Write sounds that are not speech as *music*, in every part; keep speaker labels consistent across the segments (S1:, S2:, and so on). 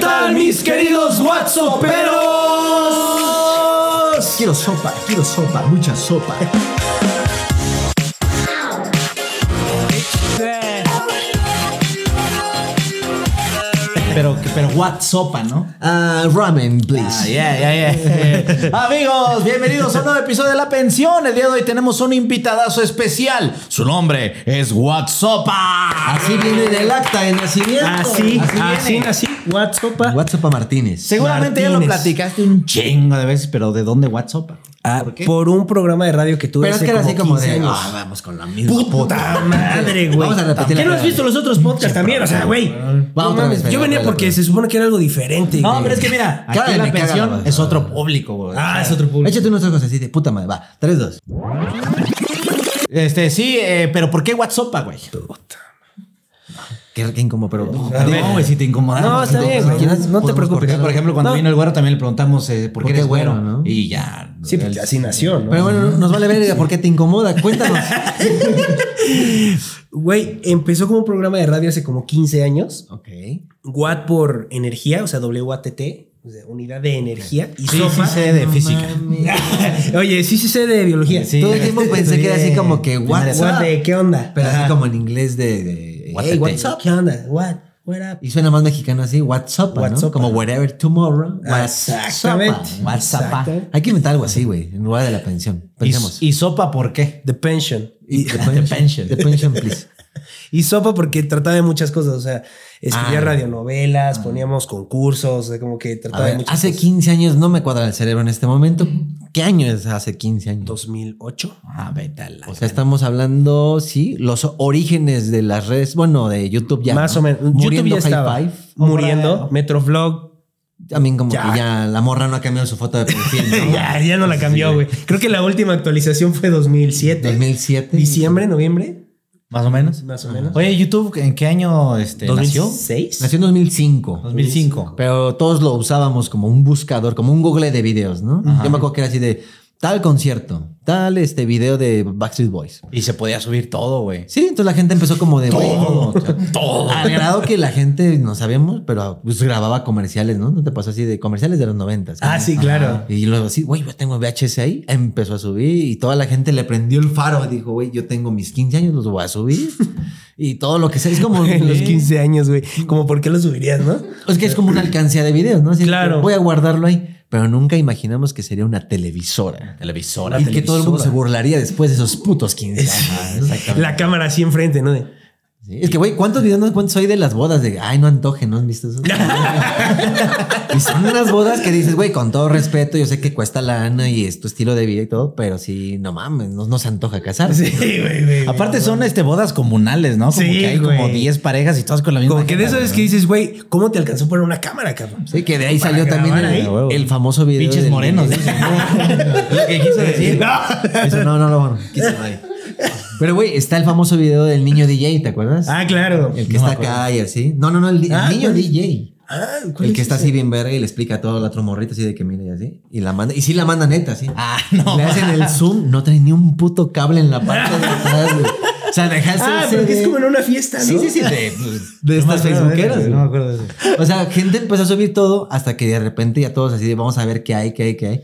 S1: tal, mis queridos WhatsApperos?
S2: Quiero sopa, quiero sopa, mucha sopa. Pero, pero what sopa, ¿no?
S3: Ah, ramen, please.
S2: Ah, yeah, yeah, yeah. *laughs* Amigos, bienvenidos a un nuevo episodio de La Pensión. El día de hoy tenemos un invitadazo especial. Su nombre es Whatsopa. Ah.
S3: Así viene del acta de nacimiento.
S4: Así, así,
S3: viene.
S4: así. WhatsApp.
S3: WhatsApp a Martínez.
S2: Seguramente ya lo
S4: Martínez.
S2: platicaste un chingo de veces, pero ¿de dónde Whatsopa?
S4: Ah, por un programa de radio que tuve
S3: Pero es
S4: hace
S3: que era
S4: como
S3: así como de.
S4: 15 años.
S3: "Ah, vamos con la misma.
S4: Puta madre, güey.
S3: Vamos a repetir la
S4: ¿Qué no has
S3: prueba.
S4: visto los otros podcasts también? O sea, güey.
S3: Vamos
S4: No
S3: otra
S4: mames,
S3: vez,
S4: Yo
S3: venga,
S4: venía
S3: venga,
S4: porque
S3: venga.
S4: se supone que era algo diferente.
S2: No,
S4: güey.
S2: pero es que mira,
S3: Cada
S2: aquí
S3: vez
S2: la
S3: me caga
S2: pensión
S3: la-
S2: es otro público, güey.
S4: Ah, es otro público.
S3: Échate unos ojos así de puta madre. Va, 3, 2.
S2: Este, sí, eh, pero ¿por qué Whatsopa, güey?
S3: Qué, qué incómodo, pero.
S2: No, güey, si te incomodaron.
S4: No, está bien, güey.
S3: Imagínate,
S4: No te
S3: podemos
S4: preocupes.
S2: Porque, por ejemplo, cuando
S4: No.
S2: vino el güero también le preguntamos eh, por qué
S3: qué
S2: eres
S3: güero,
S2: güero,
S3: no?
S2: Y ya. eh,
S4: Sí, porque así nació, ¿no?
S3: Pero bueno, nos vale ver por qué te incomoda. Cuéntanos.
S4: Güey, empezó como un programa de radio hace como 15 años.
S3: ok.
S4: Watt por energía, o sea, WATT, o sea, unidad de energía. Y
S2: Sí,
S4: sopa.
S2: sí, sé de física.
S4: *laughs* Oye, sí, sí sé de biología.
S2: Sí.
S3: Todo el tiempo pensé que era así como que
S4: What,
S3: WhatsApp.
S4: de, ¿Qué onda?
S3: Pero
S4: Ajá.
S3: así como en inglés de. de
S2: What
S3: hey,
S2: the
S3: what's
S2: day.
S3: up?
S4: ¿Qué onda? What? What up?
S3: Y suena más mexicano así, WhatsApp, ¿no?
S4: What's up,
S3: Como
S4: ah.
S3: whatever tomorrow. ah".
S4: Exactamente.
S3: WhatsApp. WhatsApp.
S4: Exactamente.
S3: ah". Hay que inventar algo así, güey, en lugar de la pensión.
S2: Y,
S3: Pensemos.
S2: y sopa, ¿por qué?
S4: The pension. *laughs*
S3: Y, the pension. The pension, please.
S4: Y sopa porque trataba de muchas cosas, o sea, escribía
S3: Ah.
S4: radionovelas, poníamos concursos, o sea, como que
S3: A
S4: trataba de
S3: ver,
S4: muchas
S3: hace
S4: cosas.
S3: 15 años no me cuadra el cerebro en este momento. ¿Qué año es hace 15 años?
S4: 2008.
S2: Ah, vete a la.
S3: O sea, estamos hablando, sí, los orígenes de las redes, bueno, de YouTube ya.
S4: más
S3: ¿no?
S4: o menos. YouTube
S3: Muriendo
S4: ya estaba.
S3: High Five.
S4: Muriendo. Metroflog.
S3: También como
S4: Ya.
S3: que ya la morra no ha cambiado su foto de
S4: *laughs*
S3: perfil. ¿no?
S4: ya, ya no la cambió, güey. Creo que la última actualización fue 2007.
S3: 2007.
S4: Diciembre, noviembre,
S2: Más o menos.
S4: más o menos.
S2: Oye, YouTube, ¿en qué año este, nació?
S4: 2006.
S3: Nació en 2005.
S2: 2005.
S3: Pero todos lo usábamos como un buscador, como un Google de videos, ¿no? Yo me acuerdo que era así de tal concierto, tal este video de Backstreet Boys.
S2: Y se podía subir todo, güey.
S3: Sí, entonces la gente empezó como de todo, *laughs* todo. Al grado que la gente no sabemos, pero pues, grababa comerciales, ¿no? No te pasó así de comerciales de los noventas.
S4: Ah, sí, claro.
S3: Y luego así, güey, yo tengo VHS ahí. Empezó a subir y toda la gente le prendió el faro. Dijo, güey, yo tengo mis 15 años, los voy a subir. *laughs* y todo lo que sea. Es como.
S4: En los
S3: Sí.
S4: 15 años, güey. Como, ¿por qué lo subirías, no?
S3: Es que es como una alcancía de videos, ¿no? Así
S4: Claro.
S3: que Voy a guardarlo ahí. Pero nunca imaginamos que sería una televisora.
S2: Televisora.
S3: y que todo el mundo se
S4: televisora.
S3: burlaría después de esos putos 15 años.
S4: La cámara así enfrente, ¿no? De-
S3: Sí. Es que, güey, ¿cuántos videos no cuántos hay de las bodas? De, ay, no antoje, ¿no has visto
S4: *laughs*
S3: eso? y son unas bodas que dices, güey, con todo respeto, yo sé que cuesta lana y es tu estilo de vida y todo, pero sí, no mames, no, no se antoja casarse.
S4: Sí, güey, güey.
S2: Aparte son este, bodas comunales, ¿no? Como
S4: Sí,
S2: que hay como
S4: güey.
S2: 10 parejas y todas con la misma.
S4: Como que de
S2: cara,
S4: eso es
S2: ¿no?
S4: que dices, güey, ¿cómo te alcanzó por una cámara, cabrón?
S3: Sí, que de ahí
S4: Para
S3: salió también el,
S4: grabar ahí.
S3: el famoso video.
S2: Pinches
S3: del-
S2: morenos, dicen. ¿no? *laughs* lo que quiso decir.
S3: Eso no, no lo bueno, quise ahí. Pero, güey, está el famoso video del niño DJ, ¿te acuerdas?
S4: Ah, claro.
S3: el que
S2: no me
S3: está acá y así. No, no, no, el, di- el
S4: Ah,
S3: niño
S4: ¿cuál es?
S3: DJ.
S4: Ah, ¿cuál
S3: El que
S4: es
S3: está
S4: ese?
S3: así bien verga y le explica todo al otro morrito así de que mire y así. Y la manda, y sí la manda neta, sí.
S2: Ah, no.
S3: Le hacen el zoom, no trae ni un puto cable en la parte de atrás, güey. O sea, dejaste
S4: Ah,
S3: el
S4: pero que es
S3: CD.
S4: como en una fiesta, ¿no?
S3: Sí, sí,
S2: *laughs*
S3: sí, de,
S4: *laughs*
S3: de
S2: No me
S3: estas
S2: acuerdo de ese,
S3: facebookeras. güey.
S2: No me acuerdo de eso.
S3: O sea, gente empezó a subir todo hasta que de repente ya todos así de vamos a ver qué hay, qué hay, qué hay.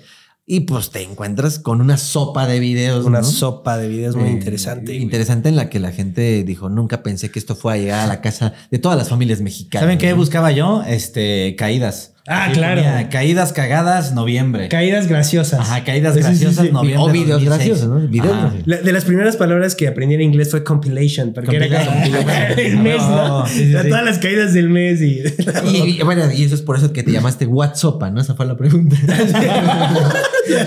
S3: Y pues te encuentras con una sopa de videos.
S4: Una
S3: ¿no?
S4: sopa de videos muy
S3: Eh,
S4: interesante. güey.
S3: Interesante en la que la gente dijo, nunca pensé que esto fue a llegar a la casa de todas las familias mexicanas.
S2: ¿Saben qué
S3: ¿no?
S2: buscaba yo? Este, caídas.
S4: Ah,
S2: Así
S4: claro.
S2: ponía, caídas cagadas, noviembre.
S4: Caídas graciosas.
S2: Ajá, caídas
S4: Sí, sí, sí.
S2: graciosas, noviembre.
S3: O videos
S2: 2006.
S3: graciosos, ¿no? Videos
S2: Ajá.
S3: graciosos.
S4: La- de las primeras palabras que aprendí en inglés fue compilation, porque
S2: Compilation.
S4: era como *laughs* el mes, ¿no?
S2: Ah, sí, sí,
S4: O sea,
S2: sí.
S4: Todas las caídas del
S3: *laughs*
S4: mes y... *laughs*
S3: Y, y, bueno, y eso es por eso que te llamaste WhatsApp, ¿no? Esa fue la
S2: *laughs*
S3: pregunta. *laughs* Y
S4: Bien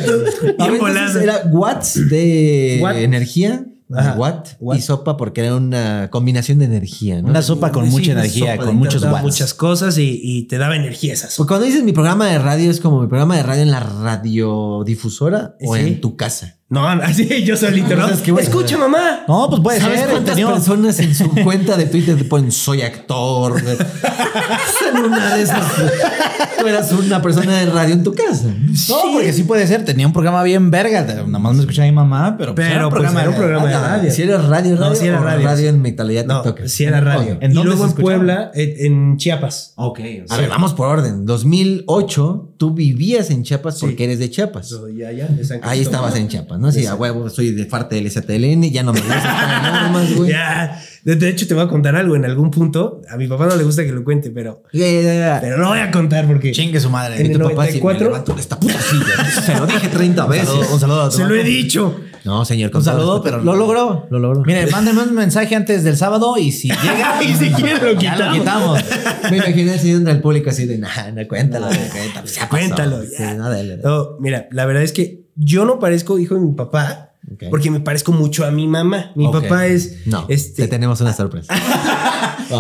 S3: entonces
S4: volado.
S3: era watts de
S4: What?
S3: energía,
S4: Ajá.
S3: watt
S4: What?
S3: y sopa porque era una combinación de energía, ¿no?
S2: Una sopa con
S4: Pues
S3: Sí,
S2: mucha
S3: una
S2: energía,
S3: sopa
S2: con
S3: de
S2: muchos
S3: tratado,
S2: watts.
S4: Muchas cosas y, y te daba energía esas.
S3: Pues cuando dices mi programa de radio es como mi programa de radio en la radiodifusora o
S4: Sí.
S3: en tu casa.
S4: No, *laughs* así yo solito, ¿no?
S3: Pues es que, güey,
S4: Escucha, mamá.
S2: No, pues puede
S3: ¿Sabes
S2: ser.
S3: cuántas
S2: contenido.
S3: personas en
S4: *laughs*
S3: su cuenta de Twitter te ponen soy actor? en una de esas. Tú eras una persona de radio en tu casa.
S2: No, porque sí puede ser. Tenía un programa bien verga. Nada más me escuchaba mi mamá, pero, pues,
S4: Pero,
S2: era un
S4: pues,
S2: programa
S4: era un
S2: de-
S4: programa de radio.
S3: Ah, Si era radio,
S4: No,
S3: radio.
S4: sí era
S3: o
S4: radio.
S3: en Metalia
S4: No,
S3: TikTok.
S4: sí era radio.
S2: ¿En
S4: y
S2: dónde
S4: luego
S2: se
S4: en
S2: escuchaba?
S4: Puebla, en, en Chiapas.
S2: Ok. o
S3: A
S2: sea,
S3: ver, vamos por orden. 2008, tú vivías en Chiapas porque eres de Chiapas.
S4: So, ya, ya, de San
S3: Ahí
S4: Cristóbal.
S3: estabas en Chiapas, ¿no? Sí, a huevo, soy de parte del STLN, ya no me
S4: *laughs*
S3: gustan estas normas, güey.
S4: Ya. De, de hecho, te voy a contar algo en algún punto. A mi papá no le gusta que lo cuente, pero,
S3: Ya, ya, ya.
S4: pero lo voy a contar porque
S2: Chingue su
S4: En
S2: madre.
S4: el
S3: Tu papá sí me
S4: 94.
S3: levanto de esta puta silla. Se lo dije 30
S2: Un
S3: veces.
S2: saludo, un saludo a tu
S4: se lo he
S2: mamá.
S4: dicho. *laughs*
S3: No, señor,
S2: Un saludo,
S3: todo respeto.
S2: pero-
S3: Lo logró, lo logró.
S2: Mire, mándenme un mensaje antes del sábado y si
S3: *laughs*
S2: llega.
S4: Y si quiere lo
S2: ya lo
S4: quitamos.
S2: quitamos.
S3: Me imaginé así entre el público así de, nah, no, cuéntalo, güey, cuéntalo. Ya pasó".
S4: Cuéntalo,
S3: Sí,
S4: ya.
S3: no, dale, dale.
S4: No, mira, la verdad es que yo no parezco hijo de mi papá
S3: Ok.
S4: porque me parezco mucho a mi mamá. Mi
S2: Ok.
S4: papá es.
S3: No,
S4: este,
S3: te tenemos una *laughs* sorpresa.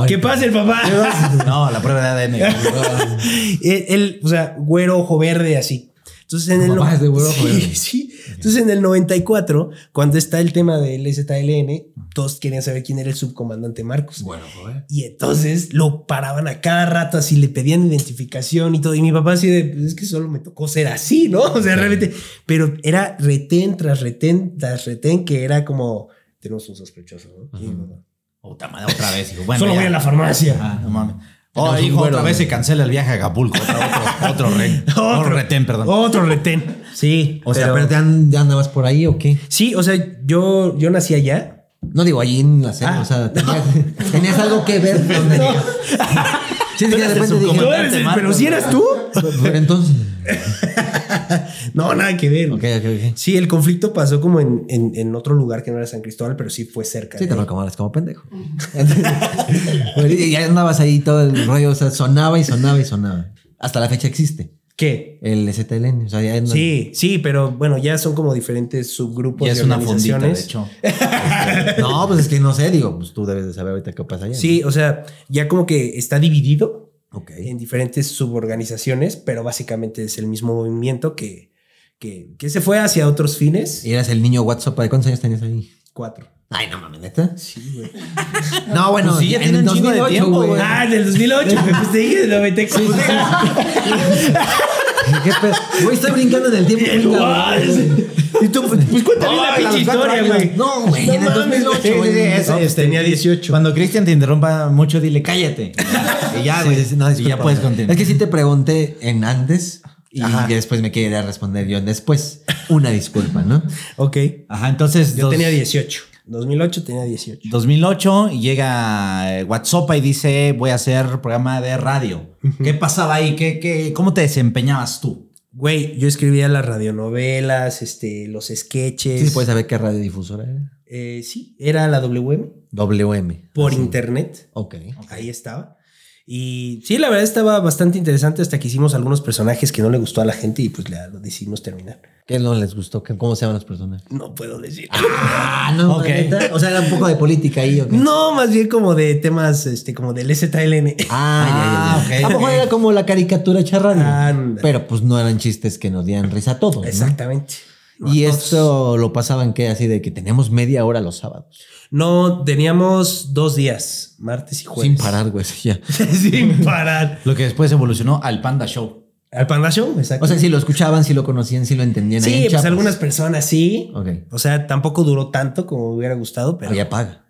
S4: ¿Qué pasa, el papá?
S2: *laughs* No, la prueba de ADN.
S4: él, él, o sea, güero, ojo verde, así. Entonces en
S3: Tu
S4: el. no-
S3: papá es de güero, ojo
S4: Sí,
S3: verde.
S4: sí. Entonces en el 94, cuando está el tema del STLN, todos querían saber quién era el subcomandante Marcos.
S3: Bueno, joder.
S4: Y entonces lo paraban a cada rato, así le pedían identificación y todo. Y mi papá así de, "Pues es que solo me tocó ser así, ¿no? *laughs* O sea, realmente. Pero era retén tras retén tras retén, que era como, tenemos un sospechoso, ¿no? Y mi papá,
S2: Puta madre, otra vez, hijo. Bueno,
S4: solo
S2: ya.
S4: voy a la farmacia.
S2: Ah, no mames.
S3: Tenemos
S2: Oh,
S3: un
S2: hijo,
S3: güero,
S2: otra vez
S3: güey.
S2: se cancela el viaje a Acapulco. Otro, otro, otro rey. otro, retén, perdón.
S4: Otro retén. Sí.
S3: O sea, pero, te an- ya andabas por ahí o qué?
S4: Sí, o sea, yo, yo nací allá.
S3: No digo allí en la cena,
S4: Ah.
S3: o sea, tenías, tenías algo que *laughs* ver con Sí, es que de repente dije,
S4: No
S2: Comandante
S4: eres el-
S2: Marcos,
S4: pero si eras tú.
S3: pero entonces.
S4: *laughs* No, nada que ver.
S3: Ok, ok, ok.
S4: Sí, el conflicto pasó como en, en- en otro lugar que no era San Cristóbal, pero sí fue cerca.
S3: Sí,
S4: de
S3: te
S4: ahí.
S3: lo acomodas como pendejo. *laughs* Bueno, y ya andabas ahí todo el rollo, o sea, sonaba y sonaba y sonaba. Hasta la fecha existe
S4: ¿Qué?
S3: el STLN. O sea, ya andan-
S4: Sí, sí, pero bueno, ya son como diferentes subgrupos
S2: Ya
S4: de
S2: es una fundita, de
S4: organizaciones.
S2: hecho.
S3: No, pues es que no sé, digo, pues tú debes de saber ahorita qué pasa allá.
S4: Sí, o sea, ya como que está dividido
S3: ¿no? Ok.
S4: en diferentes suborganizaciones, pero básicamente es el mismo movimiento que, que, que se fue hacia otros fines.
S3: Y eras el niño WhatsApp. ¿De cuántos años tenías ahí?
S4: Cuatro.
S3: Ay, no mames, neta.
S4: Sí, güey.
S3: No, bueno,
S2: Pues sí, ya tiene
S3: el
S2: un chingo de tiempo, güey.
S4: Ah, del 2008. pues te dije del 96.
S3: *laughs* ¿Qué pedo? Güey, estoy brincando en el tiempo.
S4: El
S3: muy cabrón,
S4: guau,
S3: güey.
S4: Y tú, pues, pues cuéntame la
S3: Ay, a
S4: pinche
S3: los cuatro
S4: historia,
S3: años.
S4: güey.
S3: No, güey, en el
S4: mames,
S3: 2008.
S2: Sí, sí, sí,
S3: *laughs* güey.
S2: ese,
S3: No, pues,
S2: este,
S4: tenía 18.
S2: Cuando Cristian te interrumpa mucho, dile cállate. Y ya,
S3: Sí,
S2: güey.
S3: sí, sí,
S2: y ya
S3: no, Ah, disculpa.
S2: puedes continuar.
S3: Es que sí te pregunté en antes y
S2: Ajá.
S3: ya después me quería responder yo en después. Una disculpa, ¿no?
S4: Ok.
S2: Ajá, entonces.
S4: Yo
S2: dos-
S4: tenía 18. 2008 tenía 18.
S2: 2008 y llega eh, WhatsApp y dice: Voy a hacer programa de radio. ¿Qué pasaba ahí? ¿Qué, qué, ¿Cómo te desempeñabas tú?
S4: Güey, yo escribía las radionovelas, este, los sketches.
S3: Sí, pues, puedes saber qué radiodifusora era.
S4: Eh, sí, era la WM
S3: WM.
S4: por
S3: Así.
S4: internet.
S3: Ah, Ok.
S4: Ahí estaba. Y sí, la verdad estaba bastante interesante hasta que hicimos algunos personajes que no le gustó a la gente y pues la, lo decidimos terminar.
S3: ¿Qué no les gustó? ¿Qué- ¿Cómo se llaman los personajes?
S4: No puedo decir.
S3: Ah, no,
S2: Ok.
S3: neta. O sea, era un poco de política ahí. ok.
S4: No, más bien como de temas, este, como del STLN.
S3: Ah,
S2: Ah,
S3: ya, ya,
S2: ok,
S3: ya. A lo mejor
S2: ok.
S3: era como la caricatura hecha radio.
S4: Anda.
S3: Pero pues no eran chistes que nos dieran risa a todos. ¿no?
S4: Exactamente.
S3: Y esto lo pasaban que así de que tenemos media hora los sábados.
S4: No, teníamos dos días, martes y jueves.
S3: Sin parar, güey. sí, ya.
S4: *laughs* Sin parar.
S2: Lo que después evolucionó al Panda Show.
S4: Al Panda Show, exacto.
S3: O sea, si lo escuchaban, si lo conocían, si lo entendían. ahí en
S4: sí, pues
S3: Chiapas.
S4: algunas personas sí.
S3: Ok.
S4: O sea, tampoco duró tanto como me hubiera gustado, pero...
S3: Había paga.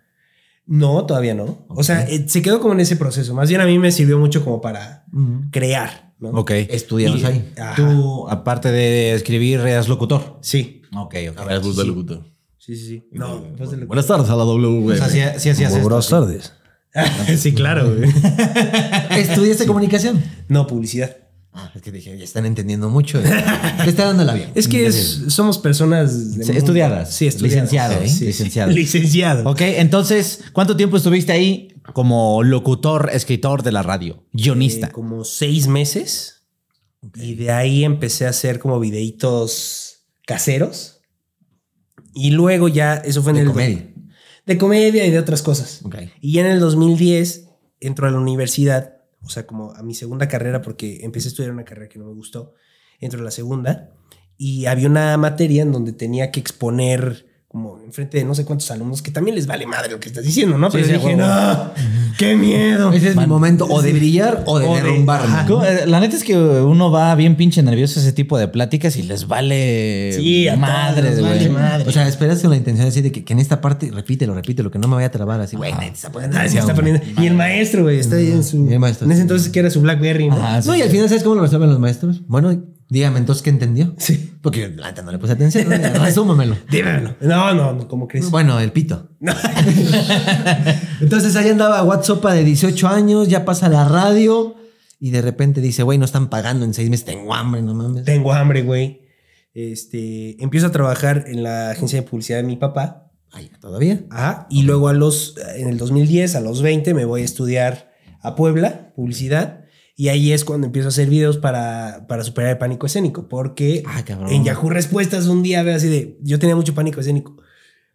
S4: No, todavía no. O sea,
S3: Ok.
S4: eh, se quedó como en ese proceso. Más bien a mí me sirvió mucho como para crear, ¿no?
S3: Estudiabas
S4: Y-
S3: ahí.
S4: Ajá.
S2: Tú, aparte de escribir, eras locutor.
S4: Sí.
S2: Ok, ok.
S3: voz del locutor.
S4: Sí, sí, sí. No, pues de lo-
S3: Buenas tardes a la W.
S2: O sea, sí, sí hacías esto, sí.
S3: tardes.
S4: *laughs* sí, claro.
S3: *laughs*
S4: güey.
S3: ¿Estudiaste comunicación?
S4: No, publicidad.
S3: Ah, es que dije, ya están entendiendo mucho. *laughs* eh. Te está dando la bien.
S4: Es que es- somos personas de
S2: Sí,
S4: mu-
S2: estudiadas.
S4: Sí, estudiadas.
S2: Licenciado,
S4: Sí,
S2: ¿eh?
S4: sí,
S2: Licenciado.
S4: sí. *laughs* Licenciado.
S2: Ok, entonces, ¿cuánto tiempo estuviste ahí como locutor, escritor de la radio, guionista?
S4: Eh, como seis meses. Y de ahí empecé a hacer como videitos caseros. Y luego ya, eso fue en
S3: de
S4: el.
S3: comedia.
S4: De comedia y de otras cosas.
S3: Ok.
S4: Y ya en el 2010 entro a la universidad, o sea, como a mi segunda carrera, porque empecé a estudiar una carrera que no me gustó. Entro a la segunda y había una materia en donde tenía que exponer como enfrente de no sé cuántos alumnos que también les vale madre lo que estás diciendo, ¿no? Pero
S3: sí,
S4: dije,
S3: huevo.
S4: no, qué miedo.
S3: Ese es mi momento o de brillar o de
S4: O de-
S3: derrumbarme.
S4: ajá.
S2: Co- eh, La neta es que uno va bien pinche nervioso a ese tipo de pláticas y les vale
S4: Sí, a todos
S2: madre,
S4: les vale
S2: güey.
S4: madre.
S3: O sea, esperas con la intención así de que, que en esta parte repítelo, repítelo, que no me vaya a trabar así. Güey, nadie se está poniendo
S4: Ah, se está
S3: atención, güey.
S4: poniendo- Y el maestro, güey, está ahí en su.
S3: Y el maestro,
S4: en ese
S3: sí.
S4: entonces que era su Blackberry, ¿no?
S2: Ajá, sí,
S3: No, y al
S2: sí.
S3: final, ¿sabes cómo lo resuelven los maestros? Bueno, dígame entonces qué entendió.
S4: Sí.
S3: Porque yo la neta no le puse atención. ¿no? *laughs* Resúmamelo.
S4: Dímelo. No, no, no, ¿cómo crees?
S3: Bueno, el pito. Entonces ahí andaba WhatsApp de 18 años, ya pasa la radio y de repente dice, güey, no están pagando en seis meses, tengo hambre, no mames.
S4: *laughs* Tengo hambre, güey. Este, empiezo a trabajar en la agencia de publicidad de mi papá.
S3: Ay, todavía.
S4: Ajá. Y luego a los, en el 2010, a los 20, me voy a estudiar a Puebla, publicidad. Y ahí es cuando empiezo a hacer videos para, para superar el pánico escénico. Porque
S3: Ah, cabrón.
S4: en Yahoo Respuestas un día veo así de, yo tenía mucho pánico escénico.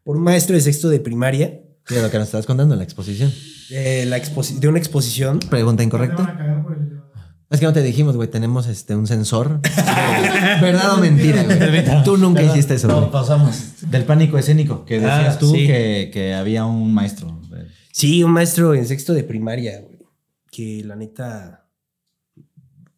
S4: Por un maestro de sexto de primaria,
S3: De lo que nos estabas contando en la exposición.
S4: eh, la exposi- de una exposición,
S3: Pregunta incorrecta. Es que no te dijimos, güey, tenemos este un sensor. *laughs* ¿Verdad o mentira, güey? Tú nunca
S2: Perdón,
S3: hiciste eso.
S2: No,
S3: güey.
S2: pasamos. Del pánico escénico, que decías
S4: Ah,
S2: tú
S4: sí.
S2: que, que había un maestro. güey.
S4: Sí, un maestro en sexto de primaria, güey. Que la neta.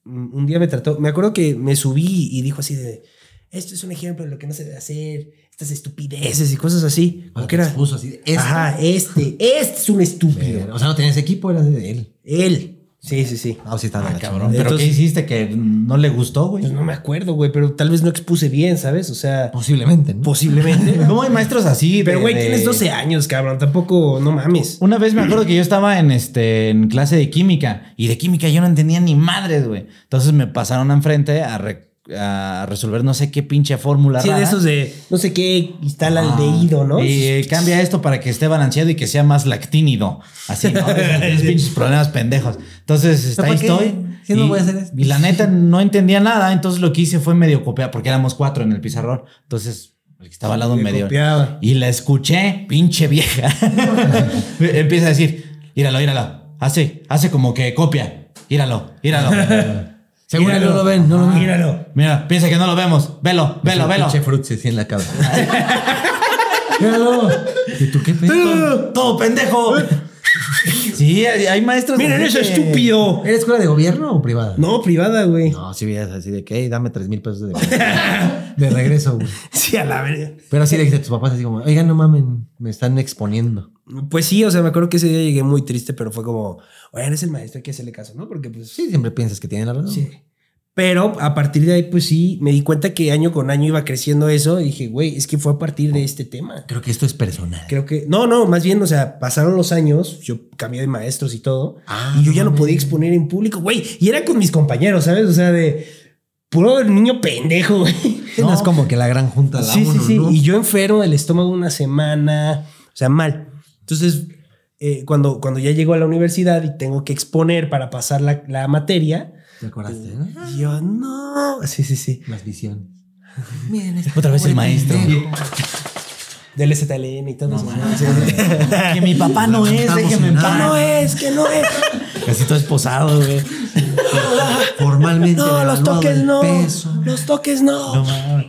S4: Un un día me trató. Me acuerdo que me subí y dijo así de. Esto es un ejemplo de lo que no se debe hacer. Estas estupideces y cosas así.
S3: Ah,
S4: Como que era.
S3: te expuso así. de, "Este".
S4: Ajá, este. Este es un
S3: Pero,
S4: estúpido.
S3: O sea, no tenías equipo, eras de él.
S4: Él. Sí, sí, sí.
S3: Ah, sí, estaba
S2: Ah,
S3: gacho,
S2: cabrón.
S3: ¿no?
S2: ¿Pero
S4: Entonces-
S2: qué hiciste que no le gustó, güey?
S4: Pues no me acuerdo, güey, pero tal vez no expuse bien, ¿sabes? O sea,
S3: Posiblemente, ¿no?
S4: posiblemente.
S2: ¿Cómo hay maestros así? de-
S4: Pero, güey,
S2: de-
S4: tienes 12 años, cabrón. Tampoco, no mames.
S2: Una vez me acuerdo que yo estaba en este en clase de química y de química yo no entendía ni madres, güey. Entonces me pasaron enfrente a, re- a resolver no sé qué pinche fórmula.
S4: Sí, de
S2: rara.
S4: esos de no sé qué, instala
S2: Ah,
S4: aldehído, ¿no?
S2: Y eh, cambia esto para que esté balanceado y que sea más lactínido. Así, ¿no? Esos pinches problemas pendejos. Entonces, este,
S3: ¿Para
S2: ahí
S3: qué?
S2: estoy.
S3: Sí, no
S2: y-
S3: voy a hacer esto.
S2: Y la neta no entendía nada. Entonces lo que hice fue medio copiar, porque éramos cuatro en el pizarrón. Entonces, el que estaba al lado
S4: Le
S2: medio.
S4: copiaba.
S2: Y la escuché, pinche vieja. *laughs* Empieza a decir, íralo, íralo. Hace, hace como que copia. Íralo, íralo.
S3: Seguro
S4: Míralo. Ah,
S3: no lo ven, no lo ven.
S4: Míralo.
S2: Mira, piensa que no lo vemos. Velo, velo, velo.
S3: Pinche frutzi así en la cabeza. Míralo. ¿Y tú qué pedo?
S2: Todo, todo pendejo. Sí, hay hay maestros.
S4: *laughs* Miren,
S2: así
S4: eso
S2: que-
S4: estúpido.
S3: ¿Eres escuela de gobierno o privada?
S4: No, privada, güey.
S3: No, si veías así de que, "Ey, dame tres mil pesos de, de regreso, güey.
S4: *laughs* Sí, a la verga.
S3: Pero así le dijiste a tus papás, así como, oigan, no mamen, me están exponiendo.
S4: Pues sí, o sea, me acuerdo que ese día llegué muy triste, pero fue como, oigan, es el maestro, hay que hacerle caso, ¿no? Porque pues sí.
S3: Sí, siempre piensas que tienen la razón.
S4: sí. Pero a partir de ahí, pues sí, me di cuenta que año con año iba creciendo eso y dije, güey, es que fue a partir de este tema.
S3: Creo que esto es personal.
S4: Creo que, no, no, más bien, o sea, pasaron los años, yo cambié de maestros y todo,
S3: Ah,
S4: y yo
S3: no
S4: ya no
S3: mames.
S4: podía exponer en público, güey, y era con mis compañeros, ¿sabes? O sea, de puro niño
S3: *laughs*
S4: pendejo, güey.
S3: No es como que la gran junta la
S4: Sí, sí,
S3: ONU,
S4: sí.
S3: ¿no?
S4: Y yo enfermo del estómago una semana, o sea, mal. Entonces, eh, cuando, cuando ya llego a la universidad y tengo que exponer para pasar la, la materia,
S3: ¿Te acordaste? no?
S4: y yo no. Sí, sí, sí.
S3: Las visiones.
S4: este
S2: Otra vez el maestro.
S4: Del STLN y todo eso. Sí,
S3: *laughs*
S4: sí.
S2: Que mi papá no es,
S3: Estamos
S2: déjeme en
S3: en
S2: paz.
S3: nada.
S4: No es, que no
S3: *laughs*
S4: es.
S2: Casi todo esposado, güey.
S3: Formalmente.
S4: No, los
S3: evaluado
S4: toques
S3: el
S4: no.
S3: peso.
S4: Los toques
S2: *laughs*
S4: no.
S2: No mames.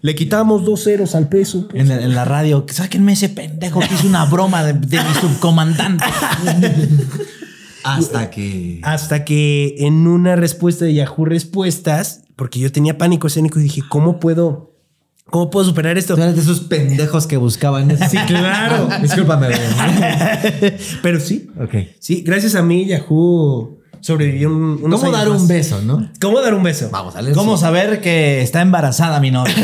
S4: Le quitamos dos ceros al peso. pues.
S2: En la, en la radio, sáquenme ese pendejo que hizo una broma de, de mi subcomandante.
S3: Hasta que.
S4: Hasta que en una respuesta de Yahoo Respuestas, porque yo tenía pánico escénico y dije, ¿cómo puedo? ¿Cómo puedo superar esto?
S3: Tú eras de esos pendejos que buscaban eso.
S4: Ah, Sí, *laughs* claro.
S3: Ah, *laughs* Discúlpame. güey.
S4: Pero sí,
S3: ok.
S4: sí, gracias a mí Yahoo sobrevivió un, unos
S3: ¿Cómo
S4: años
S3: dar
S4: más.
S3: un beso, no?
S4: ¿Cómo dar un beso?
S3: Vamos a leer.
S2: ¿Cómo
S3: sí.
S2: saber que está embarazada mi novia?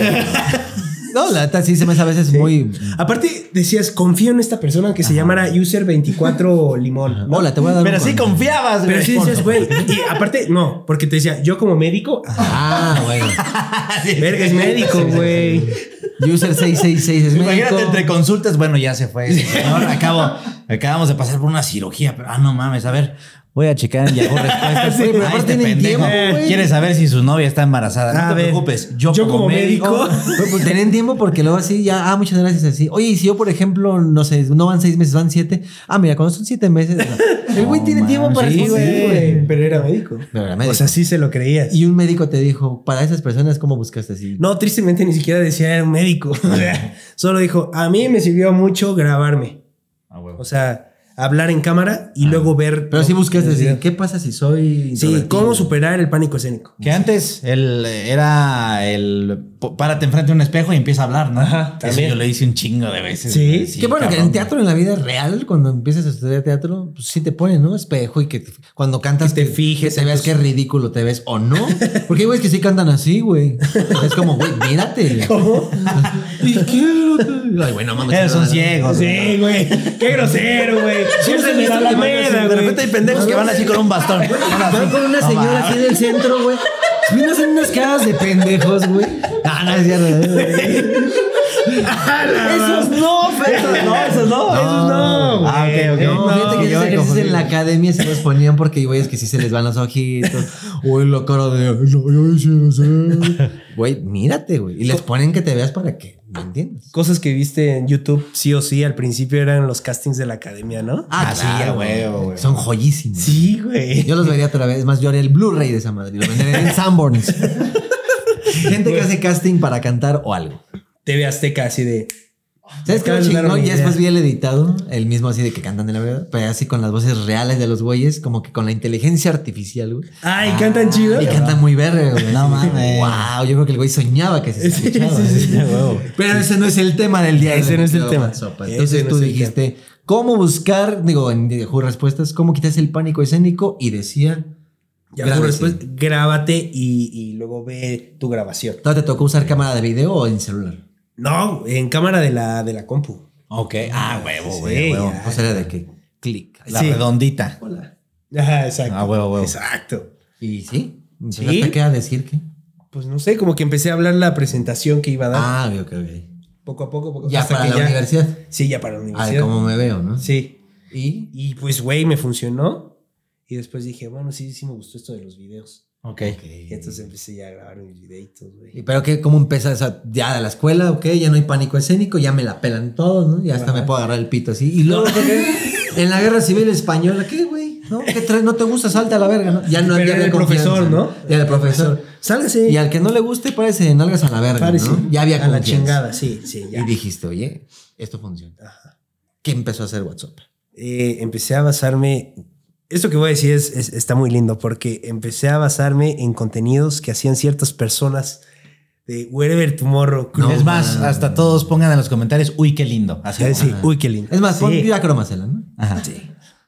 S3: No, la neta sí se me hace a veces muy.
S4: Aparte decías, confío en esta persona que se llamara *laughs* User24 Limón. ¿no?
S3: Hola, te voy a dar
S2: Pero
S3: un
S2: sí
S3: consejo.
S2: confiabas,
S4: Pero
S2: güey.
S4: sí decías, güey. Y aparte, no, porque te decía, yo como médico, *laughs* ah,
S3: Ah, bueno.
S4: verga, es médico, güey.
S3: User 666 es
S2: Imagínate
S3: médico.
S2: entre consultas, bueno, ya se fue. ese señor. acabo, Acabamos de pasar por una cirugía, pero ah, no mames, a ver. Voy a checar en Yahoo respuestas.
S3: Sí,
S2: Güey,
S3: pero
S2: ah,
S3: aparte
S2: este
S3: tienen
S2: pendejo
S3: tiempo, güey.
S2: quiere saber si su novia está embarazada. No
S4: A
S2: te
S4: ver,
S2: preocupes. Yo,
S4: yo como médico-
S3: Pues, pues, tienen tiempo porque luego así ya, ah, muchas gracias, así. Oye, y si yo, por ejemplo, no sé, no van seis meses, van siete. Ah, mira, cuando son siete meses. no. El güey
S2: No
S3: tiene tiempo
S2: mames,
S3: para
S2: sí,
S4: Sí,
S3: responder,
S4: güey. Pero era médico.
S3: Pero era médico.
S4: O sea, sí se lo creías.
S3: Y un médico te dijo, para esas personas, ¿cómo buscaste así?
S4: No, tristemente ni siquiera decía era un médico. *laughs* O sea, solo dijo, a mí me sirvió mucho grabarme.
S2: Ah, huevo.
S4: O sea, hablar en cámara y luego ver.
S3: Ah. Pero sí buscaste
S4: Sí,
S3: así, ¿qué pasa si soy
S4: Sí,
S3: introvertido?
S4: cómo superar el pánico escénico.
S2: Que antes el, eh, era el po- párate enfrente de un espejo y empieza a hablar, ¿no? Eso
S4: también.
S2: yo lo hice un chingo de veces.
S4: Sí,
S2: güey,
S3: Qué bueno que
S2: cabrón.
S3: en teatro, en la vida real, cuando empiezas a estudiar teatro, pues sí te ponen, ¿no? Espejo y que te- cuando cantas
S4: Que te fijes
S3: que te
S4: en
S3: veas
S4: tus-
S3: qué ridículo te ves o no. Porque hay güeyes que sí cantan así, güey. Es como, güey, mírate.
S4: *laughs* ¿Cómo?
S3: *laughs* ¿Y
S4: *laughs*
S3: qué? Ay, güey, no mames.
S2: Ellos son
S3: no, no, no.
S2: ciegos. güey.
S4: Sí, güey. Qué grosero, *laughs* güey.
S2: ¿Sí
S4: Esa
S2: se
S4: es
S2: han visto
S4: la
S2: que van
S4: Alameda,
S2: así? De
S4: güey.
S2: repente hay pendejos que van así con un bastón. Van así.
S3: Van con una
S2: No
S3: señora
S2: mames.
S3: así del centro, güey. Vienen hacen unas caras de pendejos, güey. Ah, no, es cierto.
S2: Esos no, Fer, esos no, esos no.
S4: Esos no, güey.
S2: Ah, ok, ok.
S3: No, fíjate
S2: yo me
S3: que esos ejercicios
S2: confundí.
S3: en la academia se los ponían porque, güey, es que sí se les van
S2: *laughs*
S3: los ojitos. Güey, la cara de, "Ay, no, yo quisiera ser". Güey, mírate, güey. Y les ponen que te veas para que no entiendas.
S4: Cosas que viste en YouTube, sí o sí, al principio eran los castings de la academia, ¿no?
S2: Ah, sí, a huevo, güey.
S3: Son joyísimos.
S4: Sí, güey.
S3: Yo los vería otra vez. Es más, yo haría el Blu-ray de esa madre. y Lo vendería en Sanborns. Gente que hace casting para cantar o algo.
S4: TV Azteca, así de.
S3: ¿Sabes qué
S4: Acabas
S3: lo
S4: de dar una
S3: chingón? Ya
S4: idea.
S3: después vi el editado, el mismo así de que cantan de la verdad, pero así con las voces reales de los güeyes, como que con la inteligencia artificial, güey.
S4: Ay, cantan chido.
S3: Ah, Y cantan muy verde, güey.
S2: No mames.
S3: Wow, yo creo que el güey soñaba que se
S4: Sí,
S3: escuchaba.
S4: sí, sí.
S3: güey. Pero ese no es el tema del día. de
S4: Ese
S3: hoy,
S4: no es el
S3: tío
S4: tema.
S3: Sopa.
S4: Ese
S3: Entonces
S4: no
S3: tú
S4: es el
S3: dijiste, ¿cómo buscar, digo, en Yahoo Respuestas, cómo quitas el pánico escénico? Y decía,
S4: Ya
S3: Grábate.
S4: por después, grábate y, y luego ve tu grabación.
S3: ¿no te tocó usar cámara de video o en celular?
S4: No, en cámara de la, de la compu. *laughs*
S2: Ok, ah, huevo,
S4: Sí,
S2: güey. a huevo.
S4: ya.
S3: O sea, era de que clic.
S2: La
S4: Sí.
S2: redondita.
S4: Hola. Ajá, exacto.
S2: Ah, huevo, huevo.
S4: Exacto.
S3: Y sí.
S4: Sí.
S3: ¿Te queda decir que?
S4: Pues no sé, como que empecé a hablar la presentación que iba a dar.
S3: Ah, ok, ok.
S4: Poco a poco, poco
S3: Ya
S4: hasta
S3: para
S4: que
S3: la universidad.
S4: Sí, ya para la
S3: Ah,
S4: universidad.
S3: de cómo me veo, ¿no?
S4: Sí.
S3: Y
S4: Y pues, güey, me funcionó. Y después dije, bueno, sí, sí me gustó esto de los videos.
S2: Ok.
S4: Y entonces empecé ya a grabar mis videitos, güey.
S3: ¿Y ¿Pero qué? ¿Cómo empieza? O sea, ya de la escuela, ok, ya no hay pánico escénico, ya me la pelan todo, ¿no? Ya hasta me puedo agarrar el pito así. Y
S4: *laughs*
S3: luego, ¿qué? *laughs* en la guerra civil española, ¿qué, güey? ¿No? ¿Qué traes? ¿No te gusta? Salte a la verga, ¿no? Ya no ya
S4: Pero era
S3: había
S4: el
S3: confianza,
S4: profesor, ¿no?
S3: Ya el profesor.
S4: Sálgase.
S3: Y al que no le guste, parece nalgas a la verga,
S4: Parece.
S3: ¿no? Ya había
S4: A la
S3: confianza.
S4: chingada, sí, sí, ya.
S3: Y dijiste, oye, esto funciona.
S4: Ajá.
S3: ¿Qué empezó a hacer WhatsApp?
S4: Eh, empecé a basarme. Esto que voy a decir es, es- está muy lindo porque empecé a basarme en contenidos que hacían ciertas personas de Wherever Tomorrow Crew.
S2: es más,
S3: mames.
S2: hasta todos pongan en los comentarios, uy, qué lindo. Así
S4: Sí, sí.
S2: Ajá.
S4: Uy, qué lindo.
S3: Es más,
S4: Sí.
S3: pon Viva Cromacela, ¿no?
S2: Ajá.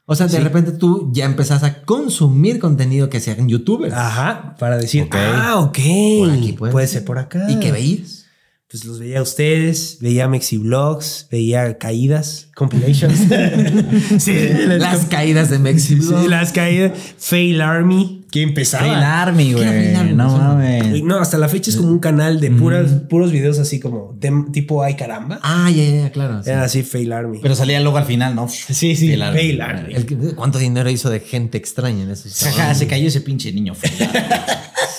S3: O sea, de repente tú ya empezás a consumir contenido que sea en YouTubers.
S4: Ajá, para decir,
S2: Ok.
S4: ah, ok.
S3: Por aquí
S4: puede,
S3: puede
S4: ser por acá.
S3: ¿Y qué veías?
S4: Pues los veía a ustedes, veía Mexi Vlogs, veía caídas,
S3: *laughs*
S4: compilations. *laughs* sí, las,
S3: Las caídas de México.
S4: sí, las caídas. Fail Army, que empezaba.
S2: Fail Army,
S3: ¿Qué era
S2: güey.
S3: Fail Army?
S2: No
S3: No sé.
S4: Güey,
S2: mames.
S4: No, hasta la fecha es como un canal de puras, puros videos así como tem- tipo ay caramba.
S3: Ah, ya, ya, ya, claro. sí.
S4: Eran así Fail Army.
S2: Pero salía luego al final, ¿no? Sí,
S4: sí,
S2: Fail Army.
S4: Fail Army.
S3: El que- ¿Cuánto dinero hizo de gente extraña en esos
S2: Ajá,
S3: salones?
S2: se cayó ese pinche niño. Fail Army.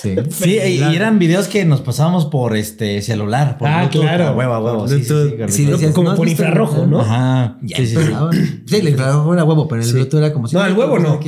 S3: Sí.
S2: Sí, y y eran videos que nos pasábamos por este celular. Por
S4: Ah,
S2: Bluetooth.
S4: claro.
S2: A huevo, a huevo.
S4: Por
S2: Sí, sí,
S4: Bluetooth.
S2: sí, correcto.
S3: Sí, decías,
S4: como
S3: ¿no has
S4: por
S3: visto
S4: infrarrojo,
S3: el-
S4: ¿no?
S2: Ajá.
S3: Ya
S2: Sí, sí, sí.
S3: empezaba. Sí, el infrarrojo era huevo, pero el Bluetooth era como si...
S4: No, al huevo no.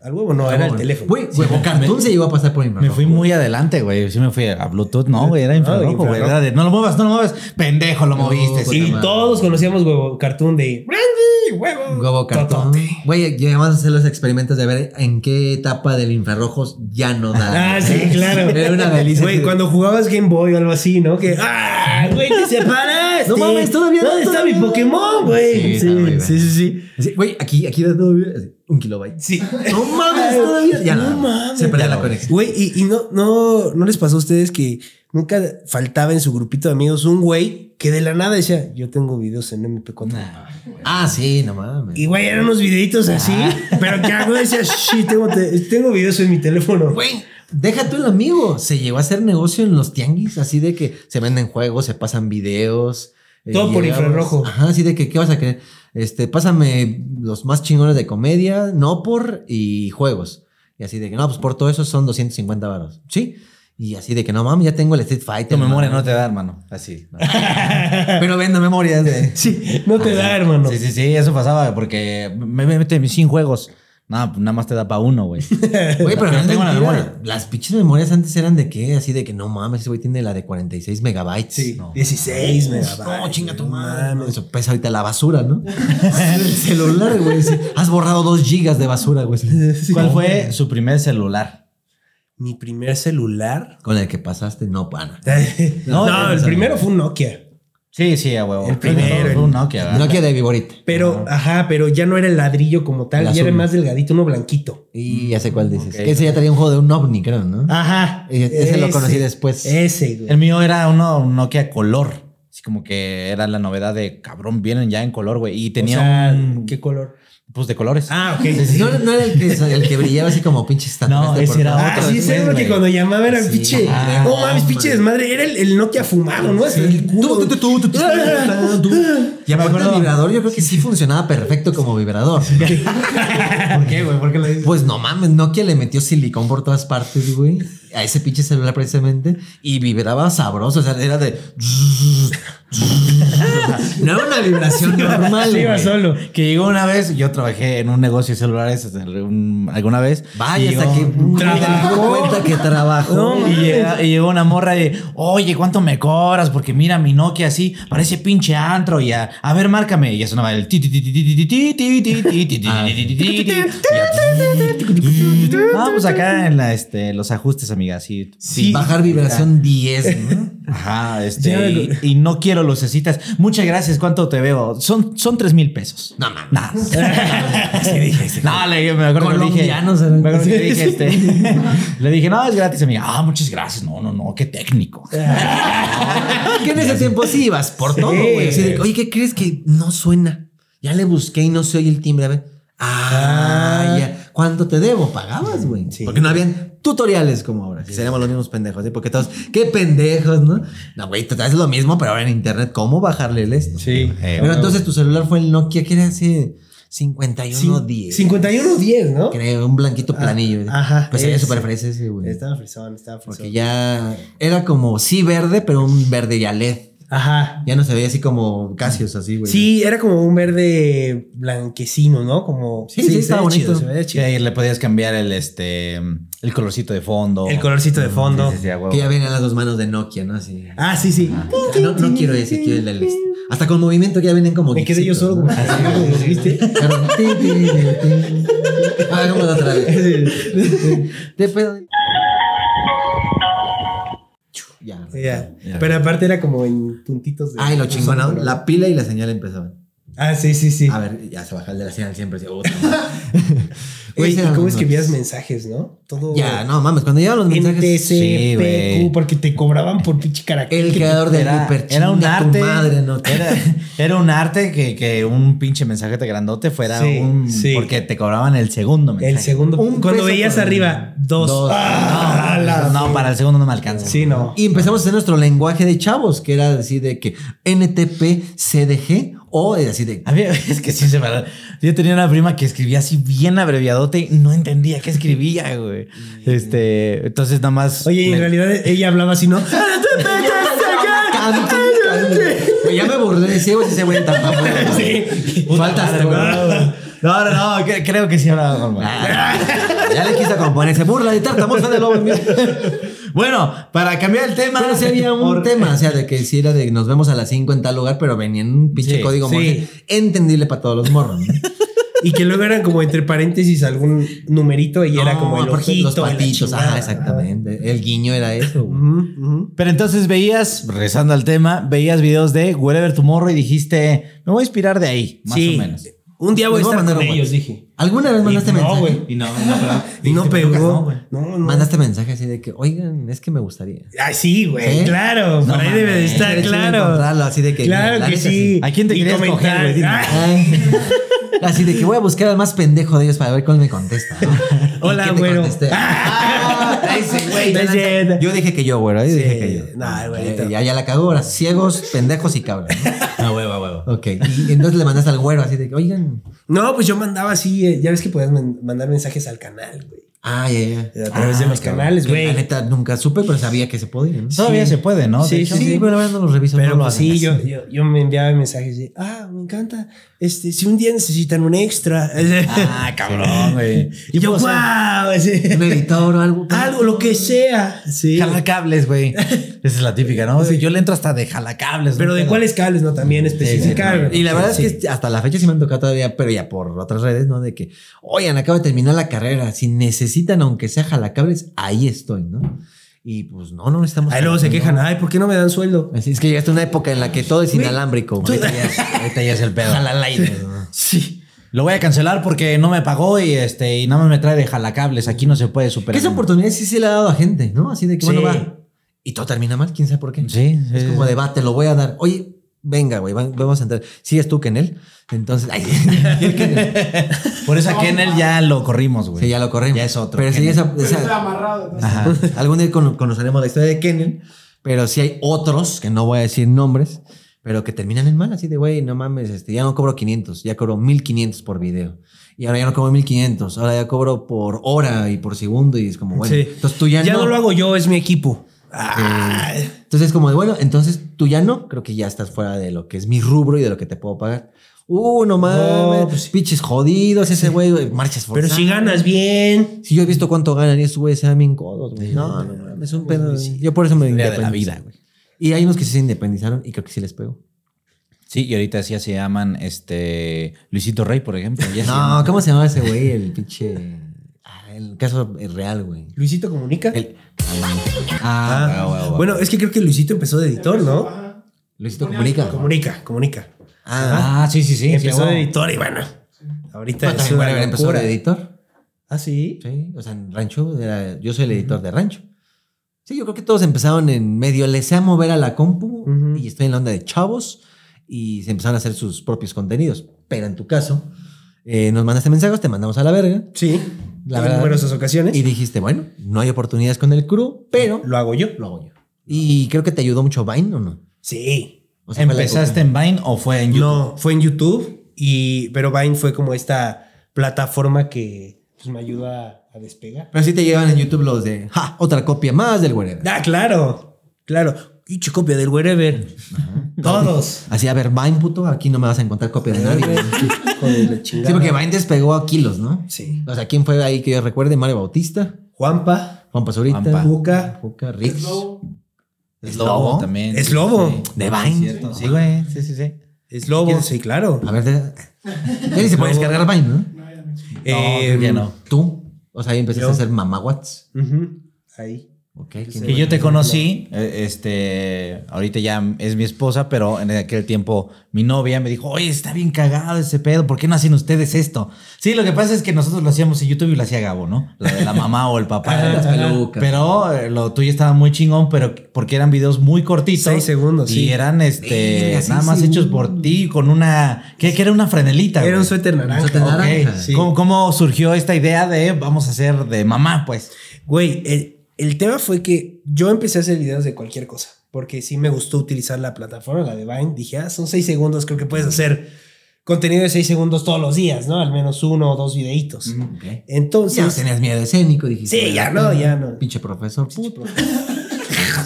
S4: Al huevo no, era el
S3: Huevo.
S4: teléfono.
S3: Güey, huevo cartoon se llegó a pasar por
S2: Me
S3: infrarrojo.
S2: fui muy adelante, güey. Sí me fui a Bluetooth. No, güey, era
S4: No,
S2: infrarrojo, güey.
S4: infrarrojo.
S2: Era de, no lo muevas, no lo muevas. Pendejo, lo moviste.
S3: pues,
S2: sí.
S4: y todos conocíamos huevo cartoon de Randy, huevo.
S3: Huevo cartón.
S4: totote".
S3: Güey, llegamos a hacer los experimentos de ver en qué etapa del infrarrojo ya no da.
S4: Ah, sí, claro.
S3: *laughs* Era una delicia.
S4: Güey, cuando jugabas Game Boy o algo así, ¿no? Que, ¡ah! Güey, te separas.
S3: No mames, todavía no,
S4: ¿Dónde está
S3: todavía
S4: mi
S3: no.
S4: Pokémon, güey?
S3: Sí, está muy
S4: Sí,
S3: bien.
S4: sí, sí, sí.
S3: Sí, Güey, aquí, aquí da todavía así, un kilobyte.
S4: Sí.
S3: No mames, todavía. Ya
S4: No
S3: no,
S4: mames.
S3: Se perdía
S4: Ya
S3: la
S4: no.
S3: conexión.
S4: Güey, y, y no, no, no les pasó a ustedes que nunca faltaba en su grupito de amigos un güey que de la nada decía, yo tengo videos en MP4.
S2: Nah.
S3: Ah, sí, no mames.
S4: Y güey, eran unos videitos así, pero que algo decía, sí, tengo, te- tengo videos en mi teléfono.
S3: Güey, deja tú el amigo. Se llegó a hacer negocio en los tianguis, así de que se venden juegos, se pasan videos. eh,
S4: Todo por
S3: llegabas-
S4: infrarrojo.
S3: Ajá, así de que, ¿qué vas a querer? este, pásame los más chingones de comedia, no por y juegos. Y así de que, no, pues por todo eso son 250 varos. Sí. Y así de que, no mames, ya tengo el Street Fighter.
S2: Tu memoria
S3: mames.
S2: no te da, hermano. Así. ¿no?
S3: Pero vendo memorias de...
S4: Sí, no te da, hermano.
S2: Sí, sí, sí, eso pasaba porque me me mete mis 100 juegos. Nada, pues, nada más te da para uno,
S4: *laughs*
S2: güey.
S3: Güey, pero
S2: Yo tengo
S3: no tengo
S2: la
S3: la
S2: memoria.
S3: Las pinches memorias antes eran de qué? Así de que, no mames, ese güey tiene la de 46 megabytes.
S4: Sí,
S3: No.
S4: 16 megabytes.
S3: No, chinga tu
S4: no
S3: madre.
S4: mames.
S3: Eso pesa ahorita la basura, ¿no? *laughs* el celular, güey. sí. Has borrado dos gigas de basura, güey.
S2: ¿Cuál fue su primer celular?
S4: Mi primer
S3: *laughs*
S4: celular.
S3: Con el que pasaste, no, pana.
S4: No,
S2: no,
S4: el
S2: no.
S4: primero fue un Nokia.
S2: Sí, sí, a huevo.
S4: El primero,
S2: Fue un Nokia, ¿verdad?
S3: No queda de viborita.
S4: Pero, ajá, pero ya no era el ladrillo como tal,
S3: El
S4: ya era
S3: azul.
S4: más delgadito, uno blanquito.
S3: Y ya sé cuál dices.
S2: Ok.
S3: Que ese ya traía un juego de un ovni, creo, ¿no?
S4: Ah, Ajá.
S3: E- ese lo conocí después.
S4: Ese, güey.
S2: El mío era uno un Nokia color. Así como que era la novedad de cabrón, vienen ya en color, güey. Y tenía
S4: o sea,
S2: un.
S4: ¿qué color?
S2: Pues de colores.
S4: Ah, ok.
S3: No, no era el que, el que brillaba así como pinche estatua.
S2: No, ese era
S4: Ah,
S2: otro
S4: sí,
S2: después,
S4: ese era
S2: güey.
S4: que cuando llamaba era
S3: Sí.
S4: pinche.
S3: Ah,
S4: no mames, pinche desmadre. Era el, el Nokia fumado, ¿no? Es el culo.
S3: Ya me acuerdo.
S2: acuerdo.
S3: El vibrador yo creo que sí funcionaba perfecto como vibrador.
S2: ¿Por qué, güey? ¿Por qué lo dices?
S3: Pues no mames, Nokia le metió silicón por todas partes, güey. A ese pinche celular precisamente. Y vibraba sabroso. O sea, era de. No era una vibración normal.
S4: Sí, iba
S3: güey.
S4: solo.
S2: Que llegó una vez, yo trabajé en un negocio de celulares un- alguna vez.
S3: Vaya,
S2: y
S3: hasta que
S2: llegó-
S3: me di cuenta que trabajó.
S2: y, llega- y llegó una morra de, oye, ¿cuánto me cobras? Porque mira mi Nokia así, parece pinche antro. Y a, a ver, márcame. Y ya sonaba el ti, ti, ti, ti, ti, ti, ti, ti, ti, ti, ti, ti, ti, ti, ti, ti, ti, ti. Y ya, Ah, pues acá en la, este, los ajustes, amiga, así.
S4: Sí.
S3: Bajar vibración 10, ¿no?
S2: Ajá,
S4: Ya,
S2: este, y, y no quiero lucecitas. Muchas gracias, ¿cuánto te veo? Son, son tres mil pesos.
S3: No mames.
S2: *laughs* Así dije. No, le dije, me acuerdo que le dije.
S3: Colombianos
S4: ¿eh?
S3: eran.
S2: me acuerdo que le dije, este, *laughs* le dije, no, es gratis, amiga. Ah, muchas gracias. No, no, no, qué técnico.
S4: Eh, Ah,
S3: Ah, Que en ese tiempo sí ibas por
S4: Sí.
S3: todo, güey. Así de, Oye, ¿qué crees que no suena? Ya le busqué y no se oye el timbre. A ver. Ah,
S4: Ah.
S3: ya. ¿Cuánto te debo? Pagabas, güey.
S4: Sí.
S3: Porque no habían tutoriales como ahora. Que seríamos los mismos
S4: ¿eh?
S3: pendejos, ¿sí? Porque todos, qué pendejos, ¿no? No, güey, te haces lo mismo, pero ahora en internet, ¿cómo bajarle el esto?
S4: Sí. Eh,
S3: Pero entonces tu celular fue el Nokia, que era ese 5110.
S4: 5110, ¿no? Ah,
S3: Creo, un blanquito planillo.
S4: ajá,
S3: Pues sería
S4: ese.
S3: súper fresa ese, güey.
S4: Estaba frisón, estaba frisón.
S3: Porque ya era como sí verde, pero un verde ya LED.
S4: Ajá.
S3: Ya no se veía así como Casios, así, güey.
S4: Sí, era como un verde blanquecino, ¿no? Como.
S3: Sí, sí,
S4: se
S3: estaba
S4: veía chido,
S3: bonito.
S4: se veía
S2: Sí,
S4: chido.
S2: ahí le podías cambiar el, este, el colorcito de fondo.
S4: El colorcito de fondo.
S2: Sí, sí, sí, a huevo.
S3: Que ya venían las dos manos de Nokia, ¿no? Así.
S4: Ah, sí, sí.
S3: No, no quiero ese, quiero el del. Hasta con movimiento que ya vienen como.
S4: Me quedé yo
S3: guixitos,
S4: solo
S3: ¿no? *laughs* Ah,
S4: como. ¿Viste? *laughs*
S3: Pero- ti, ti, ti, ti. Hagámoslo Ah, otra vez. *laughs* De pedo. Ya.
S4: Ya. Pero aparte era como en puntitos de.
S3: Ay, lo chingón, ¿no? La pila y la señal empezaban.
S4: Ah, sí, sí, sí.
S3: A ver, ya se baja el de la señal siempre. Así,
S4: *laughs*
S3: otra.
S4: Güey,
S3: Ese
S4: ¿y
S3: era
S4: cómo
S3: lo
S4: escribías
S3: más.
S4: mensajes, no? Todo.
S3: Ya, no mames, cuando llegaban los mensajes.
S2: Sí, güey.
S4: NTCPQ, porque te cobraban por pinche carácter.
S3: El
S4: que-
S3: creador del
S2: Era,
S3: Reaper.
S2: era un
S3: chinga tu
S2: arte.
S3: madre, no.
S2: era, era un arte que, que un pinche mensaje de grandote fuera
S4: Sí,
S2: un.
S4: sí.
S2: Porque te cobraban el segundo mensaje.
S4: El segundo.
S3: Un
S4: cuando
S3: peso
S4: veías
S3: por-
S4: arriba, dos.
S3: Dos.
S4: Ah,
S2: No,
S4: la-
S2: no, para el segundo no me alcanza.
S4: Sí, no.
S3: Y empezamos a hacer nuestro lenguaje de chavos, que era así de que NTP, CDG o así de.
S2: A mí *laughs* es que sí se me... Yo tenía una prima que escribía así bien abreviadote y no entendía qué escribía, güey. Este, entonces nada más...
S4: Oye, y en
S2: me-
S4: realidad ella hablaba así,
S3: *laughs*
S4: ¿no?
S3: Canto, canto. Güey, ya me burlé de ese güey, ese güey tan mamón.
S4: Sí.
S3: Faltas,
S2: Madre,
S3: güey.
S2: güey. *laughs* No, no, no, cre- creo que sí hablaba normal.
S3: Ah, Ya le quiso componer, se burla de tartamudo, fan de lobo. mío.
S2: Bueno, para cambiar el tema...
S3: Pero sí había un
S2: por-
S3: tema, o sea, de que sí era de nos vemos a las 5 en tal lugar, pero venía en un pinche
S2: Sí,
S3: código
S4: sí.
S3: morse entendible para todos los morros. ¿no?
S4: Y que luego eran como entre paréntesis algún numerito *laughs* y era
S3: No,
S4: como el
S3: porque
S4: ojito.
S3: los patitos, ajá, exactamente. El guiño era eso. güey.
S4: Ujú, ujú.
S2: Pero entonces veías, regresando al tema, veías videos de Wherever Tomorrow y dijiste, me voy a inspirar de ahí, más
S4: Sí.
S2: o menos.
S4: Un día voy a
S3: Les voy a
S4: estar
S3: mandar
S4: con
S3: un
S4: ellos, dije.
S3: ¿Alguna vez mandaste
S4: Y
S3: mensaje?
S4: No, güey.
S2: Y no, no,
S4: Y no pegó. No, no.
S3: Mandaste mensaje así de que, oigan, es que me gustaría.
S4: Ay, sí, güey.
S3: ¿Sí?
S4: Claro.
S2: No
S4: por ahí debe de
S2: mames.
S4: estar,
S3: Estaría chido
S4: claro.
S3: encontrarlo, así de que, mira,
S4: Claro
S3: la
S4: que
S3: neta,
S4: sí.
S2: ¿A quién te
S4: Y
S2: querías coger,
S4: comentar.
S2: güey? Dime.
S4: Ah,
S3: Ay. Así de que voy a buscar al más pendejo de ellos para ver cuál me contesta. ¿no?
S4: *laughs* Hola,
S3: ¿Y qué te
S4: güero.
S3: contesté? Ah, ese güey,
S4: No es
S3: la
S4: cierto.
S3: neta. Yo dije que yo, güero. Yo dije que yo.
S4: no, güey,
S3: Eh,
S4: no.
S3: ya, ya la cagó ahora. Ciegos, pendejos y cabras. ¿no?
S4: *laughs*
S2: A huevo, a huevo. güero.
S3: Ok. Y entonces le mandas al güero así de que, oigan.
S4: No, pues yo mandaba así, eh, ya ves que podías men- mandar mensajes al canal, güey.
S3: Ah, ya, ya.
S4: A través de los
S3: cabrón.
S4: canales,
S3: Que
S4: güey.
S3: La neta nunca supe, pero sabía que se podía. ¿no?
S2: *laughs* Todavía
S4: Sí.
S2: se puede, ¿no? De
S4: Sí,
S2: hecho,
S4: sí, sí.
S3: pero la verdad no lo reviso.
S4: Pero
S3: no lo
S4: pues,
S3: hagan
S4: sí, yo,
S3: así.
S4: yo, yo me enviaba mensajes de, ah, me encanta, este, si un día necesitan un extra.
S2: Ah,
S4: *laughs*
S2: cabrón, güey.
S4: y yo,
S2: puedo hacer-
S4: wow,
S3: Un editor o algo.
S4: algo, lo que sea. Sí.
S2: Jalacables, güey. Esa es la típica, ¿no? Yo le entro hasta de jalacables.
S4: Pero
S2: ¿no?
S4: de cuáles cables, ¿no? También especificar.
S3: Y la verdad es que hasta la fecha sí me han tocado todavía, pero ya por otras redes, ¿no? De que, oigan, acabo de terminar la carrera. Si necesitan, aunque sea jalacables, ahí estoy, ¿no? Y pues no, no estamos.
S4: Ahí luego se quejan, ay, ¿por qué no me dan sueldo?
S3: Así es que llegaste a una época en la que todo es inalámbrico. güey.
S2: Ahorita ya es- Ahorita ya es el pedo.
S3: Jala al aire, ¿no?
S2: Sí. Lo voy a cancelar porque no me pagó y este y nada más me trae de jalacables. Aquí no se puede
S3: Que
S2: superar.
S3: esa oportunidad sí se le ha dado a gente, ¿no? Así de que, bueno,
S4: Sí.
S3: va. Y todo termina mal, quién sabe por qué.
S2: Sí, sí,
S3: Es
S2: sí.
S4: Eh.
S3: como debate, lo voy a dar. Oye, venga, güey, van- vamos a entrar. Sigues tú, Kenel. Entonces, ay, *laughs* el Kenel.
S2: Por eso a Kennel ya lo corrimos, güey.
S3: Sí, ya lo corrimos.
S2: Ya es otro
S3: Pero sí,
S2: Kenel.
S3: esa,
S5: Pero
S3: esa-
S5: está amarrado. ¿no?
S2: Ajá.
S3: algún día cono- conoceremos la historia de Kenel, pero sí hay otros, que no voy a decir nombres, pero que terminan en mal, así de, güey, no mames, este, ya no cobro 500, ya cobro 1500 por video. Y ahora ya no cobro 1500, ahora ya cobro por hora y por segundo y es como, bueno,
S4: Sí.
S3: entonces tú ya,
S4: Ya, no. lo hago yo, es mi equipo. Ah,
S3: Eh, Entonces, como de bueno, entonces tú ya no, creo que ya estás fuera de lo que es mi rubro y de lo que te puedo pagar. Uh, no mames,
S4: pues sí.
S3: pinches jodidos, ese güey, güey, marchas
S4: pero
S3: forzadas.
S4: si ganas bien.
S3: Si yo he visto cuánto ganan y esos güeyes se dan bien codos, güey. No, no, no, es un pedo. Yo por eso me
S2: Historia de la
S3: independicé.
S2: vida, güey.
S3: Y hay unos que sí se independizaron y creo que sí les pego.
S2: Sí, y ahorita sí se llaman este Luisito Rey, por ejemplo. Ya se
S3: No,
S2: llaman-
S3: ¿cómo se llamaba ese güey? El pinche. ah, El caso es real, güey.
S4: Luisito comunica.
S3: El-
S2: Ah,
S4: Ah,
S2: guau, guau, guau.
S4: Bueno, es que creo que Luisito empezó de editor, ¿no?
S5: Ajá.
S3: Luisito Comunica.
S4: Comunica, comunica.
S3: Ah,
S2: Ah, sí, sí, sí. sí,
S4: empezó
S2: guau.
S4: de editor y bueno. Ahorita
S3: pero
S4: es
S3: también
S4: una
S3: puede haber empezado
S4: locura.
S3: de editor.
S4: Ah, sí.
S3: Sí, o sea, en Rancho, era- yo soy el editor de Rancho. Sí, yo creo que todos empezaron en medio, les sé a mover a la compu
S4: Ujú.
S3: y estoy en la onda de chavos y se empezaron a hacer sus propios contenidos. Pero en tu caso, eh, nos mandaste mensajes, te mandamos a la verga
S4: Sí.
S3: La
S4: en
S3: verdad.
S4: numerosas ocasiones.
S3: y dijiste, bueno, no hay oportunidades con el crew, pero
S4: lo hago yo.
S3: lo hago yo. Y creo que te ayudó mucho Vine, ¿o no?
S4: Sí.
S3: O sea, fue la
S2: ¿Empezaste en Vine o fue en YouTube?
S4: No, fue en YouTube. Y, pero Vine fue como esta plataforma que pues, me ayuda a despegar.
S3: época. Pero sí te llevan en YouTube los de, ja, otra copia más del whatever.
S4: Ah, claro. Claro. Y copia del wherever. Todos.
S3: Así, a ver, Vine, puto, aquí no me vas a encontrar copia de nadie.
S4: Joder, la
S3: Sí,
S4: chingada.
S3: porque Vine despegó a kilos, ¿no?
S4: Sí.
S3: O sea, ¿quién fue ahí que yo recuerde? Mario Bautista,
S4: Juanpa,
S3: Juan Pazurita,
S2: Juanpa.
S4: Juca,
S3: Juca, Rix.
S5: Slow.
S2: Es
S3: Lobo.
S2: lobo también.
S4: Es
S2: sí,
S4: lobo.
S2: sí. Ah,
S3: De
S2: Sí,
S3: Vine.
S2: cierto. Sí, güey. Sí, sí, sí.
S4: es lobo. Sí, claro.
S3: A ver, de- ya ni se puede descargar Vine, ¿no?
S5: No, ya no.
S4: Eh,
S2: no, pues ya
S3: Em,
S2: no.
S3: Tú, o sea, ahí empezaste
S4: Yo.
S3: a hacer mamawats.
S4: ujú, Ahí.
S3: Ok, ¿quién
S4: Sí.
S2: Que
S3: fue?
S2: yo te conocí, eh, este, ahorita ya es mi esposa, pero en aquel tiempo mi novia me dijo, oye, está bien cagado ese pedo, ¿por qué no hacen ustedes esto? Sí, lo que pasa es que nosotros lo hacíamos en YouTube y lo hacía Gabo, ¿no? La de la mamá o el papá.
S3: Ajá, las
S2: Ajá.
S3: pelucas.
S2: Pero eh, lo tuyo estaba muy chingón, pero porque eran videos muy cortitos.
S4: Seis segundos,
S2: Y
S4: sí.
S2: eran, este,
S3: Verga, seis
S2: nada más hechos por
S3: segundos.
S2: ti con una, ¿qué? Que era una franelita.
S4: Era un
S2: güey.
S4: suéter naranja.
S3: Un suéter
S2: Ok.
S3: naranja.
S4: Sí.
S2: ¿Cómo, cómo surgió esta idea de vamos a hacer de mamá, pues?
S4: Güey, el, el tema fue que yo empecé a hacer videos de cualquier cosa, porque sí me gustó utilizar la plataforma, la de Vine. Dije, ah, son seis segundos, creo que puedes hacer contenido de seis segundos todos los días, ¿no? Al menos uno o dos videitos.
S3: Ok. Ya
S4: Entonces,
S3: tenías miedo escénico, dijiste.
S4: Sí, ya
S3: "Vale,
S4: no,
S3: pena".
S4: ya no.
S3: Pinche profesor, puto.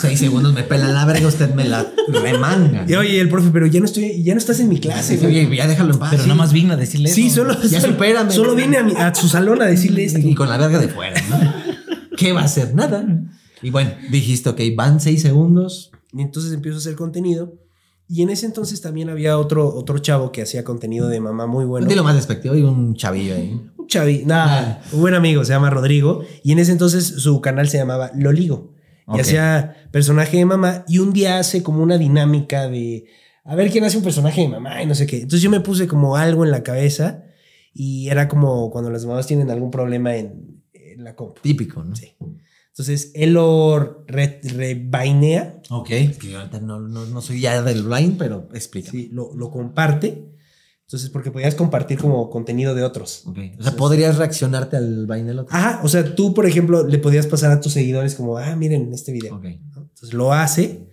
S3: Seis segundos me pelan la verga, usted me la remanga.
S4: y oye, el profe, pero ya no estoy, ya no estás en mi clase,
S3: Sí,
S4: güey.
S3: oye, ya déjalo en paz.
S2: Pero
S3: sí.
S2: nada más vine a decirle
S4: Ah, Sí,
S2: eso.
S4: solo,
S3: Ya supérame.
S4: solo vine a, mi- a su salón a decirle esto.
S3: Y con la verga de fuera, ¿no? *laughs* ¿Qué va a hacer? Nada. Y bueno, dijiste, ok, van seis segundos.
S4: Y entonces empiezo a hacer contenido. Y en ese entonces también había otro, otro chavo que hacía contenido de mamá muy bueno.
S3: Dilo más despectivo y un chavillo ahí.
S4: Un chavi, nada, un buen amigo, se llama Rodrigo, y en ese entonces su canal se llamaba Loligo. Y
S2: Ok.
S4: hacía personaje de mamá, y un día hace como una dinámica de a ver quién hace un personaje de mamá y no sé qué. Entonces yo me puse como algo en la cabeza, y era como cuando las mamás tienen algún problema en, en la compu.
S3: Típico, ¿no?
S4: Sí. Entonces él lo re- rebainea,
S2: Ok.
S3: Es que yo ahorita no, no, no soy ya del blind, pero explica.
S4: sí, lo, lo comparte. Entonces, porque podías compartir como contenido de otros.
S3: Ok. O sea, podrías reaccionarte al Vine del otro.
S4: Ajá, o sea, tú, por ejemplo, le podías pasar a tus seguidores como, ah, miren este video.
S3: Ok. Ay,
S4: ¿no? Entonces lo hace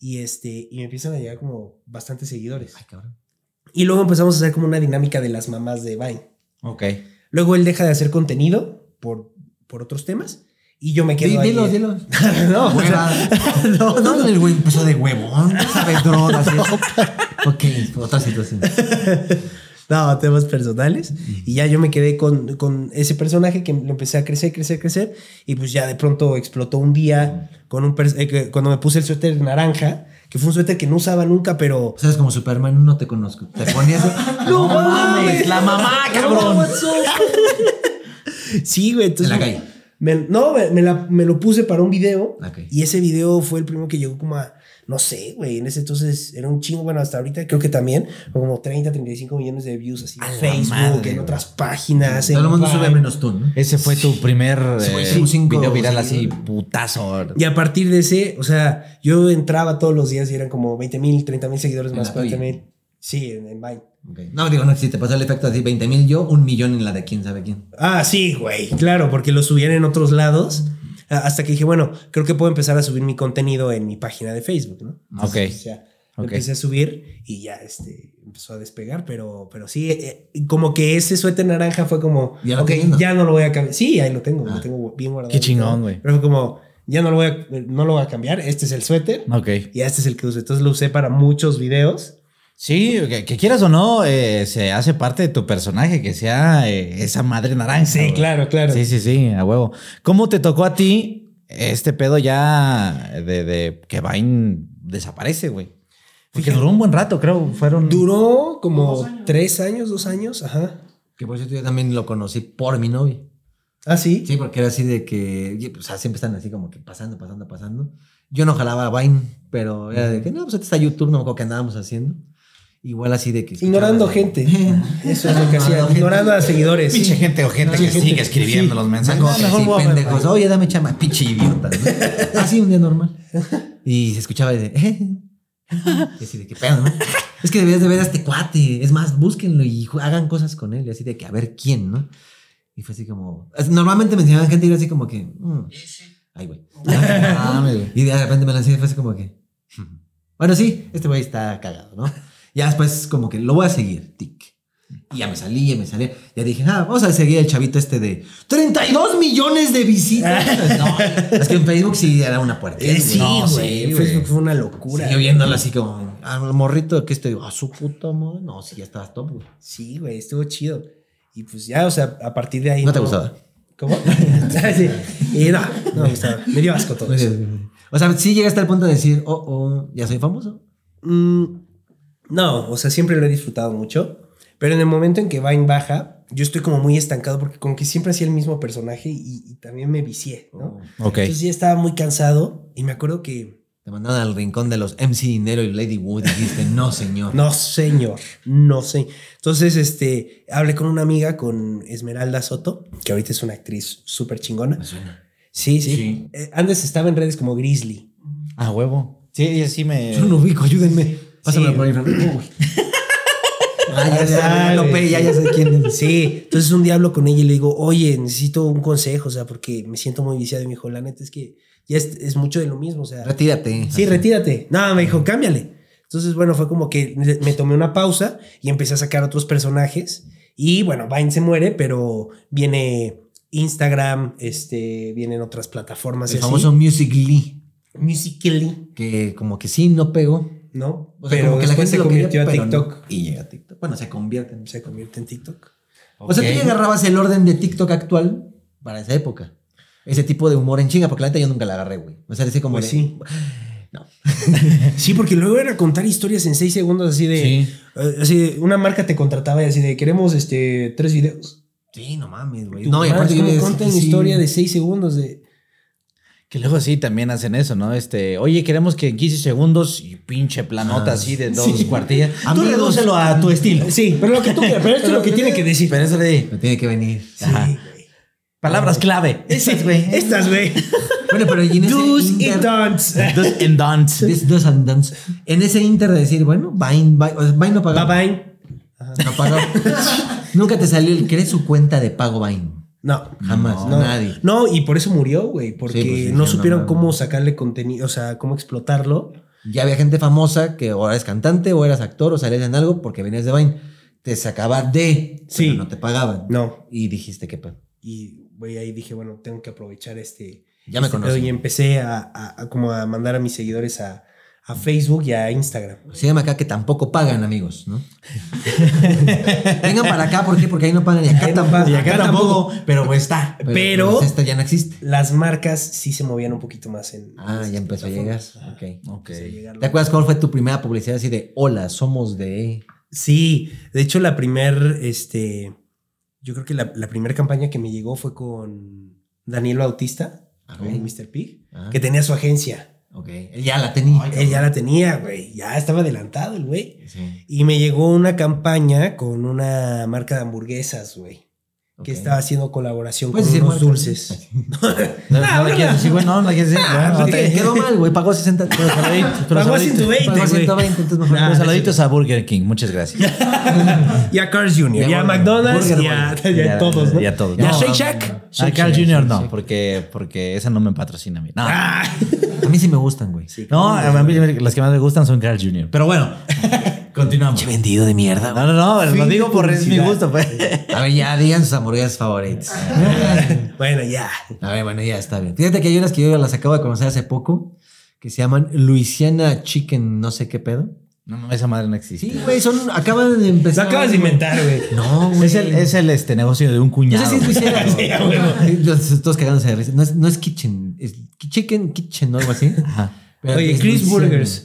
S4: y este y me empiezan a llegar como bastantes seguidores.
S3: cabrón.
S4: Y luego empezamos a hacer como una dinámica de las mamás de Vine.
S2: Ok.
S4: Luego él deja de hacer contenido por, por otros temas y yo me quedo
S3: Di-
S4: ahí.
S3: Dilo, *laughs*
S4: eh.
S3: dilo.
S4: no, o sea,
S3: Hueva. no, no, el güey empezó de huevón, no sabe *laughs* drogas. y eso. ok, otra situación.
S4: No, temas personales. Y ya yo me quedé con, con ese personaje que lo empecé a crecer, crecer, crecer. Y pues ya de pronto explotó un día con un pers- eh, que- cuando me puse el suéter naranja, que fue un suéter que no usaba nunca, pero...
S3: Sabes como Superman, no te conozco. Te ponías. *laughs*
S4: No mames.
S2: la mamá,
S3: No,
S2: cabrón.
S3: what's up?
S4: Sí, güey. Entonces,
S3: En la calle.
S4: Me, no, me, me la- me lo puse para un video.
S3: Ok.
S4: Y ese video fue el primero que llegó como a... No sé, güey. En ese entonces era un chingo. Bueno, hasta ahorita creo que también. Como 30, 35 millones de views así
S2: A
S4: en
S2: la
S4: Facebook,
S2: madre,
S4: en
S2: güey.
S4: otras páginas. en
S3: Todo el mundo
S4: Vine.
S3: sube menos tú, ¿no?
S2: Ese fue tu primer
S3: Sí,
S2: eh,
S3: sí, cinco
S2: video viral así,
S3: seguidores.
S2: putazo.
S4: Y a partir de ese, o sea, yo entraba todos los días y eran como 20 mil, 30 mil seguidores
S3: En
S4: más,
S3: la tuya.
S4: 40 mil. Sí, en, en Vine.
S3: Ok. No, digo, no existe. Pasó el efecto así: 20 mil yo, un millón en la de quién sabe quién.
S4: Ah, sí, güey, claro, porque lo subían en otros lados. a- Hasta que dije, bueno, creo que puedo empezar a subir mi contenido en mi página de Facebook, ¿no?
S2: Ok.
S4: Entonces, o sea, lo
S2: Ok.
S4: empecé a subir y ya este, empezó a despegar, pero, pero sí, eh, eh, como que ese suéter naranja fue como,
S3: Ya lo
S4: ok,
S3: tienes, ¿no?
S4: ya no lo voy a cambiar. Sí, ahí lo tengo,
S3: Ah.
S4: lo tengo bien guardado.
S2: Qué chingón, güey.
S4: Pero fue como, ya no lo voy a, no lo voy a cambiar, este es el suéter.
S2: Ok.
S4: Y este es el que uso. Entonces lo usé para muchos videos.
S2: Ah, Sí, que, que quieras o no, eh, se hace parte de tu personaje, que sea eh, esa madre naranja. güey.
S4: claro.
S2: Sí, sí, sí, a huevo. ¿Cómo te tocó a ti este pedo ya de, de que Vine desaparece, güey? Porque duró un buen rato, creo. Fueron.
S4: Duró como tres años, dos años. Ajá.
S3: Que por cierto, yo también lo conocí por mi novia.
S4: Ah, sí.
S3: Sí, porque era así de que, y, pues, o sea, siempre están así como que pasando, pasando, pasando. Yo no jalaba Vine, pero era de que, no, pues ahorita está YouTube, no me acuerdo qué andábamos haciendo. Igual así de "Eh, que...
S4: Ignorando
S3: escuchabas-
S4: gente.
S2: *laughs*
S4: Eso es lo que hacía. Ignorando a seguidores.
S2: Pinche
S4: Sí.
S2: gente o gente que sigue escribiendo los mensajes.
S3: Como que
S2: Mejor
S3: así,
S2: voy a-
S3: pendejos, oye, dame chama, pinche idiota. ¿no? *laughs* Así un día normal. Y se escuchaba de... "Eh". Y así de que pedo, ¿no? Es que deberías de ver a este cuate. Es más, búsquenlo y ju- hagan cosas con él. Y así de que a ver quién, ¿no? Y fue así como... así- Normalmente me enseñaban gente y era así como que... mm, Ay, güey. Y de repente me lancé y fue así como que. "Hmm". Bueno, sí, este güey está cagado, ¿no? Ya después, como que lo voy a seguir, tic. Y ya me salí, ya me salí. Ya dije, ah, vamos a seguir al chavito este de 32 millones de
S4: *laughs*
S3: visitas. No, es que en Facebook sí era una puerta.
S4: Eh, sí,
S2: No, sí,
S4: güey.
S2: güey.
S4: Facebook fue una locura.
S3: Yo viéndolo así como, al morrito que estoy, a su puta madre. No, sí, ya estabas top, güey.
S4: Sí, güey. Estuvo chido. Y pues ya, o sea, a partir de ahí.
S3: No te gustaba.
S4: ¿Cómo? *laughs* Ah, sí. Y no, no me gustaba. Me dio asco todo eso.
S3: O sea, sí llegaste al punto de decir, oh, oh, ya soy famoso.
S4: Mm, no, o sea, siempre lo he disfrutado mucho. Pero en el momento en que Vine baja, yo estoy como muy estancado porque como que siempre hacía el mismo personaje y, y también me vicié, ¿no?
S2: Ok.
S4: Entonces ya estaba muy cansado y me acuerdo que...
S3: Te mandaron al rincón de los MC Dinero y Lady Wood y dijiste, no, señor.
S4: *laughs* No, señor, no sé. Entonces, este, hablé con una amiga, con Esmeralda Soto, que ahorita es una actriz súper chingona.
S3: Me suena.
S4: Sí, sí.
S2: Sí.
S4: Eh, antes estaba en redes como Grizzly.
S2: A huevo. Sí, y así me.
S3: Yo no ubico, ayúdenme. Pásamelo
S4: Sí.
S3: por ahí. Uy.
S4: *laughs*
S3: Ah, ya, ya, ya,
S4: Ay,
S3: topé, ya, ya sé quién es.
S4: Sí, entonces un día hablo con ella y le digo, oye, necesito un consejo, o sea, porque me siento muy viciado. Y me dijo, la neta es que ya es, es mucho de lo mismo, o sea,
S3: Retírate.
S4: sí, retírate. No, me dijo, cámbiale. Entonces, bueno, fue como que le- me tomé una pausa y empecé a sacar otros personajes. Y bueno, Vine se muere, pero viene Instagram, este, vienen otras plataformas.
S3: El
S4: y así.
S3: famoso Music Lee,
S4: Musical.ly,
S3: que como que sí, no pegó.
S4: ¿no?
S3: O sea,
S4: pero
S3: como que
S4: después se
S3: lo
S4: convirtió
S3: quería, pero
S4: a
S3: no.
S4: TikTok.
S3: Y llega a TikTok. Bueno, se convierte en...
S4: Se convierte en TikTok.
S3: O sea, tú ya agarrabas el orden de TikTok actual para esa época. Ese tipo de humor en chinga, porque la neta yo nunca la agarré, güey. O sea, así como...
S4: Pues
S3: de-
S4: sí.
S3: No.
S4: *laughs* Sí, porque luego era contar historias en seis segundos así de...
S2: Sí.
S4: eh, así de, una marca te contrataba y así de queremos este tres videos.
S3: Sí, no mames, güey.
S4: Tu
S3: No, y
S4: madre,
S3: aparte yo
S4: ¿cómo
S3: me
S4: contan historia de seis segundos de...
S2: Que luego sí también hacen eso, ¿no? Este, oye, queremos que en 15 segundos y pinche planota
S3: Ah,
S2: así de dos
S3: sí.
S2: cuartillas. Tú
S3: Amigos.
S2: redúcelo a tu estilo.
S4: Sí, pero lo que tú quieras, pero esto es lo que tiene que decir.
S2: Pero eso de
S3: Me tiene que venir.
S2: Ajá. palabras *laughs* clave. Esas, güey.
S4: Estas, güey.
S3: Bueno, pero y en ese
S4: Do's y
S3: inter-
S4: don'ts.
S2: Dos and don'ts.
S3: This does and don'ts. En ese inter de decir, bueno, Vine, Vine, o sea, Vine no pagó.
S4: Bye bye.
S3: No
S4: *laughs*
S3: pagó. Nunca te salió el cree su cuenta de pago Vine.
S4: No.
S3: Jamás,
S4: No,
S3: nadie.
S4: no, y por eso murió, güey, porque
S3: Sí, pues, sí,
S4: no
S3: sí,
S4: supieron
S3: no, no.
S4: cómo sacarle contenido, o sea, cómo explotarlo.
S3: Ya había gente famosa que o eras cantante o eras actor o salías en algo porque venías de Vine. Te sacaba de,
S4: Sí.
S3: pero no te pagaban.
S4: No.
S3: Y dijiste que pues, pedo.
S4: Y güey, ahí dije, bueno, tengo que aprovechar este.
S3: Ya me
S4: este pedo. Y
S3: conocen.
S4: empecé a, a- a como a mandar a mis seguidores a, a Facebook y a Instagram.
S3: Se llama acá que tampoco pagan, amigos,
S4: *laughs*
S3: ¿no? Vengan para acá, ¿por qué? Porque ahí no pagan y acá,
S4: Ahí no
S3: tampoco,
S4: pagan.
S3: y acá
S4: Acá
S3: tampoco, pero pues está.
S4: Pero-
S3: pues, esta ya no existe.
S4: Las marcas sí se movían un poquito más en. en
S3: Ah,
S4: esas
S3: ya empezó a llegar.
S4: plataformas.
S3: Ok.
S2: Ok.
S4: Empezó a llegar.
S3: ¿Te acuerdas cuál fue tu primera publicidad así de hola, somos de
S4: Sí, de hecho la primer, este, yo creo que la, la primera campaña que me llegó fue con Daniel Bautista,
S3: Ah,
S4: con
S3: güey.
S4: Mr. Pig,
S3: Ah.
S4: que tenía su agencia.
S3: Ok, él ya la tenía.
S4: Él ya la tenía, güey, ya estaba adelantado el güey.
S3: Sí,
S4: Y me llegó una campaña con una marca de hamburguesas, güey,
S3: ok.
S4: que estaba haciendo colaboración con
S2: Pues
S3: Puedes
S4: unos
S3: decir marcas.
S2: *laughs* No,
S4: dulces. Ah,
S2: no la
S4: bueno.
S2: quieres decir, güey, no, no la quieres decir.
S4: Ah,
S2: Bueno, te-
S4: ok.
S3: Pues, Quedó mal, güey, pagó 60. Pero saludito.
S2: Pero
S4: Pagó
S2: saludito.
S4: 120,
S3: Pagó
S4: güey.
S3: 120, entonces mejor.
S2: Pero
S3: no se
S2: saluditos a Burger King, muchas gracias.
S4: Y a Cars Jr.,
S3: Y a
S4: y a
S3: Burger-
S4: McDonald's,
S3: Burger
S4: y a,
S3: Boy.
S4: y a todos, ¿no?
S2: Y a todos.
S4: Y a
S2: No,
S4: Shake
S2: no,
S4: Shack.
S2: A Ah, Carl
S3: sí,
S2: Jr.
S3: sí,
S2: no,
S3: sí.
S2: porque, porque esa no me patrocina a mí. No,
S4: Ah, *laughs*
S3: A mí sí me gustan, güey.
S2: no a mí las que más me gustan son Carl Jr. Pero bueno, *laughs* continuamos.
S3: Che vendido de mierda. güey.
S2: No, no, no, lo
S4: Fin
S2: digo
S4: de
S2: por es mi
S4: publicidad.
S2: gusto. Pues.
S3: A ver, ya digan sus hamburguesas
S4: *laughs*
S3: favoritas.
S4: bueno,
S2: *laughs*
S4: ya.
S3: A ver, bueno, ya está bien. Fíjate que hay unas que yo las acabo de conocer hace poco que se llaman Louisiana Chicken, no sé qué pedo.
S2: No, mames, esa madre no existe.
S3: Sí, güey, son acaban de
S4: Lo
S3: empezar.
S4: acabas de
S3: güey.
S2: *laughs*
S4: inventar, güey.
S3: No, güey.
S2: Es el, es el este, negocio de un
S3: No
S2: cuñado.
S3: sé si es Luisiana.
S4: *laughs* Sí, a huevo.
S3: Sí, los- Todos cagándose de risa. No es, no es kitchen, es chicken, kitchen o algo así.
S2: Ajá.
S3: Pero
S4: Oye,
S3: es
S4: Chris
S3: Luisiana.
S4: Burgers.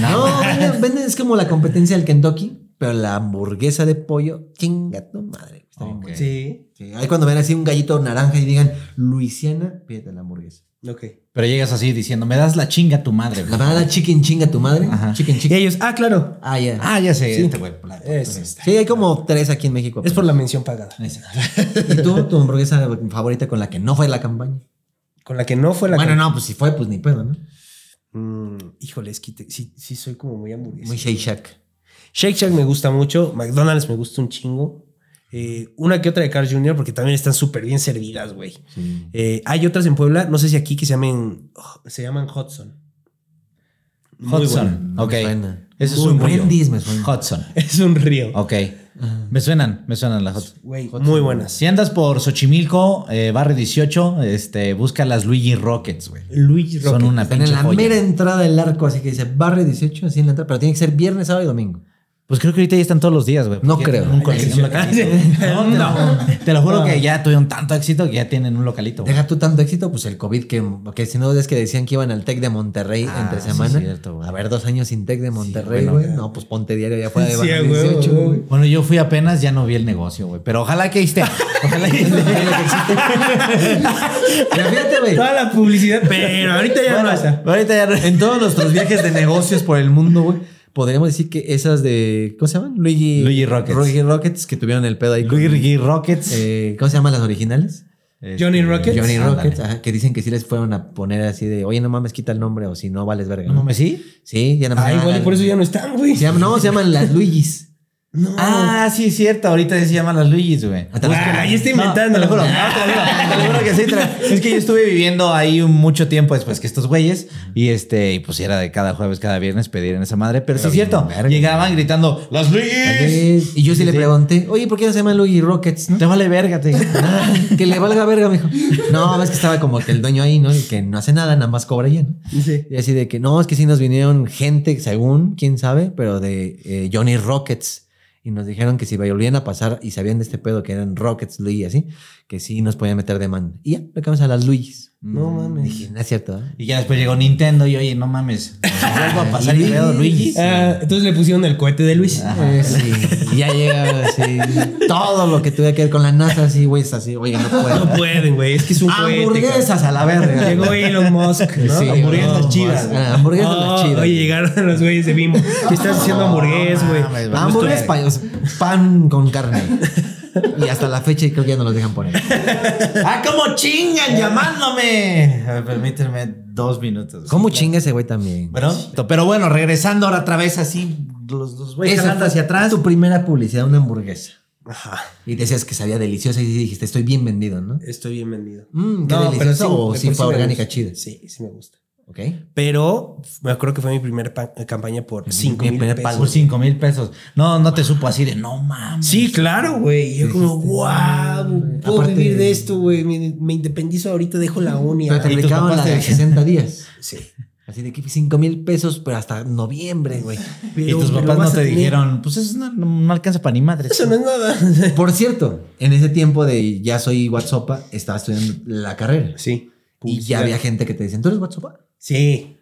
S3: No, venden, venden- es como la competencia del Kentucky, pero la hamburguesa de pollo, chinga tu madre. Está bien
S2: Ok.
S3: buena.
S4: Sí.
S3: Sí, ahí cuando ven así un gallito naranja y digan, Luisiana, pídete la hamburguesa.
S4: Ok.
S2: Pero llegas así diciendo, me das la chinga a tu madre.
S3: La
S2: güey.
S3: banana chicken chinga tu madre.
S2: Ajá.
S3: Chicken
S4: Y
S3: chicken.
S4: ellos, ah, claro.
S3: Ah, ya.
S2: Ah, ya sé.
S4: Sí.
S2: este güey.
S4: Es, está.
S3: Sí, hay como tres aquí en México.
S4: es por la mención pagada.
S3: ¿Y tú, tu hamburguesa favorita con la que no fue la campaña?
S4: Con la que no fue la
S3: bueno,
S4: que-
S3: no, pues si fue, pues ni pedo, ¿no?
S4: Mm, híjole, es que te- sí, sí soy como muy hamburguesa.
S3: Muy Shake Shack.
S4: Shake Shack me gusta mucho. McDonald's me gusta un chingo. eh, una que otra de Carl Jr. porque también están súper bien servidas, güey.
S3: Sí.
S4: Eh, hay otras en Puebla, no sé si aquí, que se llamen, oh, se llaman Hudson. Muy buena.
S2: Hudson.
S3: bueno.
S2: Ok.
S3: Me suena.
S2: Ese es
S3: Muy
S2: un
S3: buen
S2: río.
S3: dis, me suena.
S2: Hudson.
S4: *laughs* Es un río.
S2: Ok. Me suenan, me suenan las Hudson.
S4: Güey, muy buenas.
S2: Si andas por Xochimilco, eh, barrio 18, este, busca las Luigi Rockets, güey.
S4: Luigi
S2: Son
S4: Rocket.
S2: una
S3: Están en
S2: pinche
S3: la
S2: joya.
S3: mera entrada del arco, así que dice barrio 18, así en la entrada, pero tiene que ser viernes, sábado y domingo.
S2: Pues creo que ahorita ya están todos los días, güey.
S3: No
S2: porque
S3: creo.
S2: tienen Un colección localito. *laughs* No, no. Te lo juro que ya tuvieron tanto éxito que ya tienen un localito. güey.
S3: Deja tú tanto éxito, pues el COVID, que, que si no es que decían que iban al TEC de Monterrey
S2: Ah,
S3: entre
S2: sí,
S3: semana.
S2: cierto, güey.
S3: a ver, dos años sin TEC de Monterrey,
S2: bueno,
S3: güey.
S2: ya.
S3: no, pues ponte diario ya fuera de
S4: Sí,
S3: barrio
S4: güey,
S3: 18,
S4: güey.
S3: güey.
S2: Bueno, yo fui apenas, ya no vi el negocio, güey. Pero ojalá que
S3: *laughs*
S2: esté. Ojalá que esté.
S3: Pero fíjate, güey.
S4: Toda la publicidad, pero ahorita ya no está.
S2: Ahorita ya no.
S3: En todos nuestros viajes de negocios por el mundo, güey, podríamos decir que esas de. ¿Cómo se llaman? Luigi.
S2: Luigi Rockets.
S3: Luigi Rockets que tuvieron el pedo ahí. con-
S2: Luigi Rockets.
S3: eh, ¿Cómo se llaman las originales?
S2: Este,
S4: Johnny Rockets.
S3: Johnny
S2: Ándale.
S3: Rockets, ajá, que dicen que sí les fueron a poner así de, oye, no mames, quita el nombre o si no vales verga.
S2: No
S3: ¿no?
S2: mames, sí.
S3: Sí, ya no
S4: Ah, igual y por eso ya no están, güey.
S3: Se llaman- no, se llaman las Luigis.
S4: No.
S2: Ah, sí, es cierto. Ahorita se llaman las Luigi's, güey.
S3: Ah, también.
S2: Búsquenla.
S4: Ahí está
S2: No, te
S4: inventando.
S2: lo juro. no,
S4: Ah,
S2: te lo juro, te lo juro que sí. tra- *laughs* Es que yo estuve viviendo ahí un mucho tiempo después que estos güeyes. Y este, y pues era de cada jueves, cada viernes pedir en esa madre. Pero sí es
S3: bien
S2: cierto.
S3: verga.
S2: Llegaban gritando, ¡Las Luigi's!
S3: Y yo sí le pregunté, oye, ¿por qué no se llaman Luigi Rockets? no?"
S2: Te vale verga, te dije.
S3: Ah, que le valga verga, mijo. No, es que estaba como que el dueño ahí, ¿no? Y que no hace nada, nada más cobra ya, ¿no?
S4: Sí.
S3: Y así de que, no, es que sí nos vinieron gente, según, quién sabe, pero de eh, Johnny Rockets. Y nos dijeron que si volvían a pasar y sabían de este pedo que eran Rockets Luigi, así, que sí nos podían meter demanda. Y ya, le acabamos a las Luigis.
S4: No mames.
S3: Dije, no es cierto, ¿eh?
S2: Y ya después llegó Nintendo y oye, no mames. Vuelvo a pasar y veo Luigi.
S4: Ah, entonces le pusieron el cohete de Luis.
S3: Eh, sí, y ya llega así todo lo que tuviera que ver con la NASA, así, güey, es así, oye, no puedo.
S4: *laughs* No pueden, güey. Es que es un cohete.
S3: Hamburguesas a la
S4: cabrón.
S3: verga.
S4: Llegó Elon Musk, ¿no?
S3: Sí,
S4: hamburguesas
S3: no,
S4: chidas.
S3: más- ah, hamburguesas
S4: Oh,
S3: las chidas.
S4: Oye, llegaron *laughs* los güeyes de Bimbo. ¿Qué estás haciendo hamburgués, güey?
S2: mames,
S3: Ah, Hamburguesas, pa- o sea, pan con carne. Y hasta la fecha creo que ya no los dejan poner.
S2: ¡Ah, cómo chingan llamándome! A ver, Permíteme dos minutos.
S3: ¿Cómo chinga ese güey también?
S2: Bueno, pero bueno, regresando ahora otra vez así, los dos güeyes
S3: Esa
S2: jalando
S3: fue
S2: hacia atrás.
S3: Tu primera publicidad, una hamburguesa.
S4: Ajá.
S3: Y decías que sabía deliciosa y dijiste, estoy bien vendido, ¿no?
S4: Estoy bien vendido.
S3: Mm, qué delicioso. o
S4: pero
S3: sí
S4: me
S3: fue orgánica
S4: gusta.
S3: chida.
S4: Sí, sí me gusta.
S3: Ok.
S4: Pero me acuerdo que fue mi primera pa- campaña por 5
S3: mi
S4: mil
S3: primer
S4: pesos.
S3: pago.
S2: Por cinco mil pesos. No, no te supo así de no mames.
S4: Sí, claro, güey. Y Yo como,
S3: Dijiste,
S4: wow, puedo
S3: Aparte-
S4: vivir de esto, güey. Me, me independizo ahorita, dejo la uni. ah.
S3: Pero te
S2: tus
S3: aplicaban
S2: papás
S3: la de
S2: te-
S3: 60 días.
S4: Sí.
S3: Así de que 5 mil pesos, pero hasta noviembre, güey.
S2: Y
S4: Pero-
S2: tus
S4: pero
S2: papás
S4: vas
S2: no
S4: a
S2: te
S4: tener-
S2: dijeron, pues eso no, no alcanza para ni madre.
S4: Eso no
S3: *laughs*
S4: es nada.
S3: Por cierto, en ese tiempo de ya soy WhatsApp, estaba estudiando la carrera.
S4: Sí.
S3: Y ya había gente que te dicen, ¿tú eres WhatsApp? Ah,
S4: Sí.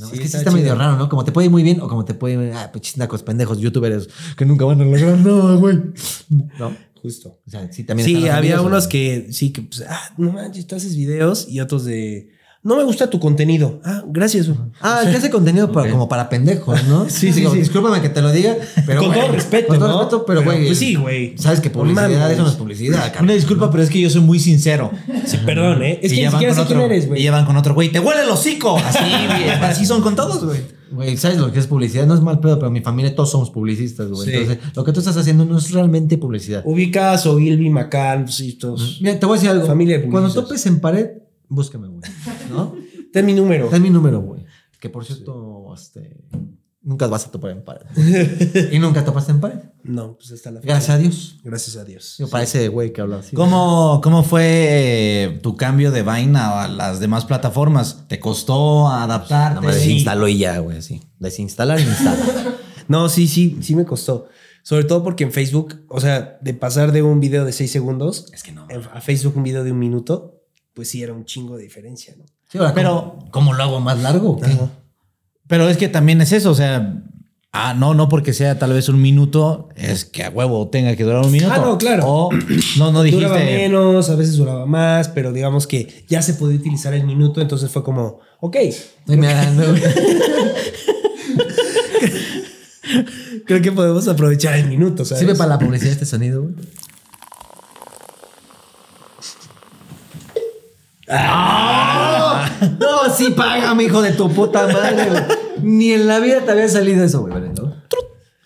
S3: No,
S4: Sí,
S3: es que sí
S4: está
S3: está medio
S4: chido.
S3: raro, ¿no? Como te puede ir muy bien o como te puede ir, ah, pues chindacos, pendejos, youtubers que nunca van a lograr nada, güey. No, o
S4: Justo.
S3: sea, sí, también.
S4: sí,
S3: están los
S4: había
S3: envidiosos,
S4: unos
S3: ¿no?
S4: que sí, que pues, ah, no manches, tú haces videos y otros de, no me gusta tu contenido. Ah, gracias. güey.
S3: Ah, el que hace contenido para- como para pendejos, ¿no?
S4: *laughs* Sí, sí,
S3: Digo,
S4: sí.
S3: Discúlpame que te lo diga, pero.
S4: con
S3: güey,
S4: todo respeto,
S3: Con todo
S4: ¿no?
S3: respeto, pero, güey.
S4: Pues sí, güey.
S3: Sabes que publicidad,
S4: Mames.
S3: eso no es publicidad, cabrón.
S2: Una disculpa, pero es que yo soy muy sincero.
S4: Sí, perdón, ¿eh? Es
S2: Y
S4: que
S2: ya van
S4: ni siquiera
S2: con
S4: sé quién
S2: otro-
S4: eres,
S2: Y
S4: güey.
S2: ya van con otro, güey, te huele el hocico. Así,
S4: *laughs*
S2: güey, así son con todos, güey.
S3: Güey, ¿sabes lo que es publicidad? No es mal pedo, pero mi familia todos somos publicistas, güey.
S4: Sí.
S3: Entonces, lo que tú estás haciendo no es realmente publicidad.
S4: Ubicas o Gilby, Macan, pues, y todos.
S3: Mira, te voy a decir algo.
S4: Familia de
S3: Cuando
S4: publicistas.
S3: topes en pared, búscame, güey.
S4: *laughs*
S3: ¿No?
S4: Ten mi número.
S3: Está mi número, güey. Que por cierto, este, nunca vas a topar en pared. y nunca topaste en pared.
S4: No, pues hasta la fecha.
S3: Gracias a Dios.
S4: Gracias a Dios.
S3: Yo parece güey que habla así.
S2: ¿Cómo, ¿Cómo fue eh, tu cambio de vaina a las demás plataformas? ¿Te costó
S3: Nada
S2: adaptarte?
S3: más desinstalo y ya, güey, así. Desinstalar, instalar.
S4: No, sí, sí, sí me costó. Sobre todo porque en Facebook, o sea, de pasar de un video de 6 segundos
S2: Es que no.
S4: en- a Facebook un video de un minuto, pues sí era un chingo de diferencia, ¿no?
S3: Sí, ahora,
S2: Pero-
S3: ¿cómo, cómo lo hago más largo? o qué?
S2: Pero es que también es eso, o sea, ah, no, no porque sea tal vez un minuto, es que a huevo tenga que durar un minuto.
S4: Ah, no, claro.
S2: O no, no dijiste.
S4: Duraba menos, a veces duraba más, pero digamos que ya se podía utilizar el minuto, entonces fue como, ok,
S3: Ay, me hagan, güey.
S4: creo que podemos aprovechar el minuto, ¿sabes?
S3: Sirve para la publicidad este sonido, güey. No, sí paga, hijo de tu puta madre, güey. Ni en la vida te había salido eso, güey. vale, ¿no?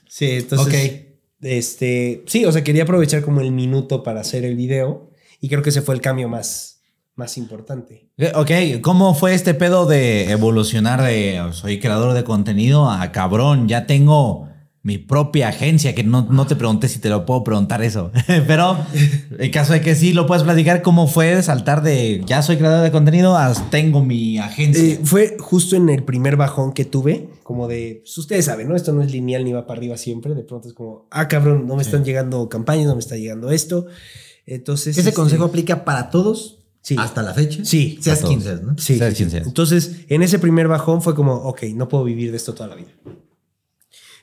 S4: Sí, entonces.
S3: Ok.
S4: Este, sí, o sea, quería aprovechar como el minuto para hacer el video y creo que ese fue el cambio más, más importante.
S2: eh, Ok, ¿cómo fue este pedo de evolucionar de soy creador de contenido a cabrón? Ya tengo mi propia agencia, que no, no te pregunté si te lo puedo preguntar eso, *laughs* pero en caso de que sí, lo puedes platicar, ¿cómo fue de saltar de ya soy creador de contenido a tengo mi agencia?
S4: Eh, fue justo en el primer bajón que tuve, como de, pues, ustedes saben, ¿no? Esto no es lineal ni va para arriba siempre, de pronto es como, ah, cabrón, no me están llegando campañas, no me está llegando esto. Entonces...
S3: Ese
S4: este,
S3: consejo aplica para todos
S4: Sí.
S3: hasta la fecha.
S4: Sí,
S3: Seas
S2: para todos.
S3: 15, ¿no?
S4: Sí,
S2: Seas
S4: sí,
S2: quien
S4: sí.
S2: seas.
S4: Entonces, en ese primer bajón fue como, ok, no puedo vivir de esto toda la vida.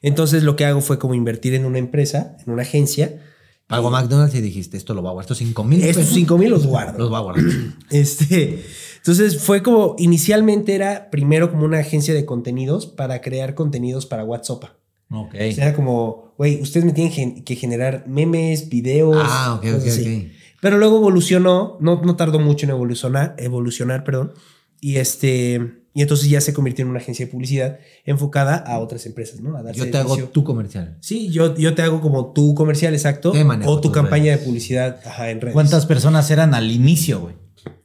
S4: Entonces, lo que hago fue como invertir en una empresa, en una agencia.
S3: Pago a McDonald's y dijiste, esto lo va a guardar. Estos 5 mil
S4: Estos 5 mil los guardo.
S3: los va a guardar.
S4: Este, entonces fue como, inicialmente era primero como una agencia de contenidos para crear contenidos para WhatsApp.
S2: ok.
S4: O sea, era como, güey, ustedes me tienen gen- que generar memes, videos.
S3: ah, ok, ok,
S4: cosas así.
S3: ok.
S4: Pero luego evolucionó, no, no tardó mucho en evolucionar, evolucionar, perdón. Y este, y entonces ya se convirtió en una agencia de publicidad enfocada a otras empresas, ¿no? A dar
S3: Yo te hago
S4: servicio.
S3: tu *laughs* comercial.
S4: Sí, yo, yo te hago como tu comercial exacto
S3: Te manejo
S4: o tu
S3: tus
S4: campaña
S3: redes.
S4: de publicidad ajá, en redes.
S2: ¿Cuántas personas eran al inicio, güey?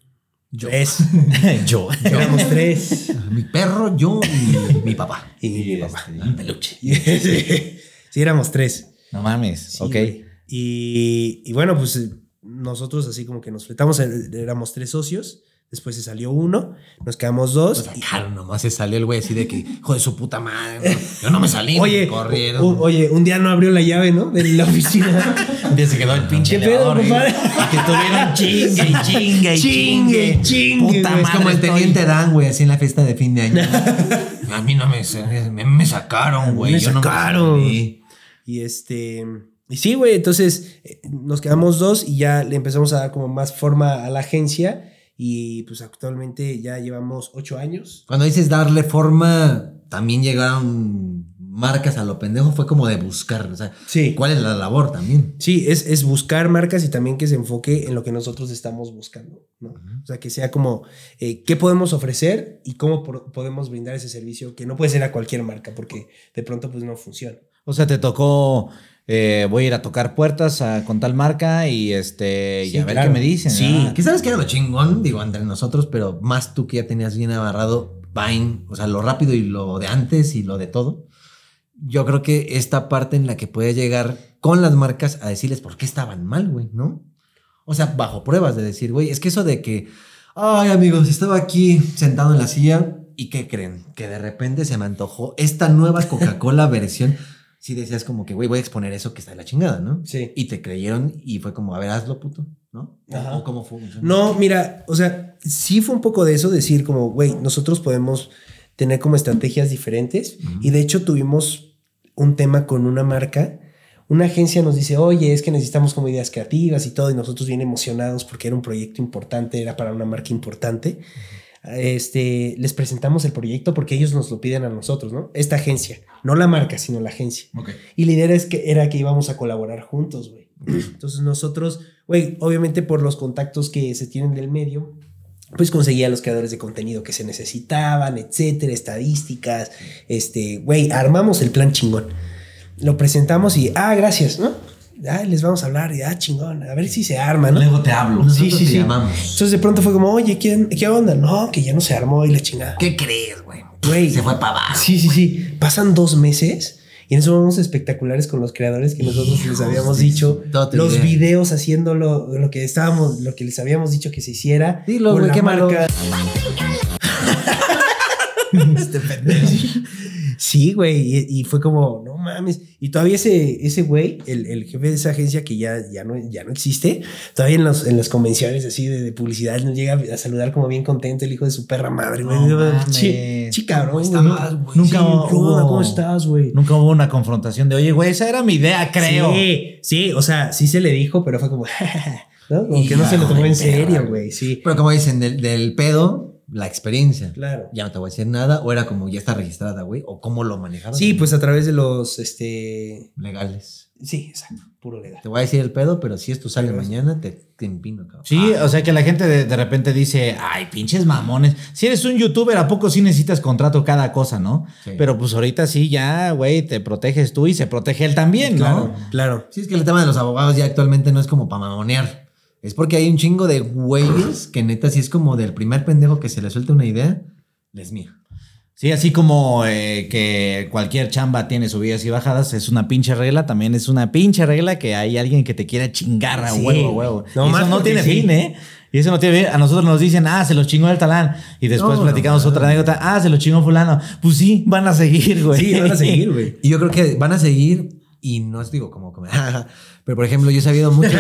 S3: *laughs*
S4: Tres.
S2: Yo.
S4: Éramos tres.
S3: Mi perro, yo *laughs* y mi papá.
S4: *laughs* Y mi
S2: este,
S4: papá.
S2: un peluche.
S4: sí, éramos tres.
S2: No mames.
S4: Sí,
S2: ok.
S4: güey. Y, y bueno, pues eh, nosotros así como que nos fletamos, eh, éramos tres socios, después se salió uno, nos quedamos dos. y-
S3: Sacaron nomás, se salió el güey así de que, hijo de su puta madre. ¿no? Yo no me salí,
S4: Oye,
S3: me corrieron.
S4: u- oye, un día no abrió la llave, ¿no? De la oficina.
S3: *laughs*
S2: Desde que quedó el pinche
S4: ¿Qué pedo,
S2: elevador, güey.
S4: compadre?
S2: Y que estuvieron chingue, y chingue, y
S4: Chingue,
S2: chingue.
S4: chingue,
S2: Puta
S3: es
S4: güey.
S2: madre,
S3: como el
S2: estoy-
S3: teniente Dan, güey, así en la fiesta de fin de año. *laughs* A mí no me, sa- me, me sacaron, güey.
S4: Me
S3: yo no
S4: sacaron.
S3: salí.
S4: Y este. Y sí, güey, entonces eh, nos quedamos dos y ya le empezamos a dar como más forma a la agencia. Y pues actualmente ya llevamos ocho años.
S3: Cuando dices darle forma, también llegaron marcas a lo pendejo, fue como de buscar, o sea,
S4: Sí.
S3: ¿cuál es la labor también?
S4: Sí, es, es buscar marcas y también que se enfoque en lo que nosotros estamos buscando, ¿no? O sea, que sea como eh, qué podemos ofrecer y cómo por- podemos brindar ese servicio que no puede ser a cualquier marca porque de pronto pues no funciona.
S2: O sea, te tocó. eh, voy a ir a tocar puertas a- con tal marca y este. y
S4: Sí,
S2: a ver
S4: claro.
S2: qué me dicen.
S4: Sí.
S2: ah.
S3: Que sabes que era lo chingón, digo, entre nosotros, pero más tú que ya tenías bien agarrado Vine, o sea, lo rápido y lo de antes y lo de todo. Yo creo que esta parte en la que puede llegar con las marcas a decirles por qué estaban mal, güey, ¿no? O sea, bajo pruebas de decir, güey, es que eso de que, ay amigos, estaba aquí sentado en la silla y ¿qué creen? Que de repente se me antojó esta nueva Coca-Cola *laughs* versión. Si decías como que, güey, voy a exponer eso que está de la chingada, ¿no?
S4: Sí.
S3: Y te creyeron y fue como, a ver, hazlo, puto, ¿no? O-
S4: Ajá.
S3: ¿O cómo fue?
S4: No, mira, o sea, sí fue un poco de eso, decir como, güey, nosotros podemos tener como estrategias diferentes. Y de hecho tuvimos un tema con una marca. Una agencia nos dice, oye, es que necesitamos como ideas creativas y todo. Y nosotros bien emocionados porque era un proyecto importante, era para una marca importante. Este, les presentamos el proyecto porque ellos nos lo piden a nosotros, ¿no? Esta agencia, no la marca, sino la agencia.
S2: Ok.
S4: Y la idea es que era que íbamos a colaborar juntos, güey. Entonces nosotros, güey, obviamente por los contactos que se tienen del medio, pues conseguía los creadores de contenido que se necesitaban, etcétera, estadísticas, este, güey, armamos el plan chingón. Lo presentamos y, ah, gracias, ¿no? Ah, les vamos a hablar y, ah, chingón, a ver si se arma, ¿no?
S2: Luego te hablo.
S3: Nosotros
S4: sí, sí,
S3: te
S4: sí.
S3: llamamos.
S4: Entonces de pronto fue como, oye, ¿quién, ¿qué onda? No, que ya no se armó y la chingada.
S3: ¿Qué crees, güey?
S4: Güey.
S3: Se fue para abajo.
S4: Sí, sí, sí. Pasan dos meses y en eso vamos espectaculares con los creadores que nosotros les
S3: Hijos
S4: habíamos
S3: de
S4: dicho.
S3: su- toda tu
S4: Los
S3: idea.
S4: videos haciendo lo, lo que estábamos, lo que les habíamos dicho que se hiciera.
S3: Dilo,
S4: con
S3: güey,
S4: la
S3: qué malo.
S4: marca. Sí, güey. Y, y fue como, no mames. Y todavía ese, ese güey, el, el jefe de esa agencia que ya, ya, no, ya no existe, todavía en, los, en las convenciones así de, de publicidad nos llega a saludar como bien contento el hijo de su perra madre, güey.
S2: No mames.
S4: Chi- chi cabrón,
S2: ¿Cómo
S4: güey.
S2: estabas, güey?
S4: Nunca,
S2: Sí,
S4: ¿qué onda?
S2: hubo-
S4: ¿Cómo estás, güey?
S2: Nunca hubo una confrontación de, oye, güey, esa era mi idea, creo.
S4: Sí, sí, o sea, sí se le dijo, pero fue como, *laughs* ¿no? Como que no se lo tomó en serio, güey, sí.
S3: *laughs* Pero como dicen, del, del pedo, la experiencia.
S4: Claro.
S3: Ya no te voy a decir nada. O era como, ya está registrada, güey. O cómo lo manejaban.
S4: Sí, pues a través de los, este,
S3: Legales.
S4: sí, exacto, puro legal.
S3: Te voy a decir el pedo, pero si esto sale mañana, te, te empino, cabrón. Ah,
S2: Sí,
S4: Ah.
S2: o sea que la gente de, de repente dice, ay, pinches mamones. Si eres un youtuber, ¿a poco sí necesitas contrato cada cosa, no?
S3: Sí.
S2: Pero pues ahorita sí, ya, güey, te proteges tú y se protege él también,
S4: Claro,
S2: ¿no?
S4: claro.
S3: Sí, es que el tema de los abogados ya actualmente no es como para mamonear. Es porque hay un chingo de güeyes que neta, si es como del primer pendejo que se le suelta una idea, les mía.
S2: Sí, así como eh, que cualquier chamba tiene subidas y bajadas, es una pinche regla, también es una pinche regla que hay alguien que te quiera chingar a
S4: Sí,
S2: huevo,
S4: güey.
S2: huevo.
S4: No
S2: y
S4: más
S2: eso no
S4: porque
S2: tiene
S4: sí.
S2: fin, ¿eh? Y eso no tiene fin. A nosotros nos dicen, ah, se los chingó el talán. Y después
S3: No,
S2: platicamos
S3: no,
S2: otra anécdota, ah, se los chingó fulano. Pues sí, van a seguir, güey.
S4: Sí, van a
S3: *laughs*
S4: seguir, güey.
S3: Y yo creo que van a seguir, y no os digo *laughs* como, como pero por ejemplo, yo he sabido mucho,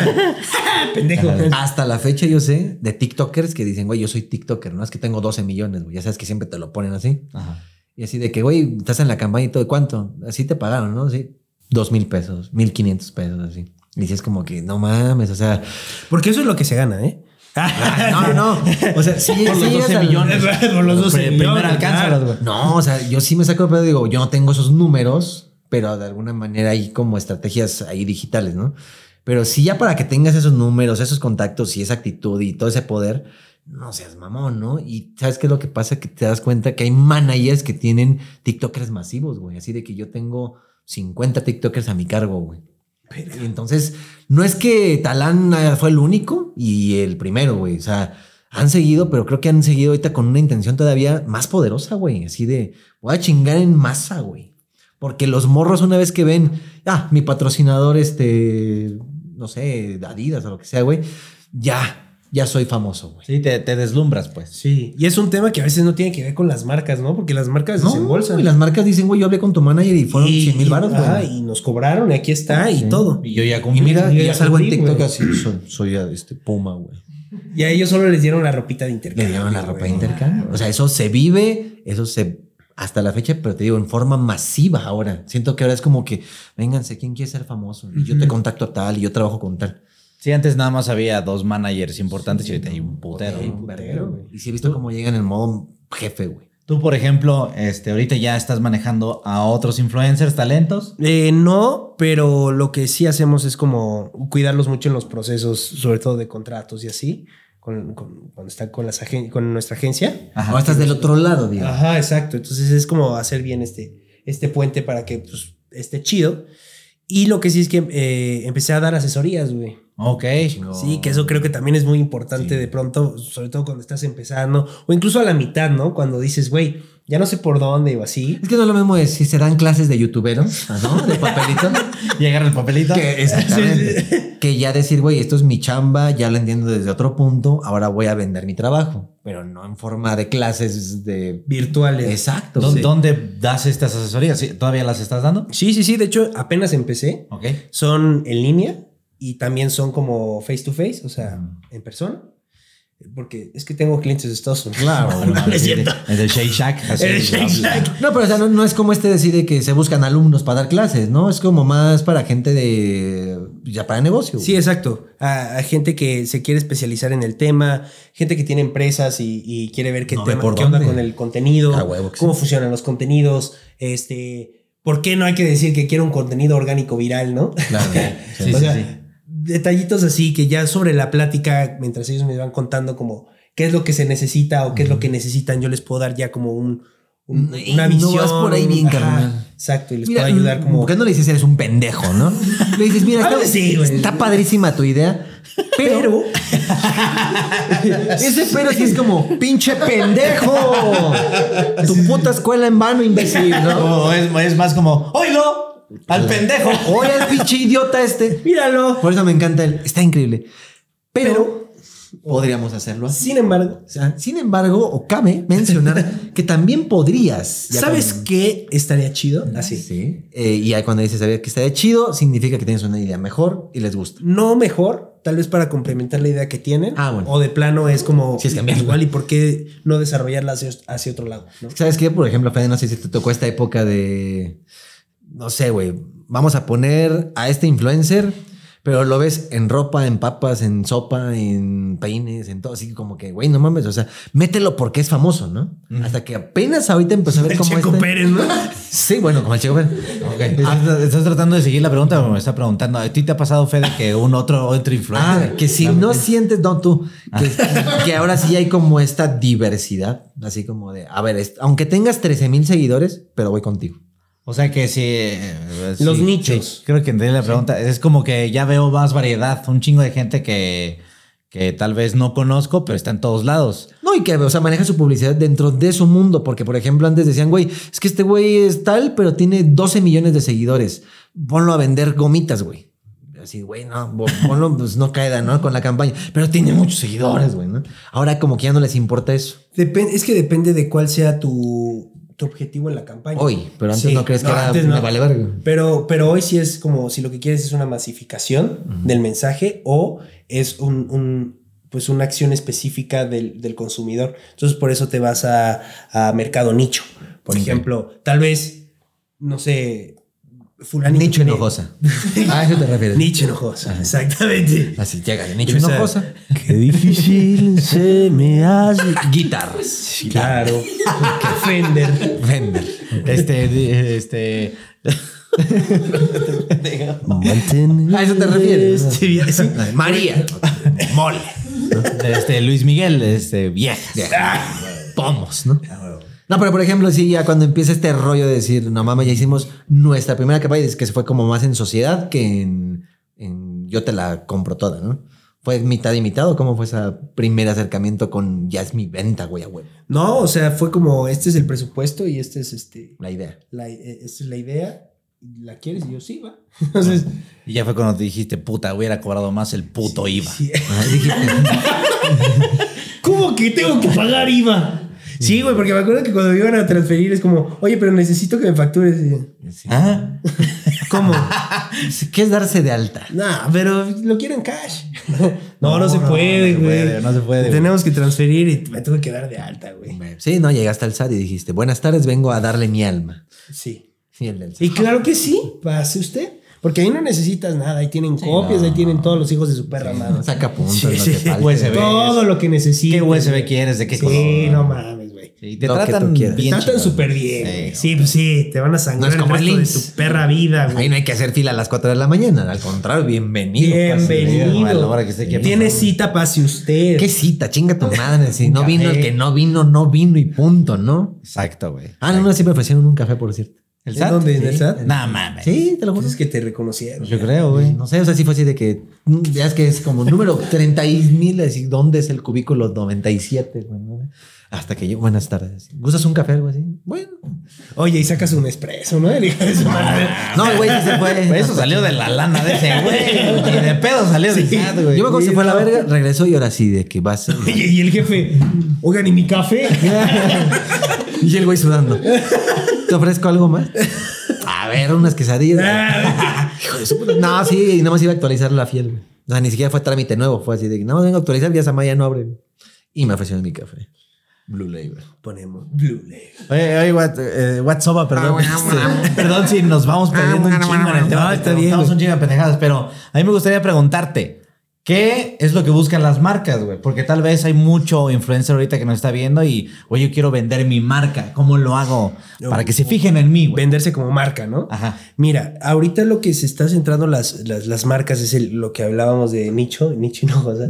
S4: Pendejo.
S3: hasta la fecha yo sé, de TikTokers que dicen, güey, yo soy TikToker, no es que tengo 12 millones, güey, ya sabes que siempre te lo ponen así.
S2: *laughs* Ajá.
S3: Y así de que, güey, estás en la campaña y todo, ¿cuánto? Así te pagaron, ¿no? Así, dos mil pesos, mil quinientos pesos, así. Y dices como que, no mames, o sea,
S4: Porque eso es lo que se gana, ¿eh?
S3: *laughs* no, no, o sea, sí,
S2: Por los
S3: sí llegas
S2: 12
S3: al- *laughs*
S2: millones.
S4: Por los 12
S2: Pri-
S4: millones,
S2: Primero alcánzalos,
S4: claro.
S2: güey.
S3: No, o sea, yo sí me saco de pedo y digo, yo no tengo esos números, pero de alguna manera hay como estrategias ahí digitales, ¿no? Pero sí ya para que tengas esos números, esos contactos y esa actitud y todo ese poder, no seas mamón, ¿no? Y ¿sabes qué es lo que pasa? Que te das cuenta que hay managers que tienen TikTokers masivos, güey. Así de que yo tengo 50 TikTokers a mi cargo, güey. Y entonces, no es que Talán eh, fue el único y el primero, güey. O sea, han seguido, pero creo que han seguido ahorita con una intención todavía más poderosa, güey. Así de, voy a chingar en masa, güey. Porque los morros una vez que ven, ah, mi patrocinador, este, no sé, Adidas o lo que sea, güey, ya, ya soy famoso, güey.
S2: Sí, te, te deslumbras, pues.
S4: Sí, y es un tema que a veces no tiene que ver con las marcas, ¿no? Porque las marcas
S3: No,
S4: desembolsan.
S3: y las marcas dicen, güey, yo hablé con tu manager y fueron 100 mil baros,
S4: ah,
S3: güey.
S4: y nos cobraron, y aquí está, y todo.
S2: Y yo ya
S3: Y
S2: cumplí.
S3: mira,
S4: y
S3: yo
S4: ya
S3: ya salgo en
S4: cumplí,
S3: TikTok
S4: güey.
S3: así, soy, soy este, Puma, güey.
S4: Y a ellos solo les dieron la ropita de
S3: Le
S4: intercambio.
S3: dieron
S2: Ah,
S3: la ropa de
S4: güey.
S3: intercambio. O sea, eso se vive, eso se. Hasta la fecha, pero te digo, en forma masiva ahora. Siento que ahora es como que, vénganse, ¿quién quiere ser famoso? Y yo te contacto a tal, y yo trabajo con tal.
S2: Sí, antes nada más había dos managers importantes y ahorita hay un putero.
S3: Hay un
S2: ¿no?
S3: verguero, güey. Y si he visto cómo llegan en modo jefe, güey.
S2: Tú, por ejemplo, este, ahorita ya estás manejando a otros influencers, talentos.
S4: Eh, no, pero lo que sí hacemos es como cuidarlos mucho en los procesos, sobre todo de contratos y así, con, con- cuando están con, las agen- con nuestra agencia.
S2: Ajá.
S3: Ahora estás del otro lado, digamos.
S4: Ajá, exacto. Entonces es como hacer bien este, este puente para que pues, esté chido. Y lo que sí es que eh, empecé a dar asesorías, güey.
S2: Ok.
S4: Sí, que eso creo que también es muy importante de pronto, sobre todo cuando estás empezando, o incluso a la mitad, ¿no? Cuando dices, güey, ya no sé por dónde o así.
S3: Es que no es lo mismo de si se dan clases de youtuberos, ah, ¿no? De
S2: *laughs*
S3: papelito.
S2: Llegar el papelito.
S3: que, exactamente. que ya decir, güey, esto es mi chamba, ya lo entiendo desde otro punto, ahora voy a vender mi trabajo, pero no en forma de clases de...
S4: Virtuales.
S3: Exacto.
S2: ¿Dó-
S3: sí.
S2: ¿Dónde das estas asesorías? ¿Sí? ¿Todavía las estás dando?
S4: Sí, sí, sí. De hecho, apenas empecé.
S2: Ok.
S4: Son en línea y también son como face to face, o sea, en persona. Porque es que tengo clientes de Estados Unidos.
S3: Claro.
S4: *laughs* No, no es cierto.
S2: El del Shake Shack. así,
S4: El
S2: bla,
S4: Shake
S2: bla.
S4: Shack.
S3: No, pero o sea, no, no es como este decir de que se buscan alumnos para dar clases, ¿no? Es como más para gente de... ya para negocio.
S4: *laughs* Sí, exacto. A, a gente que se quiere especializar en el tema, gente que tiene empresas y, y quiere ver qué,
S3: No ve
S4: tema,
S3: por
S4: qué onda
S3: dónde.
S4: con el contenido,
S3: A huevo que
S4: cómo
S3: sí.
S4: funcionan los contenidos, este, por qué no hay que decir que quiero un contenido orgánico viral, ¿no?
S3: Claro.
S2: Sí,
S4: o
S2: sí,
S4: sea,
S2: sí.
S4: detallitos así que ya sobre la plática, mientras ellos me van contando como qué es lo que se necesita o qué es lo que necesitan, yo les puedo dar ya como un, un-
S3: Ey,
S4: una
S3: no
S4: visión.
S3: vas por ahí bien,
S4: Ajá,
S3: carnal.
S4: Exacto, y les
S3: Mira, mm,
S4: puedo ayudar como...
S3: ¿Por qué no le dices eres un pendejo, no? Le dices, mira,
S4: Ah,
S3: está,
S4: sí, güey.
S3: está padrísima tu idea, pero... *laughs*
S4: Pero...
S3: Ese pero sí es como, pinche pendejo. Tu puta escuela en vano, imbécil, ¿no?
S2: Como es, es más como, ¡oilo! ¡Al pendejo!
S3: Oye, el pinche idiota este.
S4: Míralo.
S3: Por eso me encanta él. Está increíble. Pero,
S4: Pero-
S3: podríamos hacerlo así.
S4: Sin embargo,
S3: O sea, sin embargo, o cabe
S4: *laughs*
S3: mencionar que también podrías. ya
S4: ¿sabes
S3: cuando-
S4: qué estaría chido? Así.
S3: Sí. Eh, y ahí cuando dices "Sabía que está de chido, significa que tienes una idea mejor y les gusta.
S4: No mejor, tal vez para complementar la idea que tienen.
S3: Ah, bueno.
S4: O de plano es como
S3: Sí, es cambiarla.
S4: igual y por qué no desarrollarla hacia, hacia otro lado. ¿no?
S3: ¿Sabes qué? Por ejemplo, Fede, no sé si te tocó esta época de. No sé, güey. Vamos a poner a este influencer, pero lo ves en ropa, en papas, en sopa, en peines, en todo. Así como que, güey, no mames. O sea, mételo porque es famoso, ¿no? Hasta que apenas ahorita empezó a ver
S4: El
S3: como
S4: Checo
S3: este.
S4: Pérez, ¿no?
S3: *laughs* Sí, bueno, como el Checo Pérez.
S2: ¿Estás, Ah, estás tratando de seguir la pregunta o me está preguntando? ¿A ti te ha pasado, Fede, que un otro, otro
S3: Ah,
S2: influencer?
S3: que si no sientes, no tú, que,
S4: Ah.
S3: *laughs* que ahora sí hay como esta diversidad, así como de, a ver, est- aunque tengas 13 mil seguidores, pero voy contigo.
S2: O sea que sí. eh,
S4: Los
S2: sí,
S4: nichos.
S2: sí. creo que entendí la pregunta. Es como que ya veo más variedad, un chingo de gente que, que tal vez no conozco, pero está en todos lados.
S3: No, y que, o sea, maneja su publicidad dentro de su mundo, porque, por ejemplo, antes decían, güey, es que este güey es tal, pero tiene 12 millones de seguidores. Ponlo a vender gomitas, güey. Así, güey, no, bo- ponlo, pues no caeda, ¿no? Con la campaña, pero tiene muchos seguidores, güey, ¿no? Ahora como que ya no les importa eso.
S4: Depen- es que depende de cuál sea tu, tu objetivo en la campaña.
S3: Hoy, pero antes
S4: Sí.
S3: no crees que era
S4: antes
S3: me
S4: no.
S3: vale verga.
S4: Pero, pero hoy sí es como si lo que quieres es una masificación del mensaje o es un, un- pues una acción específica del, del consumidor. Entonces por eso te vas a, a mercado nicho. Por
S3: Ok.
S4: ejemplo, tal vez, no sé, fulanito.
S3: Nicho
S4: tiene-
S3: enojosa. *laughs* A eso te refieres.
S4: Nicho enojosa, exactamente.
S3: Así llega, nicho
S4: Empieza-
S3: enojosa.
S1: Qué difícil se me hace.
S3: Guitarras.
S4: Claro.
S3: *laughs*
S4: que Fender.
S3: Vender.
S2: Este, di- este.
S1: Mantener.
S3: A eso te refieres.
S2: este,
S3: María.
S2: Mole. Este, Luis Miguel, este, Ah. viejas.
S3: Pomos, ¿no? No, pero por ejemplo, sí, ya cuando empieza este rollo de decir, no mames, ya hicimos nuestra primera campaña, es que se fue como más en sociedad que en, en yo te la compro toda, ¿no? ¿Fue mitad y mitad o cómo fue ese primer acercamiento con ya es mi venta, güey, a huevo?
S4: No, o sea, fue como, este es el presupuesto y este es este,
S3: La idea.
S4: la, eh, esta es la idea. ¿La quieres? Y yo sí, va. Entonces,
S2: Y ya fue cuando te dijiste, puta, hubiera cobrado más el puto IVA.
S4: sí. *laughs*
S3: Ajá, dije, *laughs*
S4: ¿Cómo que tengo que pagar IVA? Sí, güey, porque me acuerdo que cuando me iban a transferir es como, oye, pero necesito que me factures. Y yo,
S2: ¿Ah?
S3: *laughs*
S4: ¿Cómo?
S3: ¿Qué es darse de alta?
S4: nah, pero lo quiero en cash. *laughs* No, no, se
S2: no,
S4: puede,
S2: no se
S4: güey.
S2: puede, no se puede, güey.
S4: Tenemos que transferir y me tuve que dar de alta, güey.
S3: Sí, no, llegaste al SAT y dijiste, buenas tardes, vengo a darle mi alma.
S4: Sí.
S3: Sí, el del SAT.
S4: Y claro que sí, pase usted. Porque ahí no necesitas nada, ahí tienen copias, ahí tienen todos los hijos de su perra madre.
S3: Saca puntos,
S4: Sí,
S3: lo que
S4: sí.
S3: falte.
S2: USB.
S4: Todo lo que necesitas.
S2: ¿Qué USB
S4: güey.
S2: quieres? ¿De qué
S4: Sí,
S2: color?
S4: no mames, güey.
S2: Y te
S3: Lo que
S2: tratan
S3: tú quieras.
S2: bien.
S4: Te tratan
S2: chingón.
S4: súper bien.
S2: Sí,
S4: güey. Sí, pues sí, te van a sangrar
S3: como
S4: el
S3: el
S4: resto de
S3: IMSS.
S4: tu perra vida, güey.
S3: Ahí no hay que hacer fila a las 4 de la mañana, al contrario, bienvenido.
S4: Bienvenido.
S2: a la hora que usted quiera.
S4: Tiene cita, pase usted.
S3: ¿Qué cita? Chinga tu madre. Si no vino el
S4: café.
S3: que no vino, no vino y punto, ¿no?
S2: Exacto, güey. Ah,
S3: Ah, no, no, siempre ofrecieron un café, por cierto.
S2: ¿El
S4: ¿En
S2: SAT?
S4: dónde? ¿En
S2: Sí.
S4: el SAT?
S2: Nah, mames.
S3: Sí, te lo juro.
S4: Pues es que te reconocieron.
S2: Yo creo, güey.
S3: No sé, o sea, si fue así de que, mm, ya es que es como número 30.000, mil, así, ¿dónde es el cubículo 97? güey, no? Hasta que yo, buenas tardes. ¿Gustas un café o algo así? Bueno.
S4: Oye, y sacas un expreso, ¿no? El hijo de su madre.
S3: No, el güey sí se fue.
S2: Pues Ah, eso salió de la lana de ese güey. Y de pedo salió de SAT,
S3: Yo
S2: güey.
S3: me acuerdo que se fue a la verga, regresó y ahora sí, de que vas.
S4: Oye, y el jefe, oigan, ¿y mi café?
S3: *laughs* y el güey sudando. ¿Te ofrezco algo más? A ver, unas quesadillas. Hijo de su puta. No, sí, y nada más iba a actualizar la fiel. güey. O sea, ni siquiera fue trámite nuevo. Fue así de que nada más vengo a actualizar, ya Samaya no abre. Y me ofrecieron mi café. Blue Label.
S4: Ponemos Blue Label.
S1: Oye, oye, what, eh,
S2: Ah,
S1: Whatsoba, perdón.
S2: este, Perdón si nos vamos perdiendo un chingo en el tema.
S1: No, está
S2: Te
S1: bien,
S2: preguntamos
S1: güey.
S2: un chingo de pendejadas, pero a mí me gustaría preguntarte. ¿Qué es lo que buscan las marcas, güey? Porque tal vez hay mucho influencer ahorita que nos está viendo y, oye, yo quiero vender mi marca. ¿Cómo lo hago? Para que se fijen en mí, güey.
S4: Venderse como marca, ¿no?
S2: Ajá.
S4: Mira, ahorita lo que se está centrando las, las, las marcas es el- lo que hablábamos de nicho, nicho y no, o sea.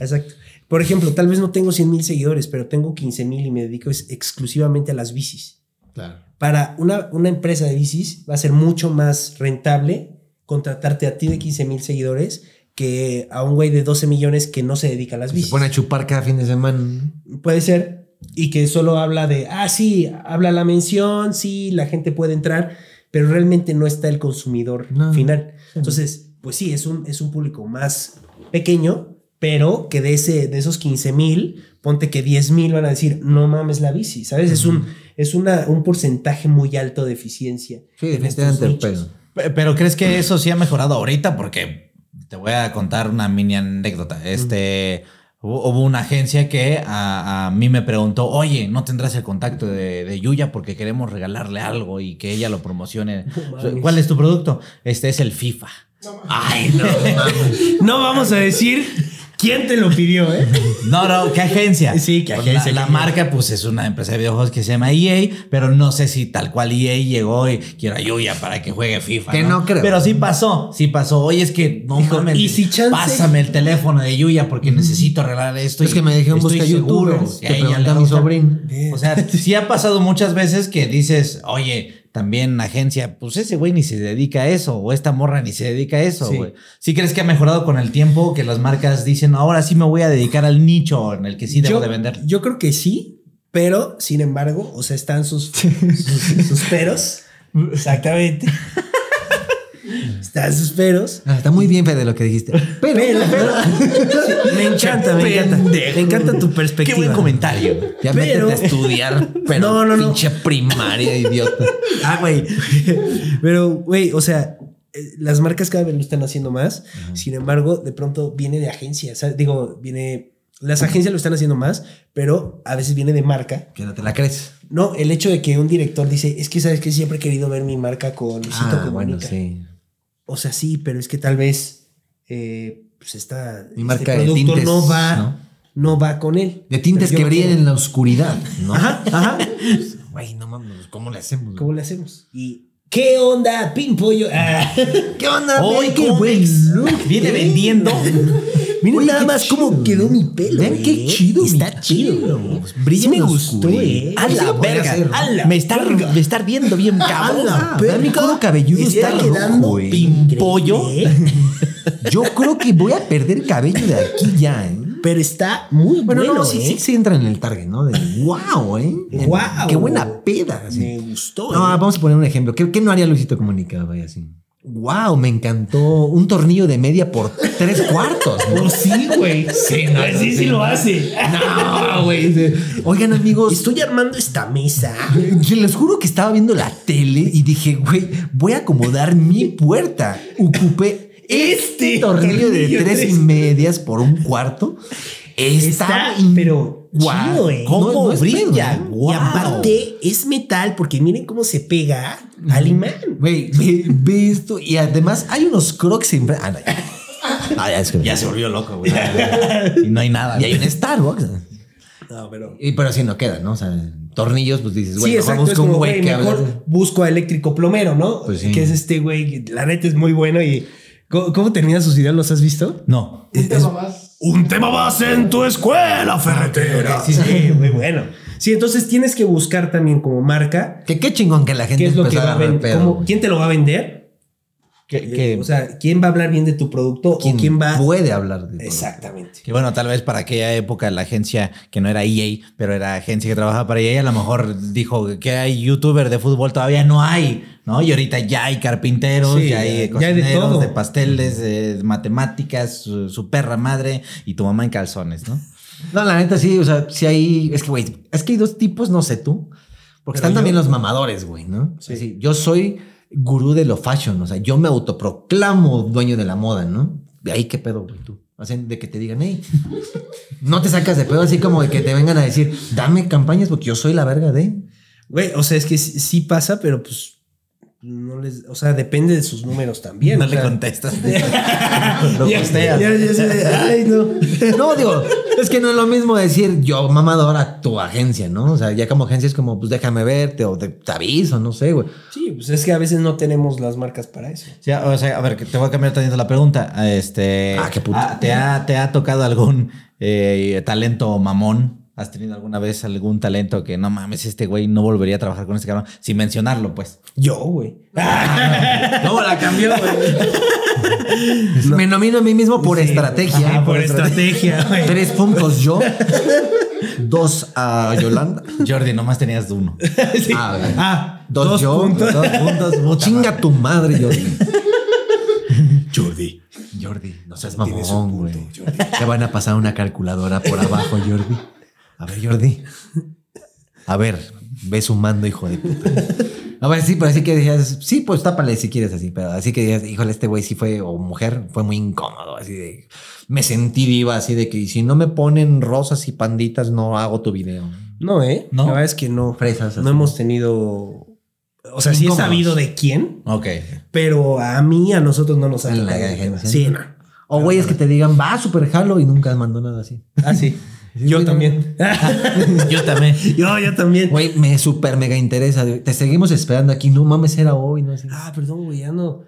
S4: Exacto. Por ejemplo, tal vez no tengo 100 mil seguidores, pero tengo 15 mil y me dedico es- exclusivamente a las bicis.
S3: Claro.
S4: Para una, una empresa de bicis va a ser mucho más rentable contratarte a ti de 15 mil seguidores que a un güey de 12 millones que no se dedica a las
S3: Se
S4: bicis.
S3: pone a chupar cada fin de semana.
S4: Puede ser. Y que solo habla de, ah, sí, habla la mención, sí, la gente puede entrar, pero realmente no está el consumidor
S3: No.
S4: final. Entonces, pues sí, es un, es un público más pequeño, pero que de, ese, de esos 15 mil, ponte que 10 mil van a decir, no mames la bici, ¿sabes? Es, un, es una, un porcentaje muy alto de eficiencia.
S3: Sí,
S4: en
S3: definitivamente
S4: estos
S3: el
S4: nichos.
S3: pedo.
S2: Pe- Pero crees que eso sí ha mejorado ahorita porque te voy a contar una mini anécdota. Este hubo hubo una agencia que a, a mí me preguntó, oye, ¿no tendrás el contacto de, de Yuya porque queremos regalarle algo y que ella lo promocione?
S4: No mames.
S2: ¿Cuál es tu producto? Este es el FIFA.
S3: Ay, no.
S4: *laughs* No vamos a decir quién te lo pidió, ¿eh?
S3: *laughs*
S2: No, no, ¿qué agencia?
S4: Sí, ¿qué
S2: Pues
S4: agencia?
S2: La, la
S4: ¿Qué-
S2: marca, pues, es una empresa de videojuegos que se llama EA, pero no sé si tal cual EA llegó y quiero a Yuya para que juegue FIFA.
S3: Que no creo.
S2: Pero sí pasó, sí pasó. Oye, es que no
S4: Dijo,
S2: mames,
S4: ¿y si chance?
S2: Pásame el teléfono de Yuya porque necesito arreglar esto.
S3: Es
S2: y
S3: que me dejé un
S2: estoy
S3: busca
S2: seguro
S3: YouTube.
S2: que
S3: Te
S2: a ella
S3: pregunté
S2: le
S3: a mi
S2: gusta".
S3: sobrino.
S2: O
S4: *laughs*
S2: sea, sí ha pasado muchas veces que dices, oye, también agencia, pues ese güey ni se dedica a eso, o esta morra ni se dedica a eso,
S4: Sí.
S2: güey. ¿Sí crees que ha mejorado con el tiempo que las marcas dicen, ahora sí me voy a dedicar al nicho en el que sí debo
S4: yo,
S2: de vender?
S4: yo creo que sí, pero sin embargo, o sea, están sus, sus, sus peros. Exactamente. están sus peros.
S3: Ah, está muy bien, Fede, lo que dijiste. Pero,
S4: Pero, pero- me encanta, me encanta. Me encanta tu
S2: Qué
S4: perspectiva.
S2: buen comentario.
S3: ya
S4: pero-
S3: métete a
S4: *laughs*
S3: estudiar. Pero
S4: No, no, no.
S3: pinche primaria, idiota.
S4: Ah, güey. Pero, güey, o sea, eh, las marcas cada vez lo están haciendo más. Sin embargo, de pronto viene de agencias. ¿sabes? Digo, viene. Las agencias lo están haciendo más, pero a veces viene de marca.
S3: Que no te la crees.
S4: No, el hecho de que un director dice, es que sabes que siempre he querido ver mi marca con Luisito
S3: Ah,
S4: Comunica".
S3: bueno, sí.
S4: O sea, sí, pero es que tal vez eh, pues esta
S3: Mi marca de
S4: producto
S3: tintes,
S4: no va,
S3: ¿no?
S4: ¿no? va con él.
S3: De tintes
S4: Pero
S3: que
S4: yo
S3: brillan
S4: quiero-
S3: en la oscuridad, ¿no?
S4: Ajá, ajá.
S3: Güey, no mames, ¿cómo le hacemos?
S4: ¿Cómo le hacemos? Y ¿qué onda, Pimpollo?
S3: *laughs*
S4: Ah,
S3: ¿Qué onda,
S2: Hoy
S3: güey? ¡Qué
S2: Comex
S3: buen look!
S2: Viene
S3: eh.
S2: vendiendo.
S4: Miren
S3: Oye,
S4: nada
S3: qué
S4: más
S3: chido,
S4: cómo
S3: güey.
S4: quedó mi pelo.
S3: Vean qué
S4: eh.
S3: chido, mi
S4: Está chido.
S3: pelo. Pues Brilla
S4: Sí me
S3: en la
S4: gustó,
S3: oscuridad.
S4: eh.
S2: A
S3: Sí
S2: la
S3: lo podría
S2: verga.
S3: hacer, ¿no?
S2: a la- me está, me está viendo bien cabrón.
S3: Ah,
S4: Verga.
S3: vean mi codo
S4: *laughs*
S3: cabelludo
S4: Está
S3: está,
S4: quedando
S3: rojo, güey.
S2: Pimpollo.
S4: Increíble, ¿eh?
S3: Yo creo que voy a perder cabello de aquí ya, ¿eh?
S4: Pero está muy
S3: Bueno,
S4: bueno.
S3: no, sí,
S4: ¿eh?
S3: sí, sí entra en el target, ¿no? De wow, ¿eh?
S4: Guau.
S3: ¡Qué buena peda! así.
S4: Me gustó.
S3: No,
S4: eh.
S3: vamos a poner un ejemplo. ¿Qué, qué no haría Luisito Comunica? Vaya así. Wow, me encantó un tornillo de media por tres cuartos. ¿no?
S4: Sí, güey. Sí, no, sí, sí lo hace.
S3: No, güey. dice, Oigan, amigos,
S4: Estoy armando esta
S3: *laughs*
S4: mesa.
S3: se les juro que estaba viendo la tele y dije, güey, voy a acomodar mi puerta. Ocupé este
S4: Este
S3: tornillo de
S4: tornillo
S3: tres
S4: de-
S3: y medias por un cuarto. Está,
S4: Está,
S3: in-
S4: pero
S3: guau.
S4: chido, eh.
S3: No,
S2: ¿Cómo
S3: no es pedo,
S2: brilla?
S3: ¿eh?
S2: Guau.
S4: Y aparte es metal porque miren cómo se pega al imán.
S3: Güey, ve, ve esto. Y además hay unos crocs en... Ah, no, *laughs* ya. Ah, ya, es que-
S2: Ya se volvió loco,
S4: *laughs*
S2: güey. Y no hay nada.
S3: Y hay un Starbucks.
S4: No, pero.
S3: Y, pero así no queda, ¿no? O sea, tornillos, pues dices, güey,
S4: sí,
S3: mejor
S4: exacto. Es
S3: busco
S4: como,
S3: un güey
S4: güey,
S3: que
S4: mejor
S3: hable-
S4: busco a eléctrico plomero, ¿no?
S3: Pues sí.
S4: Que es este güey, que la neta es muy bueno y. ¿Cómo, cómo termina sus videos? ¿Los has visto?
S2: No.
S4: Un tema más en tu escuela, ferretera. Sí, sí, *laughs* muy bueno. Sí, entonces tienes que buscar también como marca
S3: Que qué chingón que la gente
S4: qué es lo que
S3: empezara
S4: va a
S3: ver
S4: vender,
S3: pedo,
S4: cómo-
S3: güey.
S4: quién te lo va a vender,
S2: Que, que-
S4: o sea, quién va a hablar bien de tu producto
S3: ¿Quién
S4: o quién va.
S3: puede hablar de
S4: Exactamente.
S2: que bueno, tal vez para aquella época la agencia que no era EA, pero era agencia que trabajaba para EA, a lo mejor dijo que hay youtuber de fútbol, todavía no hay, ¿no? Y ahorita ya hay carpinteros,
S4: Sí,
S2: ya hay
S4: ya- ya hay de
S2: cocineros, de,
S4: todo.
S2: pasteles, de matemáticas, su, su perra madre y tu mamá en calzones, ¿no?
S3: No, la neta sí, o sea, sí hay, es que güey, es que hay dos tipos, no sé tú, porque
S4: Pero
S3: están
S4: yo-
S3: también los mamadores, güey, ¿no?
S4: Sí.
S3: Así, yo soy gurú de lo fashion, o sea, yo me autoproclamo dueño de la moda, ¿no? De ahí qué pedo, güey, tú. Hacen de que te digan, hey, no te sacas de pedo así como de que te vengan a decir, dame campañas porque yo soy la verga de.
S4: Güey, o sea, es que sí, sí pasa, pero pues no les, o sea, depende de sus números también.
S2: no
S4: o
S2: le
S4: sea.
S2: contestas.
S3: *laughs* Lo
S4: *laughs* Ya-
S3: posteas.
S4: este, ya- ya sé, ay, no.
S3: No, digo, es que no es lo mismo decir yo mamador a tu agencia, ¿no? O sea, ya como agencia es como, pues déjame verte o te, te aviso, no sé, güey.
S4: Sí, pues es que a veces no tenemos las marcas para eso.
S2: Sí, o sea, a ver, que te voy a cambiar tantito la pregunta. Ah, Este,
S3: Ah, qué puto.
S2: ah, ¿te, ha, ¿Te ha tocado algún eh, talento mamón? ¿Has tenido alguna vez algún talento que no mames, este güey no volvería a trabajar con este cabrón? Sin mencionarlo, pues.
S4: Yo, güey. *laughs*
S2: No, la cambió,
S3: Me nomino a mí mismo por estrategia.
S4: Ajá, por estrategia, güey.
S3: Tres puntos yo, dos a Yolanda.
S2: *laughs* Jordi, nomás tenías uno.
S4: Sí.
S3: Ah, güey.
S4: Ah,
S3: Dos, yo, dos puntos.
S4: *laughs*
S3: puta Chinga tu madre, Jordi.
S4: Jordi.
S3: Jordi, no seas
S4: Tienes un
S3: mamón,
S4: punto,
S3: güey. Te van a pasar una calculadora por abajo, Jordi. A ver, Jordi. A ver, ve sumando, hijo de puta. A ver, sí, pero así que decías, sí, pues tápale si quieres así, pero así que digas, híjole, este güey sí fue, o mujer, fue muy incómodo, así de, me sentí viva, así de que si no me ponen rosas y panditas, no hago tu video.
S4: No, ¿eh?
S2: No.
S4: La verdad es que no.
S3: Fresas, así.
S4: No hemos tenido. O sea, sí he
S3: Incómodos.
S4: sabido de quién,
S2: Ok.
S4: pero a mí, a nosotros no nos ha
S3: En la
S4: tocado. el tema.
S3: agencia.
S4: Sí, no.
S3: O güeyes que te digan, va, super jalo, y nunca mandó
S2: *laughs*
S3: nada así.
S4: Ah, sí. Yo también.
S2: Yo también.
S4: *laughs* yo, yo también.
S3: Güey, me super mega interesa, te seguimos esperando aquí, no mames, era hoy, no sé.
S4: Ah, perdón, güey, ando.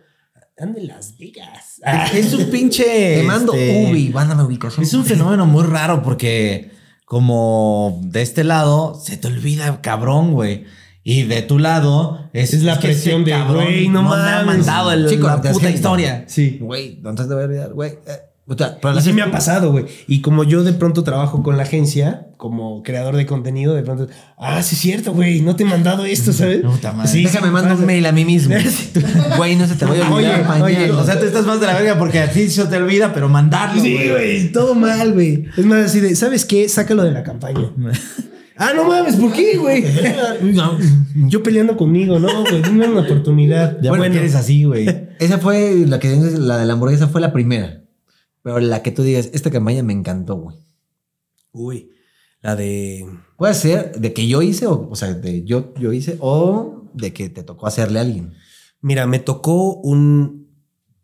S4: Ando en Las Vegas.
S2: Es un pinche.
S3: Te mando
S2: este,
S3: Ubi, mándame ubicación.
S2: Es un fenómeno muy raro porque como de este lado se te olvida cabrón, güey. Y de tu lado es,
S4: Es la
S2: que este
S4: presión de,
S2: cabrón
S4: güey, no
S2: me ha
S4: mames.
S2: mandado el-
S3: *laughs* Chico,
S2: la
S3: te
S2: puta
S3: agenda.
S2: historia.
S4: Sí.
S3: Güey, entonces te voy a olvidar, güey. eh, o sea, para
S4: Y
S3: la
S4: sí
S3: gente-
S4: me ha pasado, güey. Y como yo de pronto trabajo con la agencia, como creador de contenido, de pronto, ah, sí es cierto, güey, no te he mandado esto, ¿sabes?
S2: Puta madre.
S4: Sí,
S3: Déjame
S4: sí
S3: mandar
S4: pasa.
S3: un mail a
S2: *laughs*
S3: mí mismo. *laughs* Güey, no se te voy a olvidar
S4: Oye,
S3: mañana.
S4: oye,
S2: O sea, tú estás más de la verga porque a ti se te olvida, pero mandarlo,
S4: Sí, güey, todo mal, güey. Es más así de, ¿sabes qué? Sácalo de la campaña. ah, no mames, ¿por qué, güey? yo peleando conmigo, ¿no? Güey, dime una oportunidad.
S2: Ya bueno.
S4: bueno,
S2: eres así, güey.
S3: Esa fue la que la de la hamburguesa fue la primera. Pero la que tú digas, esta campaña me encantó, güey.
S4: uy, la de...
S3: Puede ser de que yo hice, o, o sea, de yo, yo hice, o de que te tocó hacerle a alguien.
S4: Mira, me tocó un,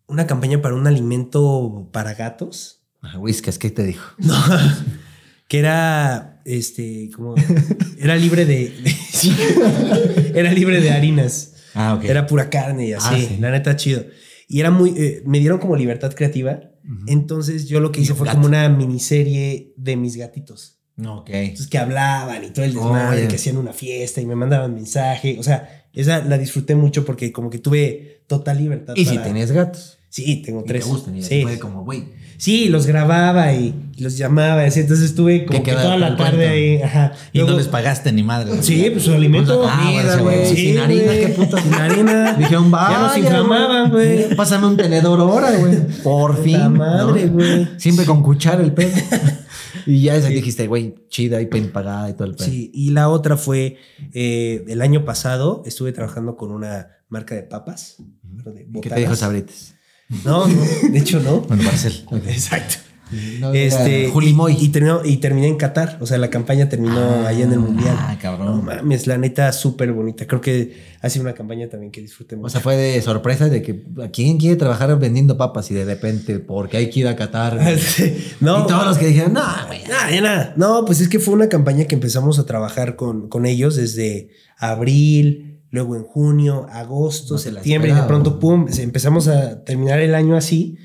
S4: una campaña para un alimento para gatos.
S3: Ajá, Whiskas, ¿qué te dijo?
S4: No. Que era este como era libre de, sí, *laughs* era libre de harinas.
S2: Ah, ok.
S4: Era pura carne y así.
S3: Ah, sí.
S4: La neta chido. Y era muy eh, me dieron como libertad creativa. Entonces yo lo que hice fue
S3: Gato.
S4: como una miniserie de mis gatitos.
S2: Ok.
S4: Entonces que hablaban y
S3: Oh,
S4: todo el desmadre,
S3: Oye.
S4: que hacían una fiesta y me mandaban mensaje, o sea, esa la disfruté mucho porque como que tuve total libertad.
S3: Y si
S4: para-
S3: tenías gatos.
S4: Sí, tengo
S3: Y
S4: tres.
S3: Te gustan, y así
S4: Sí.
S3: fue como, güey.
S4: Sí, los grababa y los llamaba y así. Entonces estuve como
S3: Que
S4: que
S3: quedaba
S4: toda la
S3: por
S4: tarde
S3: cuenta.
S4: ahí. Ajá.
S2: Y no
S4: Luego-
S2: les pagaste ni madre.
S4: Sí, pues su alimento.
S3: Ah,
S4: comida,
S3: bueno, sí, güey. Sin harina,
S4: güey.
S3: qué puta. *laughs*
S4: Sin harina.
S3: Dijeron, va.
S4: Ya nos inflamaban, güey.
S3: Pásame un tenedor ahora, güey. Por fin.
S4: La madre,
S3: ¿no?
S4: güey.
S3: Siempre con cuchara el pedo. y ya esa dijiste, güey, chida y bien pagada y todo el pedo.
S4: Sí, y la otra fue eh, el año pasado estuve trabajando con una marca de papas. pero de
S3: ¿Qué
S4: botanas.
S3: te dijo Sabritas?
S4: No, no, de hecho
S3: *laughs*
S4: no.
S2: Bueno, Marcel.
S4: Exacto.
S3: No,
S4: este,
S3: era Juli Moy.
S4: Y, terminó, y terminé en Qatar. O sea, la campaña terminó allá en el Mundial.
S2: Ah,
S4: No
S2: cabrón.
S4: mames, la neta, súper bonita. Creo que ha sido una campaña también que disfruté mucho.
S3: O sea, fue de sorpresa de que ¿a quién quiere trabajar vendiendo papas y de repente, porque hay que ir a
S4: *laughs*
S3: Qatar. güey?
S4: no,
S3: Y todos los que dijeron, no, güey.
S4: Nah, ya nada. no, pues es que fue una campaña que empezamos a trabajar con, con ellos desde abril, luego en junio, agosto,
S3: No se la
S4: septiembre, y de
S3: esperaba.
S4: pronto, pum, se- empezamos a terminar el año así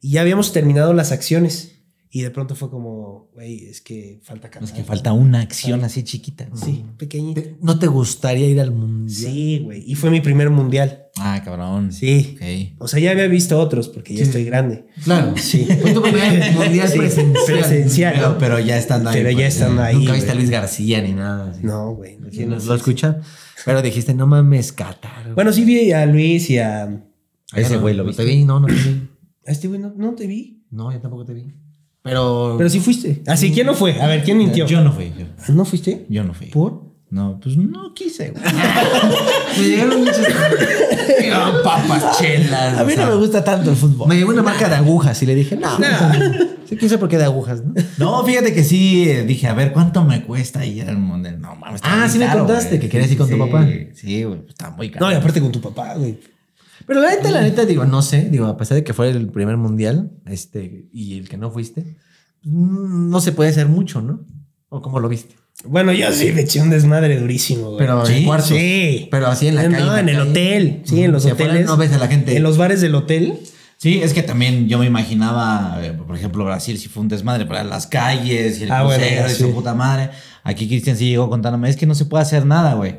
S4: y ya habíamos terminado las acciones. Y de pronto fue como, güey, es que falta
S2: Es
S4: cambiar.
S2: que falta una acción así chiquita.
S4: Sí, pequeñita.
S3: Te- ¿No te gustaría ir al mundial?
S4: Sí, güey. Y fue mi primer mundial.
S2: Ah, cabrón.
S4: Sí.
S2: Ok.
S4: O sea, ya había visto otros porque ya
S3: Sí.
S4: estoy grande.
S3: Claro. Sí. Fue tu primer mundial
S4: Sí,
S3: presencial.
S4: presencial.
S3: Pero, pero ya estando ahí. pues,
S4: Pero ya estando ahí,
S3: Nunca viste a
S4: güey.
S3: Luis García ni nada. así.
S4: No, güey. no
S3: Sí,
S4: tiene-
S3: no lo escucha. Pero dijiste, no mames, Qatar.
S4: Bueno, sí vi a Luis y a. A
S3: Ah,
S2: ese
S3: no,
S2: güey lo
S3: no
S2: viste.
S3: te vi, no, no te vi.
S4: este güey no, no te vi.
S3: No, yo tampoco te vi. Pero.
S4: Pero sí fuiste. Así, ¿quién no fue? A ver, ¿quién mintió?
S2: Yo no fui. Yo,
S4: ¿No fuiste?
S2: yo no fui.
S4: ¿Por?
S2: No, pues no quise, güey.
S3: me llegaron muchas. Llegaron papas, chelas.
S2: A mí
S3: o sea,
S2: no me gusta tanto el fútbol.
S3: Me llegó una marca de agujas y le dije, no. Sí, quién sabe por qué de agujas, ¿no?
S2: *laughs* No, fíjate que sí, eh, dije, a ver, ¿cuánto me cuesta ir al mundial? No, mames. está
S3: Ah,
S2: bien
S3: sí me
S2: caro,
S3: contaste
S2: güey.
S3: que querías ir con tu
S2: Sí,
S3: papá.
S2: Sí, güey, pues, está muy caro.
S4: No, y aparte con tu papá, güey.
S3: Pero la neta, la neta, digo, no sé, digo, a pesar de que fue el primer mundial, este, y el que no fuiste, mm, no se puede hacer mucho, ¿no? O como lo viste.
S4: Bueno, yo sí me eché un desmadre durísimo, güey.
S3: Pero
S2: Sí,
S3: en cuartos.
S4: sí.
S3: Pero así en la
S4: no,
S3: calle.
S4: en el
S3: calle.
S4: hotel. Sí,
S3: Ujú.
S4: en los
S3: Si afuera
S4: hoteles.
S3: No ves a la gente.
S4: En los bares del hotel.
S2: Sí, es que también yo me imaginaba, eh, por ejemplo, Brasil si fue un desmadre para las calles y el
S4: Ah, bueno,
S2: crucero y
S4: sí.
S2: su puta madre. Aquí Cristian sí llegó contándome, es que no se puede hacer nada, güey.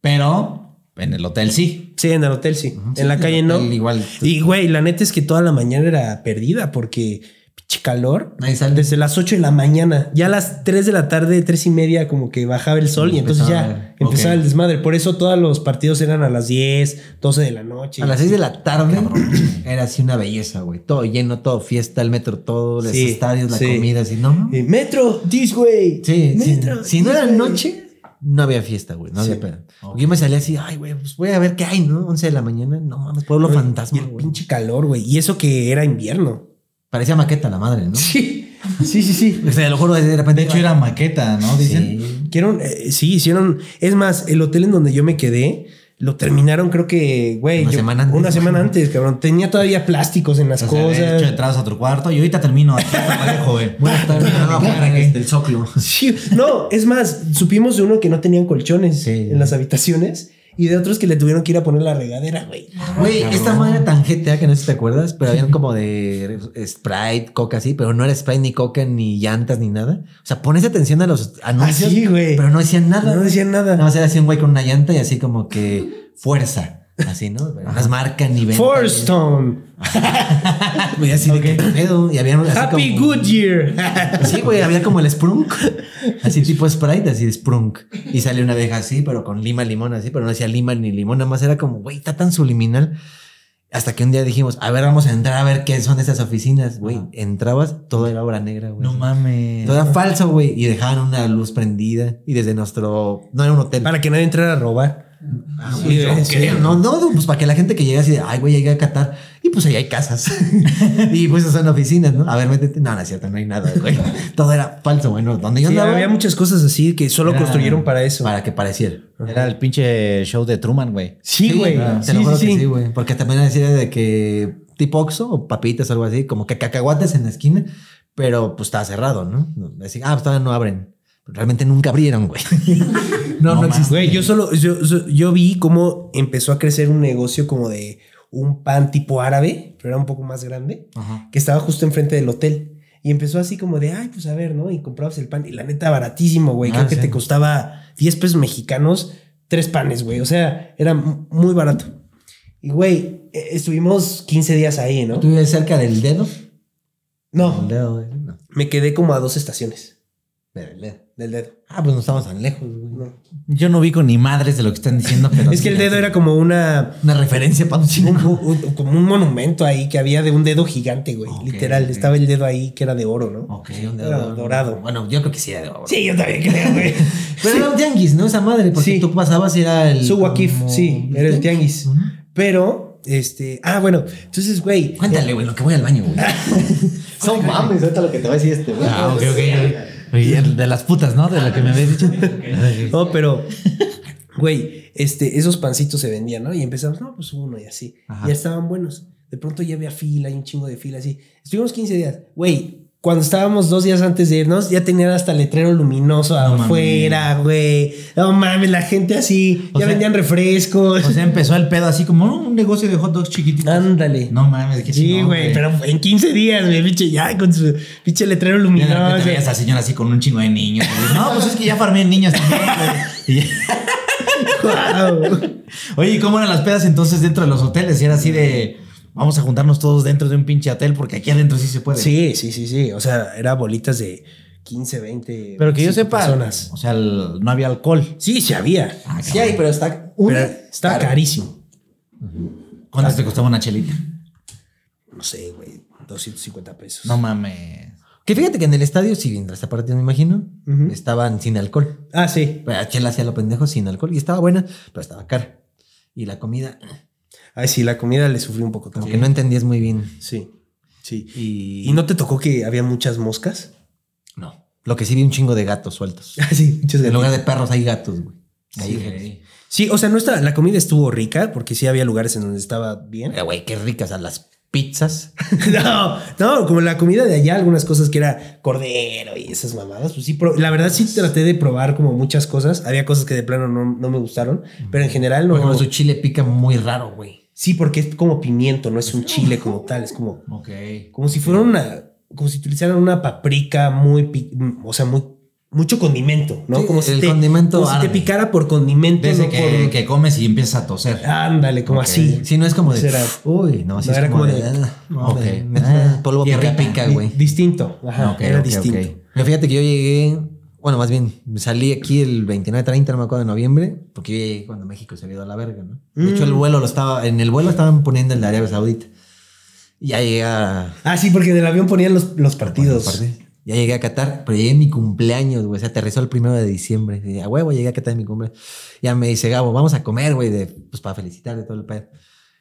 S2: Pero en el hotel sí.
S4: Sí, en el hotel sí.
S3: Ujú.
S4: En la
S3: Sí,
S4: calle
S3: el
S4: no.
S3: hotel Igual.
S4: Y güey, la neta es que toda la mañana era perdida porque pinche calor.
S3: Ahí sale.
S4: Desde las 8 de la mañana, ya a las 3 de la tarde, 3 y media, como que bajaba el sol y entonces
S3: Empezaba a
S4: ya
S3: ver.
S4: empezaba
S2: Ok.
S4: el desmadre. Por eso todos los partidos eran a las 10, 12 de la noche.
S3: A las 6 de la tarde *clears throat* era así una belleza, güey. Todo lleno, todo fiesta, el metro, todo, los
S4: Sí,
S3: estadios, la
S4: sí.
S3: comida, así, no, no.
S4: Eh, metro, this way.
S3: Sí, sí.
S4: Metro,
S3: si no
S4: this
S3: era
S4: way.
S3: noche, no había fiesta, güey. No
S4: Sí.
S3: había pedo. Porque Yo me salía así, ay, güey, pues voy a ver qué hay, ¿no? 11 de la mañana, no mames, pueblo
S4: Güey, y
S3: fantasma,
S4: el
S3: güey.
S4: pinche calor, güey. Y eso que era invierno.
S3: Parecía maqueta la madre, ¿no?
S4: Sí, sí, sí, sí.
S3: O sea, a lo mejor de repente.
S2: De hecho, era maqueta, ¿no? Dicen.
S3: Sí.
S4: Quiero, eh, sí, hicieron. Es más, el hotel en donde yo me quedé lo terminaron, creo que, güey,
S3: Una
S4: yo-
S3: semana antes.
S4: Una semana antes, cabrón. Tenía todavía plásticos en las
S2: O sea, de
S4: cosas.
S2: hecho, entras a tu cuarto y ahorita termino *laughs* aquí, te dejo, güey.
S3: Buenas *laughs* tardes, no, afuera, este, el zócalo.
S4: Sí, no, es más, supimos de uno que no tenían colchones
S3: Sí.
S4: en las habitaciones y de otros que le tuvieron que ir a poner la regadera, güey.
S3: Güey, esta madre tan GTA que no sé si te acuerdas, pero habían como de Sprite, Coca así, pero no era Sprite ni Coca ni llantas ni nada. O sea, pones atención a los anuncios,
S4: Así, güey.
S3: pero no decían nada.
S4: Ah, No decían nada.
S3: Nada más era así un güey con una llanta y así como que fuerza, así, ¿no? Pero No las marcas ni venta.
S4: Forstone,
S3: *laughs* Y así de que pedo. Y había así
S4: Happy
S3: como- *laughs*
S4: Goodyear.
S3: Sí, güey, había como el Sprunk, así tipo Sprite, así Sprunk. Y sale una abeja así, pero con lima, limón, así, pero no decía lima ni limón, nada más era como, güey, está tan subliminal. Hasta que un día dijimos, a ver, vamos a entrar a ver qué son esas oficinas, güey. Entrabas, todo era obra negra, güey.
S2: No mames.
S3: Todo era falso, güey. Y dejaban una luz prendida. Y desde nuestro. No era un hotel.
S4: Para que nadie entrara a robar.
S3: Ah, güey,
S4: Sí,
S3: yo
S4: sí.
S3: creo, No, no, pues para que la gente que llega así, de, ay, güey, llegué a Qatar. Y pues ahí hay
S4: *laughs*
S3: casas. y pues son oficinas, ¿no? A ver, métete. No, no es cierto, no hay nada,
S4: *laughs*
S3: güey. Todo era falso, güey. No, donde yo
S4: Sí,
S3: andaba,
S4: había muchas cosas así que solo
S2: Era-
S4: construyeron para eso.
S3: para que pareciera.
S2: Era el pinche show de Truman, güey.
S4: Sí, güey.
S3: Te
S4: Sí,
S3: lo juro
S4: sí,
S3: que
S4: sí.
S3: sí, güey. Porque también decía de que tipo Oxxo o papitas o algo así, como que cacahuates en la esquina, pero pues estaba cerrado, ¿no? Decían, ah, pues todavía no abren. Realmente nunca abrieron,
S4: *laughs*
S3: güey. no, no,
S2: No,
S3: existe.
S4: Güey, yo solo, yo, yo- yo vi cómo empezó a crecer un negocio como de un pan tipo árabe, pero era un poco más grande,
S2: Ajá.
S4: que estaba justo enfrente del hotel. Y empezó así como de, ay, pues a ver, ¿no? Y comprabas el pan. Y la neta, baratísimo, güey.
S3: Ah,
S4: Creo que
S3: sí.
S4: te costaba 10 pesos mexicanos, tres panes, güey. O sea, era m- muy barato. Y, güey, eh, estuvimos 15 días ahí, ¿no?
S3: ¿Tú vives cerca del dedo?
S4: No,
S3: Del dedo, güey. No,
S4: me quedé como a dos estaciones
S3: del dedo.
S4: del dedo.
S3: Ah, pues no estamos tan lejos, güey.
S4: No.
S2: Yo no ubico ni madres de lo que están diciendo, pero.
S4: *laughs* Es que el dedo era como una...
S3: Una referencia para un
S4: un-
S3: chingo.
S4: un- un- como un monumento ahí que había de un dedo gigante, güey.
S2: Ok,
S4: Literal,
S2: ok.
S4: estaba el dedo ahí que era de oro, ¿no?
S2: Ok,
S3: Sí, un
S4: Era dorado.
S3: Bueno, yo creo que sí era de oro.
S4: Sí, yo también creo, güey.
S3: Pero era un tianguis, ¿no? Esa madre, porque
S4: Sí.
S3: tú pasabas y era el.
S4: Su Wakif,
S3: como-
S4: sí, era el tianguis.
S3: Ujú.
S4: Pero, este, ah, bueno, entonces, güey.
S3: Cuéntale, güey, lo que voy al baño, güey. Son mames, ahorita lo que te va a decir este, güey.
S2: Ah, ok, ok. Oye, el De las putas, ¿no? De lo que me habías dicho.
S4: No, pero, güey, este, esos pancitos se vendían, ¿no? Y empezamos, no, pues uno y así.
S3: Ajá.
S4: Ya estaban buenos. De pronto ya había fila, hay un chingo de fila así. Estuvimos 15 días. Güey, cuando estábamos dos días antes de irnos, ya tenían hasta letrero luminoso
S2: No mames.
S4: afuera, güey. No mames, la gente así,
S2: O
S4: ya
S2: sea-
S4: vendían refrescos.
S2: O sea, empezó el pedo así como "Oh, un negocio de hot dogs chiquitito.
S4: Ándale.
S2: No mames, qué
S4: sí,
S2: chingón,
S4: güey, pero en 15 días, güey, pinche, ya con su pinche letrero
S2: Y de repente
S4: luminoso.
S2: veías al señor así con un chingo de niños. güey. No, pues es que ya farmé niños también, güey. Y- *laughs*
S4: Guau.
S2: Oye, ¿y cómo eran las pedas entonces dentro de los hoteles? Y era así de. Vamos a juntarnos todos dentro de un pinche hotel porque aquí adentro sí se puede.
S4: Sí, sí, sí, sí. O sea, era bolitas de 15, 20.
S2: *laughs* Pero que yo
S4: 25
S2: sepa.
S4: personas.
S2: O sea, el- no había alcohol.
S4: Sí, sí había.
S2: Ah,
S3: Sí hay, pero está...
S4: Pero
S3: Una,
S4: está
S3: Claro.
S4: carísimo.
S2: ¿Cuánto te costaba una chelita?
S4: No sé, güey. 250 pesos.
S2: No mames.
S3: Que fíjate que en el estadio, sí, mientras esta parte me imagino,
S4: Ujú.
S3: estaban sin alcohol.
S4: Ah, sí.
S3: Pero chela hacía lo pendejo sin alcohol y estaba buena, pero estaba cara. Y la comida,
S4: Ay, sí, la comida le sufrí un poco
S3: como
S4: también.
S3: que no entendías muy bien.
S4: Sí, sí.
S3: Y,
S4: ¿Y no te tocó que había muchas moscas?
S3: no. Lo que sí vi un chingo de gatos sueltos.
S4: *laughs* Ah, sí, muchas
S3: En lugar
S4: gatitas.
S3: de perros hay gatos, güey. Ahí,
S2: Sí,
S3: güey.
S2: güey.
S4: Sí, o sea, no estaba, la comida estuvo rica porque sí había lugares en donde estaba bien.
S3: Pero, güey, qué ricas a las pizzas.
S4: *laughs* no, no, como la comida de allá, algunas cosas que era cordero y esas mamadas. Pues sí, pro- la verdad sí traté de probar como muchas cosas. Había cosas que de plano no, no me gustaron, pero en general no.
S3: Por ejemplo, su chile pica muy raro, güey.
S4: Sí, porque es como pimiento, no es un chile como tal, es como,
S2: Ok.
S4: como si fuera una, como si utilizaran una paprika muy, pi- o sea, muy, mucho condimento, ¿no?
S3: Sí,
S4: como si
S3: el
S4: te,
S3: condimento
S4: como si te
S3: árabe.
S4: picara por condimento,
S2: Desde
S4: no
S2: que,
S4: por-
S2: que comes y empiezas a toser.
S4: ándale, como
S2: Ok.
S4: así.
S3: Pues Sí, no es como de.
S4: Será.
S3: Uy, no, sí
S4: No,
S3: es
S4: era
S3: como,
S4: como
S3: de.
S4: de-
S3: ah, no,
S2: Ok.
S3: de- ah, polvo
S2: Tierra
S3: pica, pica,
S4: Di-
S3: güey. Ah,
S4: distinto, ajá,
S2: Ok,
S4: era
S2: ok,
S4: distinto.
S2: ok.
S3: Pero fíjate que yo llegué, bueno, más bien, salí aquí el 29-30, no me acuerdo, de noviembre, porque yo llegué cuando México se había ido a la verga, ¿no? De hecho, el
S4: Mm.
S3: vuelo lo estaba, en el vuelo estaban poniendo el de Arabia Saudita. Y ya llegué a...
S4: Ah, sí, porque en el avión ponían los, los partidos.
S3: Ya llegué a Qatar, pero llegué en mi cumpleaños, güey. Se aterrizó el primero de diciembre. Y a huevo, llegué a Qatar en mi cumpleaños. Ya me dice, Gabo, vamos a comer, güey, de- pues para felicitar de todo el pedo.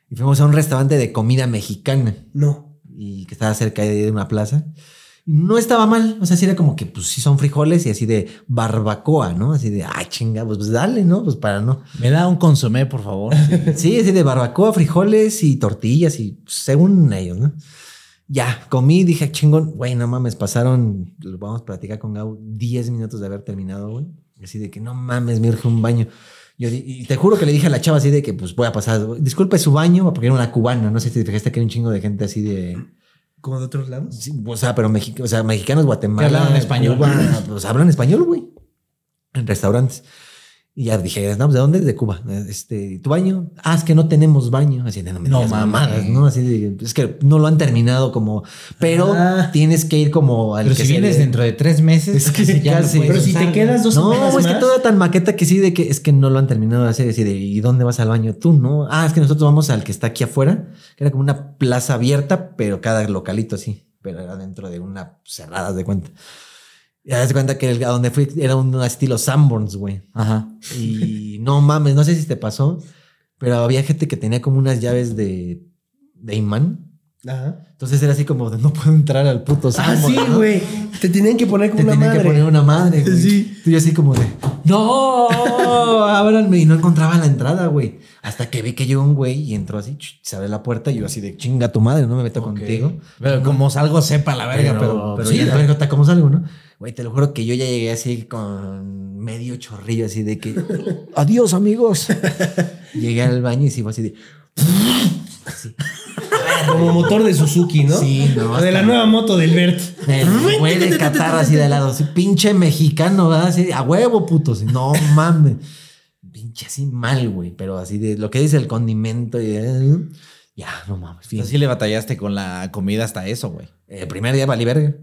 S3: Y fuimos a un restaurante de comida mexicana
S4: No.
S3: y que estaba cerca de una plaza. No estaba mal, o sea, sí era como que, pues sí son frijoles y así de barbacoa, ¿no? Así de, ah, chinga, pues, pues, dale, ¿no? Pues para no.
S2: Me da un consomé, por *laughs* favor.
S3: Sí, así de barbacoa, frijoles y tortillas y pues, según ellos, ¿no? Ya, comí, dije, chingón, güey, no mames, pasaron, lo vamos a platicar con Gabo, 10 minutos de haber terminado, güey. Así de que, no mames, me urge un baño. Yo, di- y te juro que le dije a la chava así de que, pues voy a pasar, güey. disculpe su baño, porque era una cubana, no sé si te fijaste que era un chingo de gente así de...
S4: ¿Como de otros lados?
S3: Sí, o sea, pero mexi- o sea, mexicanos, Guatemala.
S2: Que hablan español.
S3: Cuba, pues hablan español, güey. En restaurantes. Y ya dije, no, pues, ¿de dónde? De Cuba. Este, ¿tu baño? Ah, es que no tenemos baño. Así de, no me
S2: No
S3: digas mamadas,
S2: mames.
S3: ¿no? Así de, es que no lo han terminado como, pero
S4: Ah.
S3: tienes que ir como al
S2: Pero
S3: que
S2: si
S3: se
S2: vienes
S3: le-
S2: dentro de tres meses,
S3: Es que
S2: *laughs* ya no
S3: casi.
S2: puedes
S4: Pero si
S2: usar,
S4: te
S2: ¿no?
S4: quedas dos
S3: No,
S4: semanas
S3: es que
S4: más.
S3: todo era tan maqueta que sí, de que es que no lo han terminado de hacer. Así de, ¿y dónde vas al baño tú? No. Ah, es que nosotros vamos al que está aquí afuera, que era como una plaza abierta, pero cada localito así, pero era dentro de una cerrada, haz de cuenta. Y haz de cuenta que el- a donde fui era un estilo Sanborns, güey.
S2: Ajá.
S4: *laughs*
S3: Y no mames, no sé si te pasó, pero había gente que tenía como unas llaves de, de imán.
S4: Ajá.
S3: Entonces era así como de no puedo entrar al puto
S4: Ah,
S3: Sanborns.
S4: sí,
S3: ¿no?
S4: güey. Te tenían que poner como
S3: Te
S4: una
S3: tenía
S4: madre.
S3: que poner una madre, güey.
S4: Sí.
S3: Y yo así como de, no, ábranme. Y no encontraba la entrada, güey. Hasta que vi que llegó un güey y entró así, ch, se abre la puerta y yo así de, chinga tu madre, no me meto contigo.
S2: Pero como salgo, sepa la verga,
S3: Pero,
S2: pero,
S4: pues
S3: pero,
S2: pero
S3: sí,
S2: ya
S3: la
S2: te-
S3: verga está como salgo, ¿no? Güey, te lo juro que yo ya llegué así con medio chorrillo, así de
S4: *laughs*
S3: que, adiós, amigos. llegué al baño y se fue así de, *laughs* así.
S4: Como motor de Suzuki, ¿no?
S3: Sí, no,
S4: O de la
S3: hasta-
S4: nueva moto del Bert.
S3: El güey de Qatar así de al lado, así, pinche mexicano, ¿verdad? Así, a huevo, puto. así, no mames. Pinche así mal, güey. Pero así de lo que dice el condimento y de- ya, no mames. fin. Eh,
S2: Así le batallaste con la comida hasta eso, güey.
S3: El primer día valí verga.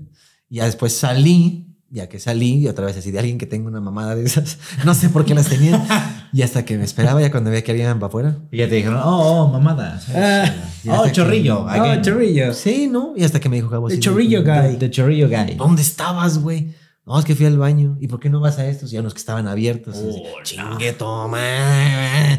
S3: Y Ya después salí, ya que salí, y otra vez así de alguien que tenga una mamada de esas. *laughs* No sé por qué las tenía. Y hasta que me esperaba, ya cuando veía que alguien para afuera.
S2: Y ya te dijeron, oh, oh *laughs* mamada.
S4: Ah,
S3: Ya
S2: oh,
S3: sé que-
S2: chorrillo.
S4: ah,
S2: again.
S4: chorrillo.
S3: Sí, ¿no? Y hasta que me dijo Gabo. así
S4: El
S3: de-
S4: chorrillo guy.
S2: The chorrillo guy.
S3: ¿Dónde estabas, güey? No, es que fui al baño. ¿Y por qué no vas a estos? Ya los que estaban abiertos. Así, Chingue, toma.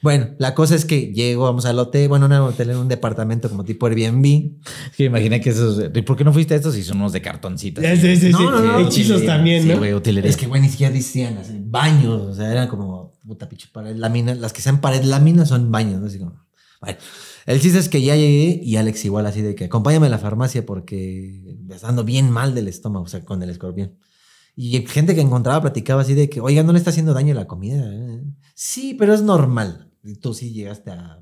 S3: Bueno, la cosa es que llego, vamos al hotel. Bueno, no, hotel en un departamento como tipo Airbnb.
S2: Es que imaginé que esos. ¿Y por qué no fuiste a estos si son unos de cartoncitas?
S4: Sí, sí, sí,
S3: No,
S4: sí.
S3: no, no,
S4: Hechizos
S2: utilería.
S4: también,
S2: Sí,
S4: ¿no?
S2: güey, utilería.
S3: Es que, güey, ni siquiera decían así, baños. O sea, eran como puta pinche pared lámina. Las que sean pared lámina son baños, ¿no? Así como Bueno, el chiste es que ya llegué y Alex igual así de que acompáñame a la farmacia porque me está dando bien mal del estómago, o sea, con el escorpión. Y gente que encontraba platicaba así de que, oiga, no le está haciendo daño la comida. eh?". Sí, pero es normal. Y tú sí llegaste a...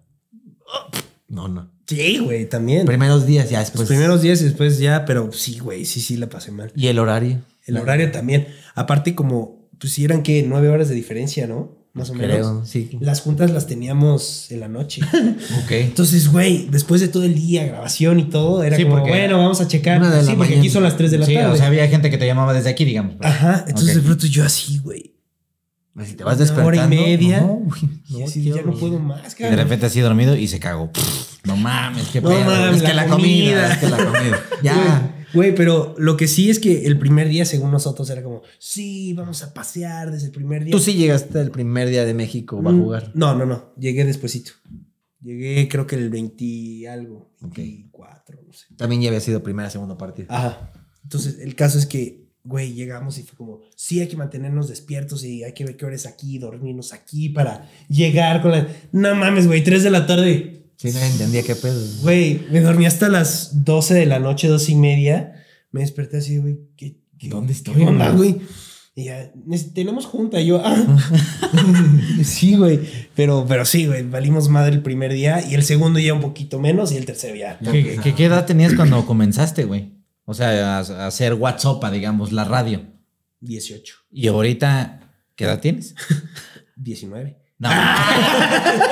S3: "Oh, No, no.
S4: Sí, güey, también.
S2: Pues,
S3: Primeros días, ya
S4: Los
S3: después.
S4: primeros días y después ya, pero sí, güey, sí, sí, la pasé mal.
S3: Y el horario.
S4: El horario también. Aparte, como, pues si eran que nueve horas de diferencia, ¿no? Más o menos.
S3: Creo, sí.
S4: Las juntas las teníamos en la noche. *laughs*
S3: Ok.
S4: Entonces, güey, después de todo el día, grabación y todo, era
S2: Sí,
S4: como,
S2: porque-
S4: bueno, vamos a checar.
S3: Una de
S4: sí,
S3: la
S4: porque aquí
S3: mañana.
S4: son las tres de la
S2: sí,
S4: tarde.
S2: o sea, había gente que te llamaba desde aquí, digamos.
S4: Ajá, entonces
S2: Ok.
S4: de pronto yo así, güey.
S3: Si te vas
S4: Una
S3: despertando.
S4: Hora y media.
S3: no,
S4: Y
S3: no,
S4: así,
S3: qué
S4: ya no
S3: horror.
S4: puedo más,
S2: Y de
S4: cabrón.
S2: repente así dormido y se cagó. Pff, No mames, qué
S4: No
S2: pedo.
S4: mames.
S3: Es que la,
S4: La comida.
S3: comida. Es que la comida. ya.
S4: Güey, Güey, pero lo que sí es que el primer día, según nosotros, era como, sí, vamos a pasear desde el primer
S3: *laughs*
S4: día.
S3: Tú sí llegaste el primer día de México a
S4: Mm,
S3: jugar.
S4: No, no, no. Llegué despuesito. Llegué creo que el 20 y algo,
S3: Ok.
S4: 24, no sé.
S3: También ya había sido primera, segunda partida.
S4: Ajá. Entonces, el caso es que, güey, llegamos y fue como, sí, hay que mantenernos despiertos y hay que ver qué hora es aquí, dormirnos aquí para llegar con la... No mames, güey, 3 de la tarde.
S3: Sí, nadie entendía qué pedo.
S4: Güey, me dormí hasta las 12 de la noche, 2 y media. Me desperté así, güey, ¿qué, qué-
S2: ¿Dónde
S4: qué
S2: estoy,
S4: onda,
S2: güey?
S4: güey? Y ya, "Nes- tenemos junta. Y yo, ah. sí, güey. Pero, pero sí, güey, valimos madre el primer día y el segundo ya un poquito menos y el tercero ya.
S2: ¿Qué, qué, qué edad tenías cuando comenzaste, güey? O sea, a, a hacer WhatsApp, digamos, la radio.
S4: 18,
S2: Y ahorita, ¿qué edad tienes?
S4: 19,
S2: No,
S4: Ah,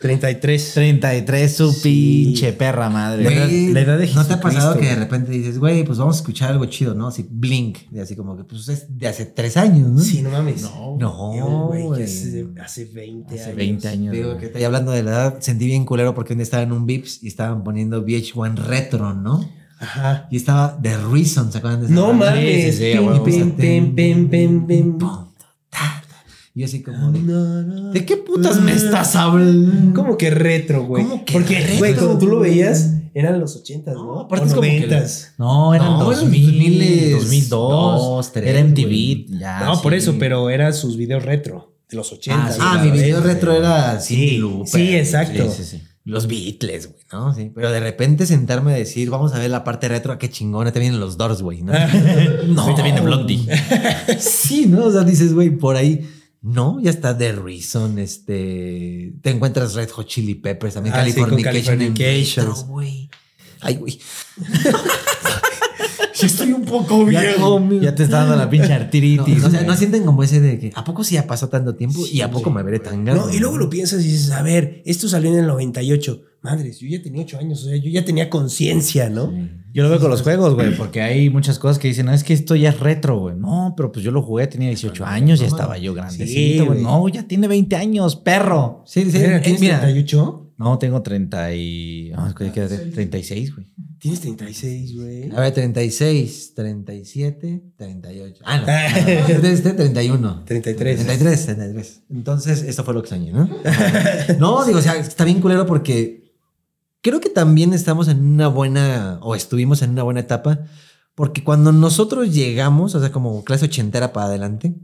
S4: 33.
S2: 33, su pinche perra madre.
S3: Güey,
S4: la edad de
S3: ¿No te ha
S4: Jesucristo,
S3: pasado que
S4: güey.
S3: de repente dices, güey, pues vamos a escuchar algo chido, ¿no? Así, Blink. De así como que, pues es de hace tres años, ¿no?
S4: *laughs* Sí, no mames.
S2: No,
S3: No,
S4: güey,
S3: güey.
S4: hace, hace 20
S2: hace
S4: años.
S2: 20 años.
S3: Digo
S2: güey.
S3: que estoy hablando de la edad, sentí bien culero porque un día estaba en un Vips y estaban poniendo VH1 Retro, ¿no?
S4: Ajá.
S3: Y estaba The Reason, ¿se acuerdan de esa
S4: No
S3: banda?
S4: mames.
S2: sí, sí, a huevo.
S4: Pim, pim, pim, pim, pim, pim.
S3: Pum, ta, ta. Y yo así como de,
S4: ¿De
S3: ¿de qué putas
S2: Mm.
S3: me estás hablando?
S4: ¿Cómo que retro, güey?
S3: ¿Cómo que
S4: Porque,
S3: retro,
S4: güey, cuando tú lo
S3: güey?
S4: veías, eran los 80s, ¿no?
S3: No,
S4: no
S3: aparte
S4: o
S3: es como que-
S4: 90s.
S2: No, eran
S3: No,
S2: 2000,
S3: 2000,
S2: 2002,
S3: 2003,
S2: era MTV.
S3: güey.
S2: ya,
S4: Ah, no, por
S2: sí.
S4: eso, pero eran sus videos retro de los 80s.
S3: Ah, sí, ah,
S4: ¿sabes?
S3: mi video retro era
S4: Sí,
S3: Cindy Looper.
S4: sí, exacto.
S2: Sí, sí, sí.
S3: Los Beatles, güey, ¿no? Sí. Pero de repente sentarme a decir, vamos a ver la parte retro, qué chingona te vienen los Doors, güey,
S4: *laughs*
S3: ¿no? no.
S2: Ahorita viene
S3: *laughs*
S2: Blondie.
S3: Sí, ¿no? O sea, dices, güey, por ahí. No, ya está The Reason, este... Te encuentras Red Hot Chili Peppers, también
S4: Ah, sí, con
S3: Californication. en
S4: Californication.
S3: retro, güey. Ay, güey.
S2: estoy un poco
S3: Ya-
S2: Ya te está dando la pinche
S3: *laughs* No,
S2: artritis.
S3: o sea, no
S2: güey.
S3: sienten como ese de que, ¿a poco sí ya pasó tanto tiempo? ¿Y a poco me veré tan
S4: No, y luego lo piensas y dices, a ver, esto salió en el 98. Madres, yo ya tenía 8 años, o sea, yo ya tenía conciencia, ¿no?
S2: Yo lo veo con los juegos, güey, porque hay muchas cosas que dicen, no, es que esto ya es retro, güey. No, pero pues yo lo jugué, tenía 18 años, ya estaba yo grandecito, güey.
S4: güey.
S2: No, ya tiene 20 años, perro.
S3: Sí, sí,
S4: Mira,
S3: eh,
S4: ¿Tienes
S3: mira,
S4: 38?
S2: No, tengo 30 y... ah, ¿qué queda? 36, güey.
S4: Tienes 36, güey.
S3: A ver, 36, 37, 38. Ah, no. Este, 31.
S4: 33.
S3: 33, 33. Entonces, esto fue lo que soñé, ¿no? No, digo, o sea, está bien culero porque creo que también estamos en una buena, o estuvimos en una buena etapa, porque cuando nosotros llegamos, o sea, como clase ochentera para adelante,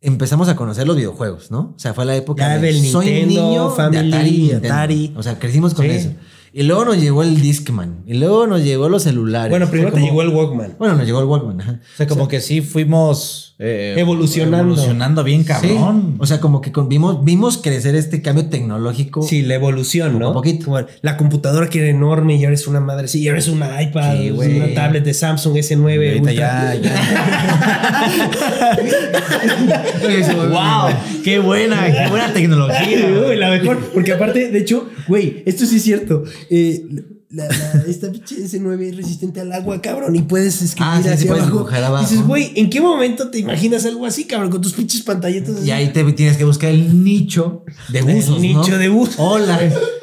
S3: empezamos a conocer los videojuegos, ¿no? O sea, fue la época
S4: Ya del Nintendo, Family,
S3: Nintendo.
S4: Atari.
S3: O sea, crecimos con
S4: Sí.
S3: eso. Y luego nos llegó el Discman. Y luego nos llegó los celulares.
S4: Bueno,
S3: O sea,
S4: primero te
S3: como-
S4: llegó el Walkman.
S3: Bueno, nos llegó el Walkman, ajá.
S2: O sea, como que sí fuimos... eh,
S4: Evolucionando.
S2: Evolucionando bien, cabrón.
S3: Sí. O sea, como que con- vimos, vimos crecer este cambio tecnológico.
S4: Sí, la evolución, ¿no?
S3: a poquito.
S4: Como
S3: *laughs*
S4: La computadora que era enorme y ahora es una madre. Sí, ahora es una iPad,
S3: Sí,
S4: es
S3: güey.
S4: una tablet de Samsung S9.
S2: Ahorita
S4: Ultra.
S2: ya, ya.
S4: *laughs* *laughs*
S3: wow.
S2: ¡Qué buena! ¡Qué buena tecnología!
S4: Ay,
S2: güey.
S4: güey, la mejor. Porque aparte, de hecho, güey, esto sí es cierto. Eh, la- la- esta pinche S9 es resistente al agua, cabrón. Y puedes escribir
S3: Ah, sí, sí,
S4: hacia
S3: puedes
S4: abajo.
S3: dibujar abajo.
S4: Dices, güey, ¿en qué momento te imaginas algo así, cabrón? Con tus pinches pantalletas.
S3: Y ahí te tienes que buscar el nicho de
S4: El
S3: buzos. ¿no?
S4: nicho de buzos. *laughs*
S3: Hola.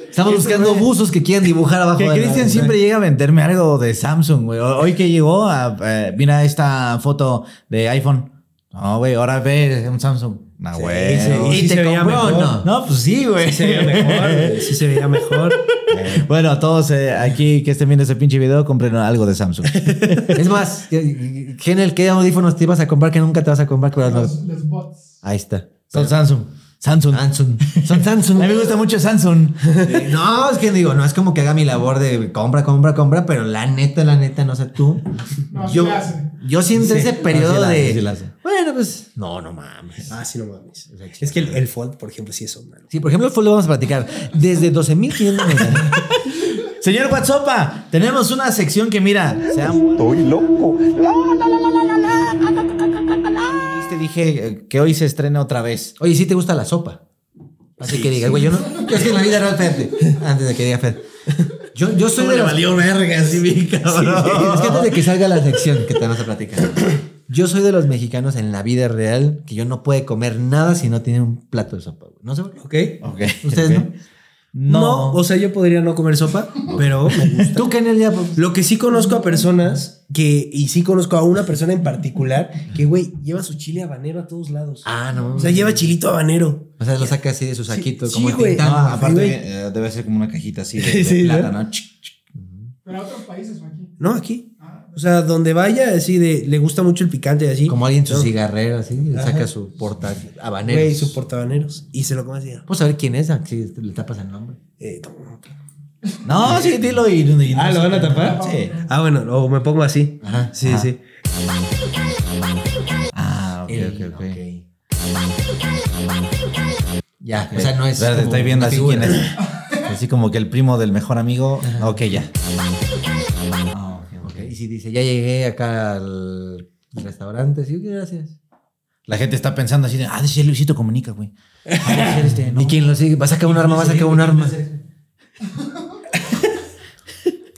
S3: Estamos buscando buzos que quieran dibujar abajo.
S2: Que
S3: de la-
S2: Cristian siempre
S3: *laughs*
S2: llega a venderme algo de Samsung, güey. Ho- Hoy que llegó, a, eh, mira esta foto de iPhone. No, güey, ahora ve un Samsung. No,
S4: Sí,
S2: güey.
S4: sí,
S3: ¿Y
S4: sí
S3: te
S4: se veía
S3: compró o
S4: mejor.
S3: no?
S2: No, pues sí, güey.
S4: Sí se veía mejor. güey, Sí se veía mejor.
S2: *laughs* bueno, a todos eh, aquí que estén viendo ese pinche video, compren algo de *laughs* Samsung.
S3: Es más, ¿qué- ¿qué en el qué audífonos te ibas a comprar que nunca te vas a comprar? Pero no-
S5: Los, los bots.
S3: Ahí está.
S2: Son Samsung. Samsung.
S3: Samsung. Son
S2: A
S3: Samsung.
S2: mí me gusta mucho Samsung.
S3: Sí, No, es que digo, no es como que haga mi labor de compra, compra, compra, pero la neta, la neta, no sé tú.
S5: No, sí
S3: yo,
S5: la hace.
S3: yo siento ese periodo la hace, de. sí la hace. bueno, pues. No, no mames.
S4: Ah, sí, no mames.
S3: O sea,
S4: Es que el, el Fold, por ejemplo, sí es onda. ¿no?
S3: Sí, por ejemplo, el fútbol vamos a platicar. Desde 12.500.
S2: *laughs* Señor Guatsopa, tenemos una sección que mira, se llama- Te dije eh, que hoy se estrena otra vez.
S3: Oye, sí te gusta la sopa. Así que diga, güey, yo no. Yo *laughs* es que en la vida real, espérate, Antes de que diga Fed. Yo, yo soy de los.
S4: verga, así, mi
S3: Sí, es que antes de que salga la sección que te vamos a platicar. Yo soy de los mexicanos en la vida real que yo no puede comer nada si no tiene un plato de sopa. güey. No sé por qué.
S4: Ok.
S2: Ok.
S3: ¿Ustedes
S2: ok.
S3: no?
S4: No.
S2: No.
S4: o sea, yo podría no comer sopa,
S3: *laughs*
S4: pero me gusta.
S3: ¿Tú qué en el día?
S4: Lo que sí conozco a personas que, y sí conozco a una persona en particular, que güey, lleva su chile habanero a todos lados.
S3: Ah, no.
S4: o sea, lleva chilito habanero.
S3: O sea, lo saca así de su saquito,
S4: Sí,
S3: como
S4: sí, güey.
S3: tintán.
S2: No,
S4: Ah,
S2: aparte
S4: güey.
S2: eh, debe ser como una cajita *laughs* así de, de
S4: Sí, ¿no?
S2: plátano. Ch- ch-
S5: Pero a otros países o aquí.
S4: No, aquí.
S5: Ah,
S4: O sea, donde vaya, así de, le gusta mucho el picante, así.
S3: Como alguien su
S4: ¿no?
S3: cigarrero, así, le
S4: Ajá.
S3: saca su porta habanero.
S4: Güey, su portabaneros. Y se lo come así.
S3: Vamos a ver quién es, si le tapas el nombre.
S4: eh, no, claro.
S2: No, sí, dilo y. y-
S4: Ah, ¿lo van a tapar?
S2: Sí.
S4: Ah, bueno, o me pongo así.
S3: Ajá.
S4: Sí,
S3: Ajá.
S4: sí.
S2: Ah, ok,
S3: Eh,
S2: ok, ok.
S3: Ya, o sea, no es.
S2: Espérate,
S3: como
S2: estoy viendo
S3: una
S2: así
S3: figura.
S2: quién es. Así como que el primo del mejor amigo. Ok, ya.
S3: Ah, ok, ok. Y si dice, ya llegué acá al restaurante, sí, gracias.
S2: La gente está pensando así de, ah, de ser Luisito comunica, güey. Ah, de ser este, ¿no?
S3: Ni quien lo sigue, va a sacar un arma, va a sacar un arma.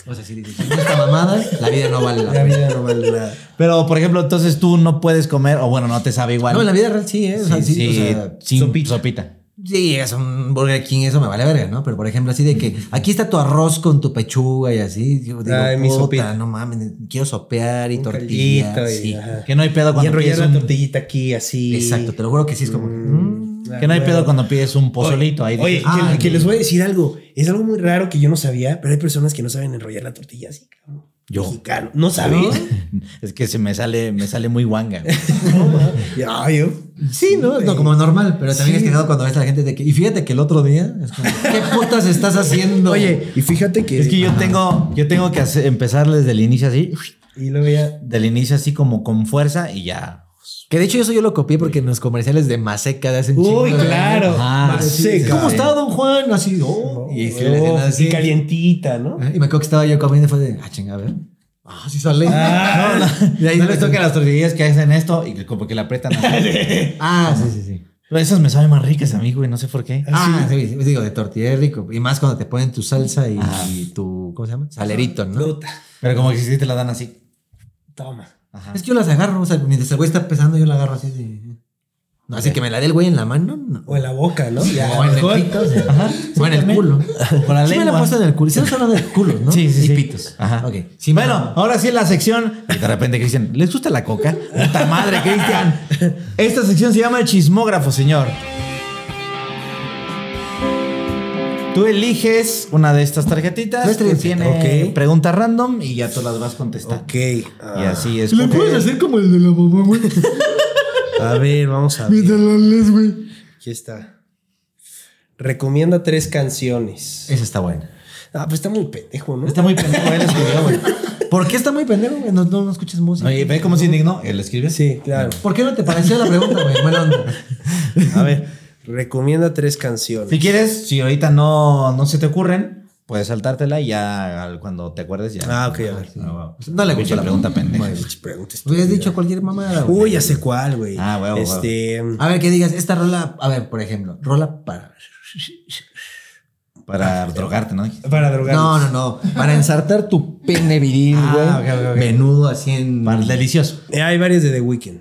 S3: O sea, si dices, "Con esta mamada, la vida no vale la
S4: La
S3: pena.
S4: vida no vale nada.
S2: *laughs* Pero, por ejemplo, entonces tú no puedes comer, o bueno, no te sabe igual.
S3: No, en la vida real sí, ¿eh? O sea,
S2: sí,
S3: sí,
S2: sí,
S3: o sea,
S2: sin
S3: sopita.
S2: sopita.
S3: Sí, llegas a un Burger King, eso me vale verga, ¿no? Pero por ejemplo, así de que aquí está tu arroz con tu pechuga y así. Yo digo,
S4: Ay, mi
S3: puta,
S4: sopita.
S3: no mames, quiero sopear y
S4: Un
S3: tortilla.
S4: caldito y-
S3: sí.
S4: ajá.
S2: Que no hay pedo
S4: Y
S2: cuando
S4: enrollar
S2: pides
S4: la
S2: un...
S4: tortillita aquí, así.
S3: Exacto, te lo juro que sí es como.
S4: Mm,
S2: Que no hay
S4: ah,
S2: pedo
S4: bueno.
S2: cuando pides un pozolito. Pues Ahí "Ah,
S4: Oye,
S2: dices,
S4: que-
S3: "Ay,
S4: que, les voy a decir algo. Es algo muy raro que yo no sabía, pero hay personas que no saben enrollar la tortilla así, cabrón.
S2: Yo.
S4: Mexicano. ¿No sabes?
S2: *laughs* Es que se me sale, me sale muy guanga. güey.
S4: Ya, yo.
S3: Sí, ¿no? No, como normal, pero también es quedado cuando ves a la gente de que. Y fíjate que el otro día es como, ¿qué putas estás haciendo?
S4: Oye, y fíjate que.
S2: es que yo tengo, yo tengo que hacer- empezar desde el inicio así,
S4: Y luego ya.
S2: del inicio así como con fuerza y ya.
S3: Que de hecho eso yo lo copié porque en los comerciales de Maseca de hacen
S4: Uy,
S3: chingo de-
S4: claro.
S2: Ah,
S4: Más
S2: sí,
S4: seca.
S3: ¿Cómo está Don Juan? Así, oh.
S4: Y,
S3: Y sí le hacen así.
S4: calientita,
S3: *laughs*
S4: ¿no?
S3: Y me acuerdo que estaba yo comiendo y fue de, ah, chinga, a ver. Ah, sí sale.
S4: Ah,
S3: *laughs* de ahí
S2: no
S3: me
S2: les
S3: toca-
S2: toca las tortillas que hacen esto y que como que la apretan. así.
S3: Ah, *laughs* sí, sí, sí.
S2: Pero esas me saben más ricas a mí, güey, no sé por qué.
S3: Ah, sí, sí, digo, de tortilla es rico. Y más cuando te ponen tu salsa y,
S2: Ah.
S3: y tu, ¿cómo se llama? Salerito, ¿no?
S4: Puta.
S2: Pero como que sí te la dan así.
S4: Toma.
S2: Ajá.
S3: Es que yo las agarro, o sea, mientras el güey está pesando, yo la agarro así. de- No, así que me la dé el güey en la mano, no.
S4: O en la boca, ¿no? Ya,
S3: o en el
S4: mejor.
S3: pito, o sea, o en el culo.
S2: Con la
S3: sí me la he
S2: lengua.
S3: puesto en el culo. Estamos hablando de culos, ¿no?
S2: Sí, sí,
S3: Y
S2: sí.
S3: pitos.
S2: Ajá.
S3: Ok. Sí, me-
S2: bueno, ahora sí en la sección. Y de repente, Cristian, ¿les gusta la coca? ¡Puta madre, Cristian! Esta sección se llama el chismógrafo, señor. Tú eliges una de estas tarjetitas
S3: Nuestra
S2: que
S3: tarjeta,
S2: tiene
S4: ok.
S2: preguntas random y ya tú las vas contestando.
S4: Ok.
S2: Y
S4: Ah,
S2: así es.
S6: ¿Le puedes hacer como el de la mamá, güey?
S4: A ver, vamos a ver.
S6: Mientras lo lees, güey.
S4: Aquí está. Recomienda tres canciones.
S3: Esa está buena.
S4: Ah, pues está muy pendejo, ¿no?
S2: Está muy pendejo, él escribió,
S3: *laughs*
S2: güey.
S3: ¿Por qué está muy pendejo, güey? No, no, no escuchas música.
S2: Oye, ve cómo se indignó. Él escribió.
S4: Sí, claro.
S3: ¿Por qué no te pareció la pregunta, güey? Buena onda.
S4: A ver, *laughs* recomienda tres canciones.
S2: Si quieres, si ahorita no, no se te ocurren, puedes saltártela y ya al- cuando te acuerdes ya.
S4: Ah, ok, a ver.
S2: Ah, wow.
S3: No le gustó
S2: Pinche
S3: la
S2: pregunta pendeja.
S4: Pinche pregunta estúpida.
S3: Hubieras dicho cualquier mamada, güey.
S4: Uy, ya sé cuál, güey.
S2: Ah, huevo, huevo.
S4: Este.
S3: A ver, que digas, esta rola, a ver, por ejemplo, rola para.
S2: Para drogarte, ¿no?
S4: Para drogar.
S3: No, no, no. Para ensartar tu pene viril,
S2: Ah,
S3: güey.
S2: ok, ok, ok.
S3: Menudo así en.
S2: Para el delicioso.
S4: Eh, hay varias de The Weeknd.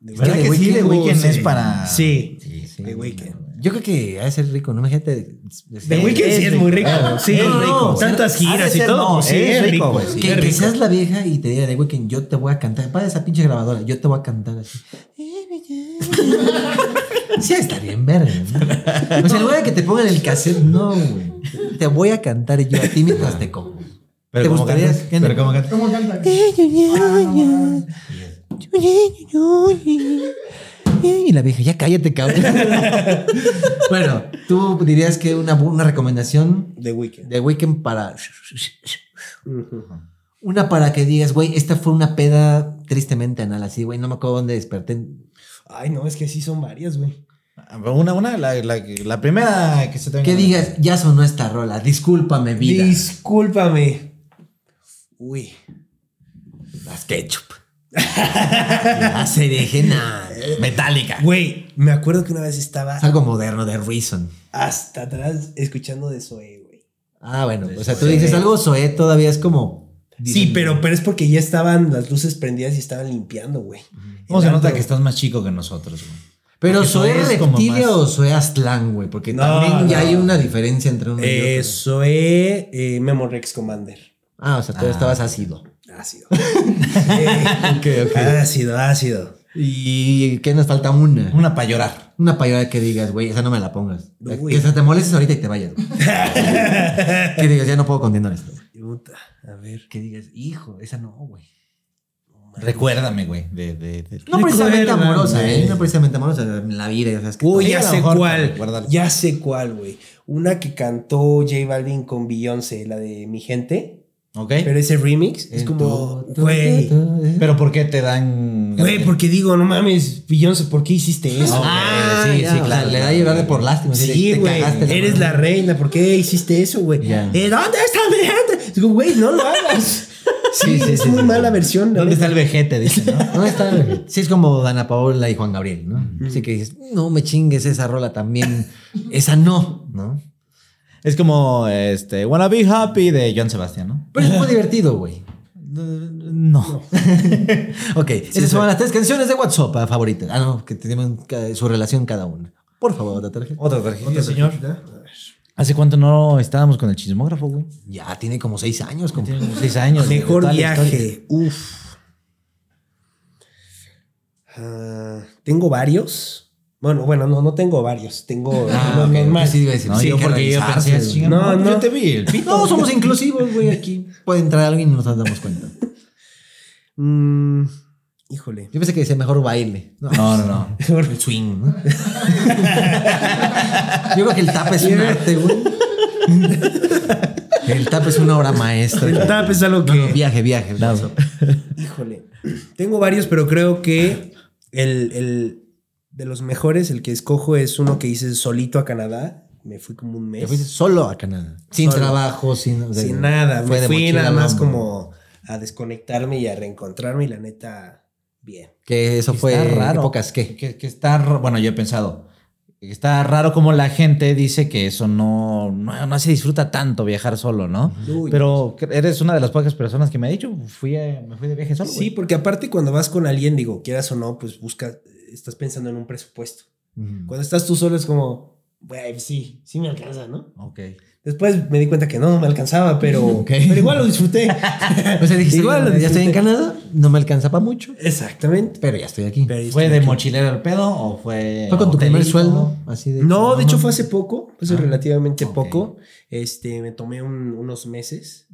S4: De
S2: ¿Verdad
S3: The
S2: que sí?
S3: Weeknd,
S2: The
S3: güey,
S2: Weeknd
S3: sí.
S2: es para...
S4: Sí.
S3: Sí, sí.
S4: The Weeknd.
S3: Yo creo que ha de ser rico, ¿no? Imagínate.
S4: The Weeknd sí es muy rico. Sí,
S3: No,
S4: es
S3: no,
S4: rico.
S3: no.
S4: Tantas
S2: Ha de
S4: giras y
S2: ser,
S4: todo.
S2: no,
S4: pues sí, es rico, güey.
S2: sí,
S3: Que,
S4: es
S3: que
S4: rico.
S3: seas la vieja y te diga de Weekend, yo te voy a cantar. Para esa pinche grabadora, yo te voy a cantar así. *laughs* Sí, está bien verga. ¿no? O sea, en lugar de que te pongan el cassette, no, güey. Te voy a cantar yo a ti mientras te como.
S2: Pero
S3: ¿Te
S2: como
S3: gustaría?
S2: cantas,
S3: ¿Qué?
S2: Pero como cantas.
S5: ¿Cómo canta?
S7: Ay, ay, ay, ay. Ay, ay, ay.
S3: "Eh", Y la vieja, ya cállate, cabrón. bueno, tú dirías que una, bu- una recomendación
S4: The Weeknd.
S3: de Weekend para. Una para que digas, güey, esta fue una peda tristemente anal, así, güey, no me acuerdo dónde desperté.
S4: Ay, no, es que sí son varias, güey.
S2: Ah, Una, una, la, la, la primera que se te venga
S3: Que
S2: a la
S3: digas, ya sonó esta rola, discúlpame, vida.
S4: Discúlpame. Uy.
S3: Las ketchup. La serejena. Metálica.
S4: Güey, me acuerdo que una vez estaba
S3: Es algo moderno de Reason.
S4: hasta atrás escuchando de Zoe, güey.
S3: Ah, bueno, o sea, tú dices algo soe, todavía es como.
S4: Sí, pero, pero es porque ya estaban las luces prendidas y estaban limpiando, güey.
S2: ¿Cómo se
S4: El
S2: nota
S4: antro.
S2: que estás más chico que nosotros, güey?
S3: Pero
S2: Porque
S3: soe
S2: Zoé es como
S3: reptilia
S2: más-
S3: o soe aztlán, güey, porque
S4: No,
S3: también ya
S4: no.
S3: hay una diferencia entre uno y otro.
S4: Eso es eh, Memo Rex Commander.
S3: Ah, o sea, tú
S2: Ah.
S3: estabas ácido.
S4: Ácido. *laughs* Eh,
S3: Ok,
S4: ácido, ácido.
S3: ¿Y qué nos falta? Una. Una,
S2: Una para llorar.
S3: payola que digas, güey, esa no me la pongas. Eh,
S4: Uy.
S3: Que se te molestes ahorita y te vayas.
S4: *laughs*
S3: güey. que digas, ya no puedo condenar esto.
S4: Puta, a ver.
S3: Que digas, hijo, esa no, güey.
S2: Recuérdame, güey. De, de, de-
S3: No precisamente
S4: Recuérdame.
S3: amorosa, ¿eh? No precisamente amorosa, la vida, o sea, es que-
S4: Uy,
S2: Sí,
S4: ya
S2: a lo
S4: sé
S2: mejor,
S4: cuál.
S2: pero guárdalo.
S4: Ya sé cuál, güey. Una que cantó J Balvin con Beyoncé, la de Mi Gente.
S2: ¿Ok?
S4: Pero
S2: Pero,
S4: ese remix es como, güey.
S2: ¿por qué te dan.
S4: Güey, porque digo, no mames, Beyoncé, ¿por qué hiciste eso?
S2: Ok,
S3: Ah,
S2: sí,
S3: ya,
S2: sí,
S3: o sea,
S2: claro,
S3: le da
S2: claro.
S3: a llorar de por lástima. así de,
S4: Sí,
S3: te
S4: güey.
S3: cagaste la
S4: Eres
S3: mano.
S4: la reina. ¿Por qué hiciste eso, güey?
S3: Ya.
S4: Eh, ¿Dónde está mi gente? Digo, güey, no lo hagas. Sí,
S3: sí,
S4: es
S3: sí,
S4: muy
S3: sí.
S4: mala versión. la
S2: ¿Dónde está
S4: neta.
S2: el vejete? Dice,
S3: *laughs*
S2: ¿no?
S3: No está.
S4: *laughs*
S3: güey. Sí, es como Dana Paola y Juan Gabriel, ¿no? Así que dices, no me chingues esa rola también. Esa no, ¿no?
S2: es como este. Wanna be happy de John Sebastián, ¿no?
S3: Pero
S4: *laughs*
S3: es muy divertido, güey.
S2: No.
S3: Ok, esas son las tres canciones de WhatsApp ah, favoritas. Ah, no, que tienen ca- su relación cada una. Por favor, otra tarjeta.
S2: Otra tarjeta, señor. ¿Hace cuánto no estábamos con el chismógrafo, güey?
S3: Ya tiene como seis años,
S2: Tiene
S3: compa.
S2: como seis años. güey,
S4: Mejor
S2: toda la historia.
S4: viaje. Uf. Ah, tengo varios. Bueno, bueno, no, no tengo varios. Tengo
S3: Ah,
S4: uno
S3: ok,
S4: normal.
S3: sí, iba a decir,
S2: No,
S3: sí,
S2: yo
S3: hay que
S2: porque yo
S3: revisarse,
S2: pensé,
S3: güey.
S2: chinga,
S4: No,
S2: no, pues
S4: no.
S2: yo te vi el pito.
S3: No, somos inclusivos, güey, aquí. Puede entrar alguien y no nos damos cuenta.
S4: Mm, híjole.
S3: Yo pensé que decía mejor baile. No,
S2: No, no, no.
S3: El swing, ¿no? Yo creo que el tap es un arte, güey. El tap es una obra maestra.
S4: El tap es algo
S3: No,
S4: que-
S3: no, viaje, viaje.
S4: Híjole. Tengo varios, pero creo que el, el de los mejores, el que escojo es uno que hice solito a Canadá. Me fui como un mes.
S3: Te fuiste solo a Canadá. Sin
S4: Solo.
S3: trabajo, sin, o sea,
S4: sin nada.
S3: fue
S4: me
S3: de
S4: fui
S3: mochila
S4: nada
S3: al
S4: más
S3: hombro.
S4: como a desconectarme y a reencontrarme y la neta, bien.
S3: Que eso
S2: Está
S3: fue
S2: raro.
S3: épocas que.
S2: Que, que está, r- bueno, yo he pensado, que está raro como la gente dice que eso no, no, no se disfruta tanto viajar solo, ¿no?
S4: Uy.
S2: Pero que- eres una de las pocas personas que me ha dicho, fui a- me fui de viaje solo.
S4: Sí,
S2: güey.
S4: porque aparte cuando vas con alguien, digo, quieras o no, pues busca, estás pensando en un presupuesto. Cuando estás tú solo es como, güey, sí, sí me alcanza, ¿no?
S2: Ok.
S4: Después me di cuenta que no, no me
S3: *laughs*
S4: alcanzaba, pero, pero igual lo disfruté. *laughs*
S3: O sea, dijiste,
S4: Igual lo
S3: ya estoy en
S4: disfruté.
S3: Canadá, no me alcanza para mucho,
S4: Exactamente.
S3: pero ya estoy aquí.
S4: Pero
S2: ¿Fue de mochilero al pedo o fue...
S3: ¿Fue con tu primer
S2: hotelito?
S3: sueldo? Así de,
S4: No, de hecho fue hace poco, hace
S3: Ah,
S4: relativamente
S3: ok.
S4: poco. Este, me tomé un- unos meses.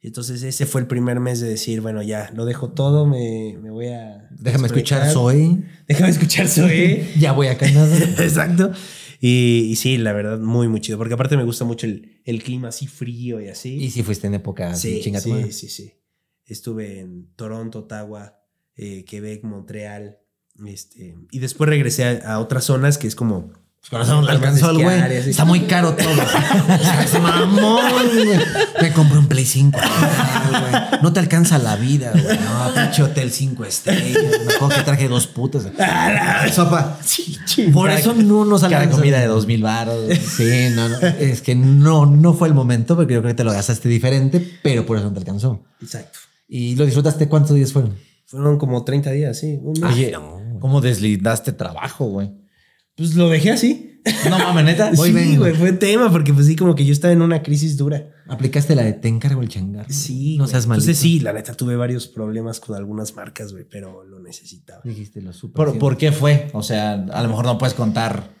S4: Y entonces ese fue el primer mes de decir, bueno, ya, lo dejo todo, me, me voy a...
S3: Déjame escuchar,
S4: desconectar.
S3: soy.
S4: Déjame
S3: *laughs*
S4: escuchar Zoe.
S3: Ya voy a Canadá.
S4: Exacto. Y, y sí, la verdad, muy, muy chido. Porque aparte me gusta mucho el, el clima así frío y así.
S3: y si fuiste en época
S4: sí,
S3: chinga tu
S4: sí,
S3: madre.
S4: sí, sí. Estuve en Toronto, Ottawa, eh, Quebec, Montreal. Este, y después regresé a, a otras zonas que es
S3: *laughs*
S4: como...
S3: Pues con razón, le alcanzó al
S4: Esquiar
S3: güey.
S4: y así.
S3: Está muy caro *laughs* todo. Es mamón, güey. Me compré un Play *laughs* 5. ah, güey. No te alcanza la vida, güey. No, pinche hotel 5 estrellas. Mejor que traje dos putas. Ah, Sopa. *laughs* Por eso no nos
S2: Cada
S3: alcanza.
S2: comida de dos mil baros.
S3: Sí, no, no. Es que no, no fue el momento porque yo creo que te lo gastaste diferente, pero por eso no te alcanzó.
S4: Exacto.
S3: ¿Y lo disfrutaste cuántos días fueron?
S4: Fueron como 30 días, sí. un mes.
S2: Oye, ¿cómo deslindaste trabajo, güey?
S4: Pues lo dejé así.
S2: No mames, neta.
S3: Voy,
S4: *laughs* sí,
S3: vengo.
S4: güey, fue tema porque pues sí, como que yo estaba en una crisis dura.
S3: Aplicaste la de te encargo el changar.
S4: Sí,
S3: no
S4: güey.
S3: seas maldito.
S4: Entonces sí, la neta tuve varios problemas con algunas marcas, güey, pero lo necesitaba.
S3: Dijiste lo super.
S2: ¿Por, por qué fue? O sea, a lo mejor no puedes contar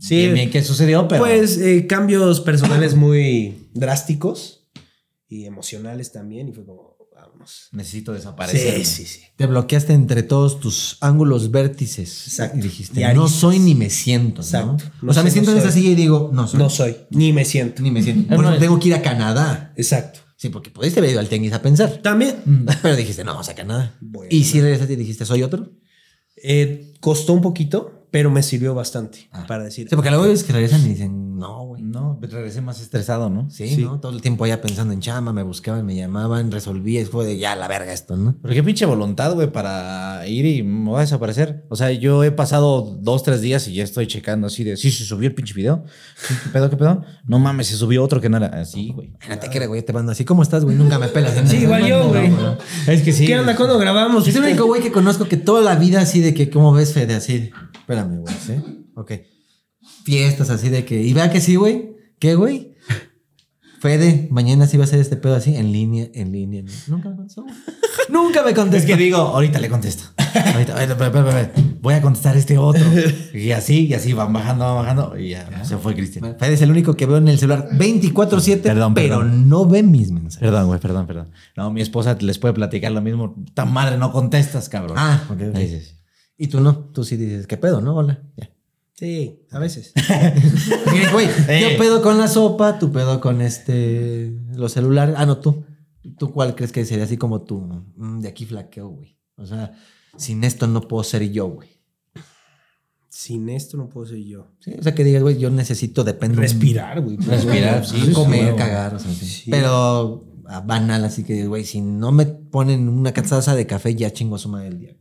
S4: Sí.
S2: bien, bien qué sucedió, pero...
S4: Pues eh, cambios personales muy drásticos y emocionales también. Y fue como, vamos.
S2: Necesito desaparecer.
S4: Sí, sí, sí.
S3: Te bloqueaste entre todos tus ángulos vértices.
S4: Exacto.
S3: Y dijiste,
S4: Y
S3: no
S4: aristas.
S3: soy ni me siento. ¿no?
S4: Exacto. No
S3: o sea,
S4: soy,
S3: me siento
S4: no
S3: en esa
S4: soy.
S3: silla y digo, no soy.
S4: No soy, ni me siento.
S3: Ni me siento. Por eso tengo que ir a Canadá.
S4: Exacto.
S3: Sí, porque pudiste haber ido al tenis a pensar.
S4: También
S3: *laughs* Pero dijiste, no, vamos a Canadá.
S4: Bueno.
S3: Y si regresaste y dijiste, soy otro.
S4: eh, costó un poquito, pero me sirvió bastante para decir.
S3: Sí, porque luego es que regresan y dicen, no, güey.
S2: No, regresé más estresado, ¿no?
S3: Sí, ¿no? Todo el tiempo allá pensando en chama, me buscaban, me llamaban, resolvía, y fue de ya la verga esto, ¿no?
S2: Pero qué pinche voluntad, güey, para ir y me voy a desaparecer. O sea, yo he pasado dos, tres días y ya estoy checando así de, sí, se subió el pinche video. Sí, ¿Qué pedo, qué pedo? No mames, se subió otro que no era así, güey.
S3: Ay, No te creas, güey, te mando así, ¿cómo estás, güey? Nunca me pelas.
S4: Sí, igual yo, güey.
S2: Es que sí.
S4: ¿Qué onda
S2: güey.
S4: cuando grabamos?
S3: Es el único güey que conozco que toda la vida así de que, ¿cómo ves, Fede? Así, de, espérame, güey, ¿sí? Ok. Fiestas así de que, y vea que sí, güey. ¿Qué, güey? Fede, mañana sí va a ser este pedo así, en línea, en línea. en línea. Nunca me contestó. güey. Nunca me contestó.
S2: Es que digo, ahorita le contesto. Ahorita, ahorita, espera, espera, espera. Voy a contestar este otro. Y así, y así van bajando, van bajando. Y ya se fue Cristian.
S3: Fede es el único que veo en el celular 24-7,
S2: Perdón,
S3: pero
S2: perdón.
S3: no ve mis mensajes.
S2: Perdón, güey, perdón, perdón. No, mi esposa les puede platicar lo mismo. Tan madre, no contestas, cabrón.
S3: Ah, ok, ok.
S2: Ahí dices,
S3: Y tú no, tú sí dices, ¿qué pedo, no? Hola. Ya.
S4: Sí,
S3: *laughs*
S4: a veces.
S3: Porque, Güey,
S2: Eh.
S3: yo pedo con la sopa, tú pedo con este, los celulares. Ah, no, tú. ¿Tú cuál crees que sería así como tú? Mm, de aquí flaqueo, güey. O sea, sin esto no puedo ser yo, güey.
S4: Sin esto no puedo ser yo.
S3: Sí, O sea, que digas, güey, yo necesito, depende.
S4: Respirar, güey.
S2: Respirar, sí.
S3: comer,
S2: huevo.
S3: cagar, o sea, sí.
S4: Sí.
S3: Pero ah, banal, así que, güey, si no me ponen una taza de café, ya chingo su madre el día.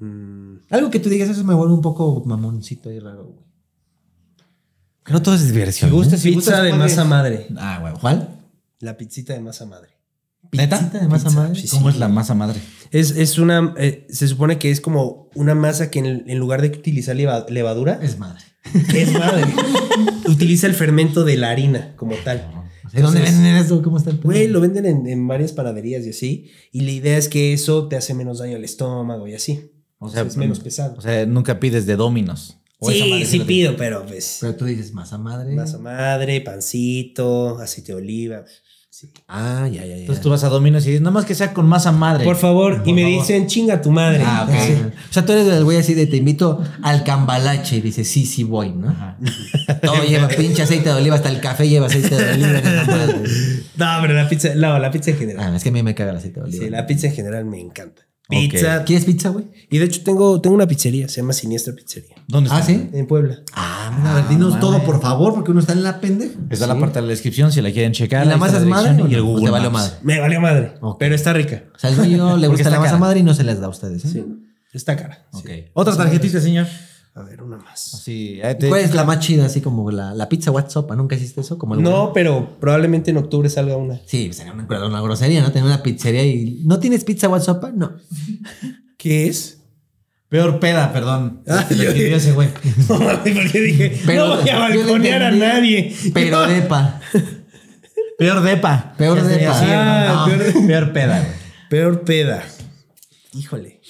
S4: Mm,
S3: Algo que tú digas, eso me vuelve un poco mamoncito y raro, güey. Que no todo es diversión. ¿eh?
S2: Si gustas,
S3: ¿no?
S2: si gustas,
S4: Pizza de
S2: puedes-
S4: masa madre.
S2: Ah, güey.
S3: ¿Cuál?
S4: La pizzita de masa madre.
S2: ¿Neta?
S3: ¿Pizzita de masa madre?
S4: sí,
S2: ¿Cómo es la masa madre?
S4: Es, es una. eh, se supone que es como una masa que en, en lugar de utilizar leva- levadura,
S2: *laughs*
S3: Es madre.
S4: es madre. Utiliza el fermento de la harina como tal.
S3: ¿De dónde
S4: Entonces,
S3: venden eso? ¿Cómo está el pedo?
S4: Güey, lo venden en, en varias panaderías y así. Y la idea es que eso te hace menos daño al estómago y así.
S2: O sea,
S4: es menos pesado.
S2: O sea, nunca pides de Dominos. O esa madre la tiene.
S4: pero pues.
S3: Pero tú dices masa madre.
S4: Masa madre, pancito, aceite de oliva. sí.
S3: Ah, ya, ya, ya.
S2: Entonces tú vas a Dominos y dices, nada más que sea con masa madre.
S4: Por favor, y me dicen, chinga tu madre.
S2: Ah, ok.
S3: Sí. O sea, tú eres el güey así de te invito al cambalache y dices, sí, sí voy, ¿no? *laughs* Todo lleva pinche aceite de oliva, hasta el café lleva aceite de oliva. en esa madre.
S4: *laughs* No, pero la pizza, no, la pizza en general.
S3: Ah, es que a mí me caga el aceite de oliva.
S4: Sí, la pizza en general me encanta. Pizza.
S3: ¿Quieres pizza, güey?
S4: Y de hecho tengo, tengo una pizzería, se llama Siniestra Pizzería.
S2: ¿Dónde está?
S3: Ah, ¿sí?
S4: En Puebla.
S3: Ah, mira, a ver, dinos todo, por favor, porque uno está en la pendeja.
S2: Está la parte de la descripción si la quieren checar.
S3: ¿Y la
S2: Ahí
S3: masa
S2: está
S3: es madre
S2: dirección
S3: o
S2: Y el
S3: no? ¿O
S2: Google
S3: te valió
S2: Maps.
S3: madre?
S4: Me valió madre,
S3: Ok.
S4: pero está rica.
S3: O sea,
S2: *laughs*
S3: al dueño le
S2: Porque
S3: gusta
S2: está
S3: la masa
S2: cara.
S3: madre y no se las da a ustedes. ¿eh?
S4: Sí. Está cara. sí.
S2: Ok. Otra tarjetita, señor.
S4: A ver, una más.
S2: Sí.
S3: ¿Y ¿Cuál es la más chida? Así como la, la pizza WhatsApp. ¿Nunca hiciste eso? Como el
S4: No, pero probablemente en octubre salga una.
S3: Sí, sería una, pero una grosería, ¿no? Tener una pizzería y. ¿No tienes pizza WhatsApp? No.
S4: ¿Qué es?
S2: Peor peda, perdón.
S4: Ah,
S2: Lo
S4: yo-
S2: que pidió ese güey.
S4: *laughs* No, porque dije,
S3: Pero-
S4: no voy a
S3: yo
S4: balconear a
S3: entendí.
S4: nadie.
S3: *laughs*
S4: *laughs*
S2: *laughs*
S3: Pero depa.
S2: Peor depa.
S3: Peor
S2: Ya tenía
S3: depa.
S2: así,
S4: Ah,
S2: hermano.
S4: peor-
S2: Peor peda, güey.
S4: Peor peda. Híjole.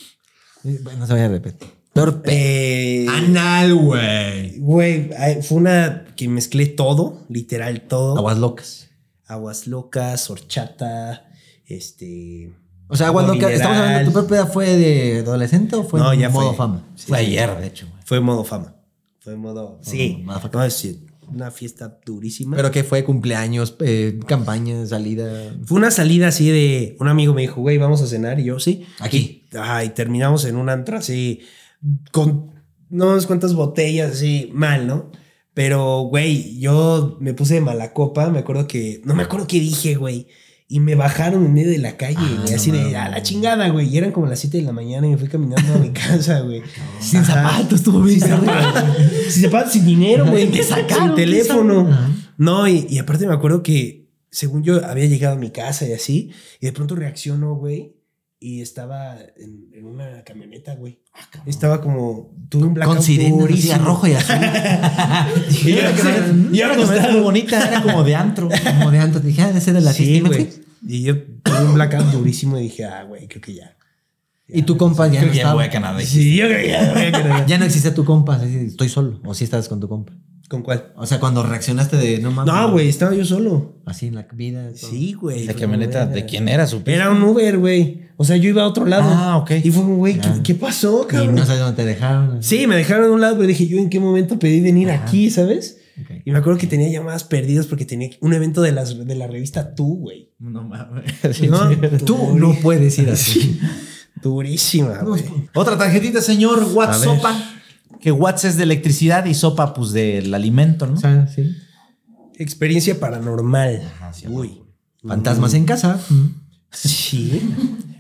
S3: No se vaya a repetir. Peor pe-
S4: Eh,
S2: Anal, güey.
S4: Güey, ay, fue una que mezclé todo, literal todo.
S3: Aguas locas.
S4: Aguas locas, horchata, este...
S3: O sea, aguas
S4: agua
S3: locas. Estamos hablando de tu
S4: mineral.
S3: propia fue de adolescente o fue
S4: No,
S3: en
S4: ya
S3: modo
S4: fue.
S3: fama.
S2: Fue ayer, de hecho, güey.
S4: Fue modo fama. Fue modo... Sí.
S3: motherfucker.
S4: No, sí, Una fiesta durísima.
S3: Pero que fue cumpleaños, eh, campaña, salida.
S4: Fue una salida así de... Un amigo me dijo, güey, vamos a cenar. Y yo, sí.
S3: Aquí.
S4: Ay, terminamos en un antro así... Con no sabes cuántas botellas así... Mal, ¿no? Pero, güey, yo me puse de mala copa. Me acuerdo que... No me acuerdo qué dije, güey. Y me bajaron en medio de la calle,
S3: Ah,
S4: güey,
S3: no
S4: así
S3: mames.
S4: de a la chingada, güey. Y eran como las 7 de la mañana y me fui caminando a mi *laughs* casa, güey.
S3: Sin
S4: Ajá.
S3: zapatos, estuvo bien.
S4: *laughs* Sin zapatos, sin dinero,
S3: *laughs*
S4: güey.
S3: Me sacaron,
S4: Sin teléfono. No, y, y aparte me acuerdo que, según yo, había llegado a mi casa y así, y de pronto reaccionó, güey, y estaba en, en una camioneta, güey. estaba como, tuve un blackout
S3: Ah, Con sirenas, así, a
S4: durísimo.
S3: rojo y azul.
S2: Y
S4: yo
S2: era que
S4: acostado.
S2: no- y era que no era muy bonita, era como de antro.
S3: Como de antes, dije, ah, ese de la fiesta,
S4: Sí,
S3: y me
S4: güey.
S3: fui.
S4: Y yo tuve un blackout durísimo y dije, ah, güey, creo que ya.
S3: Y tu compa ya
S2: Creo
S3: no
S2: que ya
S3: estaba.
S2: voy a Canadá.
S3: *laughs*
S4: Sí, yo creo que ya. güey, creo que ya.
S3: Ya no existe tu compa, así, estoy solo. O si estabas con tu compa.
S4: ¿Con cuál?
S3: O sea, cuando reaccionaste de no mames.
S4: No, güey, estaba yo solo.
S3: Así en la vida. todo.
S4: Sí, güey.
S2: La camioneta, ¿de quién era su
S4: Era un Uber, güey. O sea, yo iba a otro lado.
S2: Ah, ok.
S4: Y fue, como, güey, ¿qué,
S3: Ya.
S4: qué pasó,
S3: Y
S4: cabrón?
S3: no sabes dónde te dejaron.
S4: Sí, me dejaron a un lado, pero dije, ¿yo en qué momento pedí venir
S3: Ajá.
S4: aquí, sabes?
S3: Ok.
S4: Y me acuerdo que tenía llamadas perdidas porque tenía un evento de, las, de la revista Tú, güey.
S2: No mames.
S4: ¿No?
S3: Tú no puedes ir así.
S4: Durísima, güey.
S2: Otra tarjetita, señor Watts
S3: A ver.
S2: Sopa. Que Watts es de electricidad y sopa, pues del alimento, ¿no?
S3: O sea, sí.
S4: Experiencia paranormal.
S2: sí,
S4: Uy.
S3: Fantasmas en casa. Mm.
S4: Sí.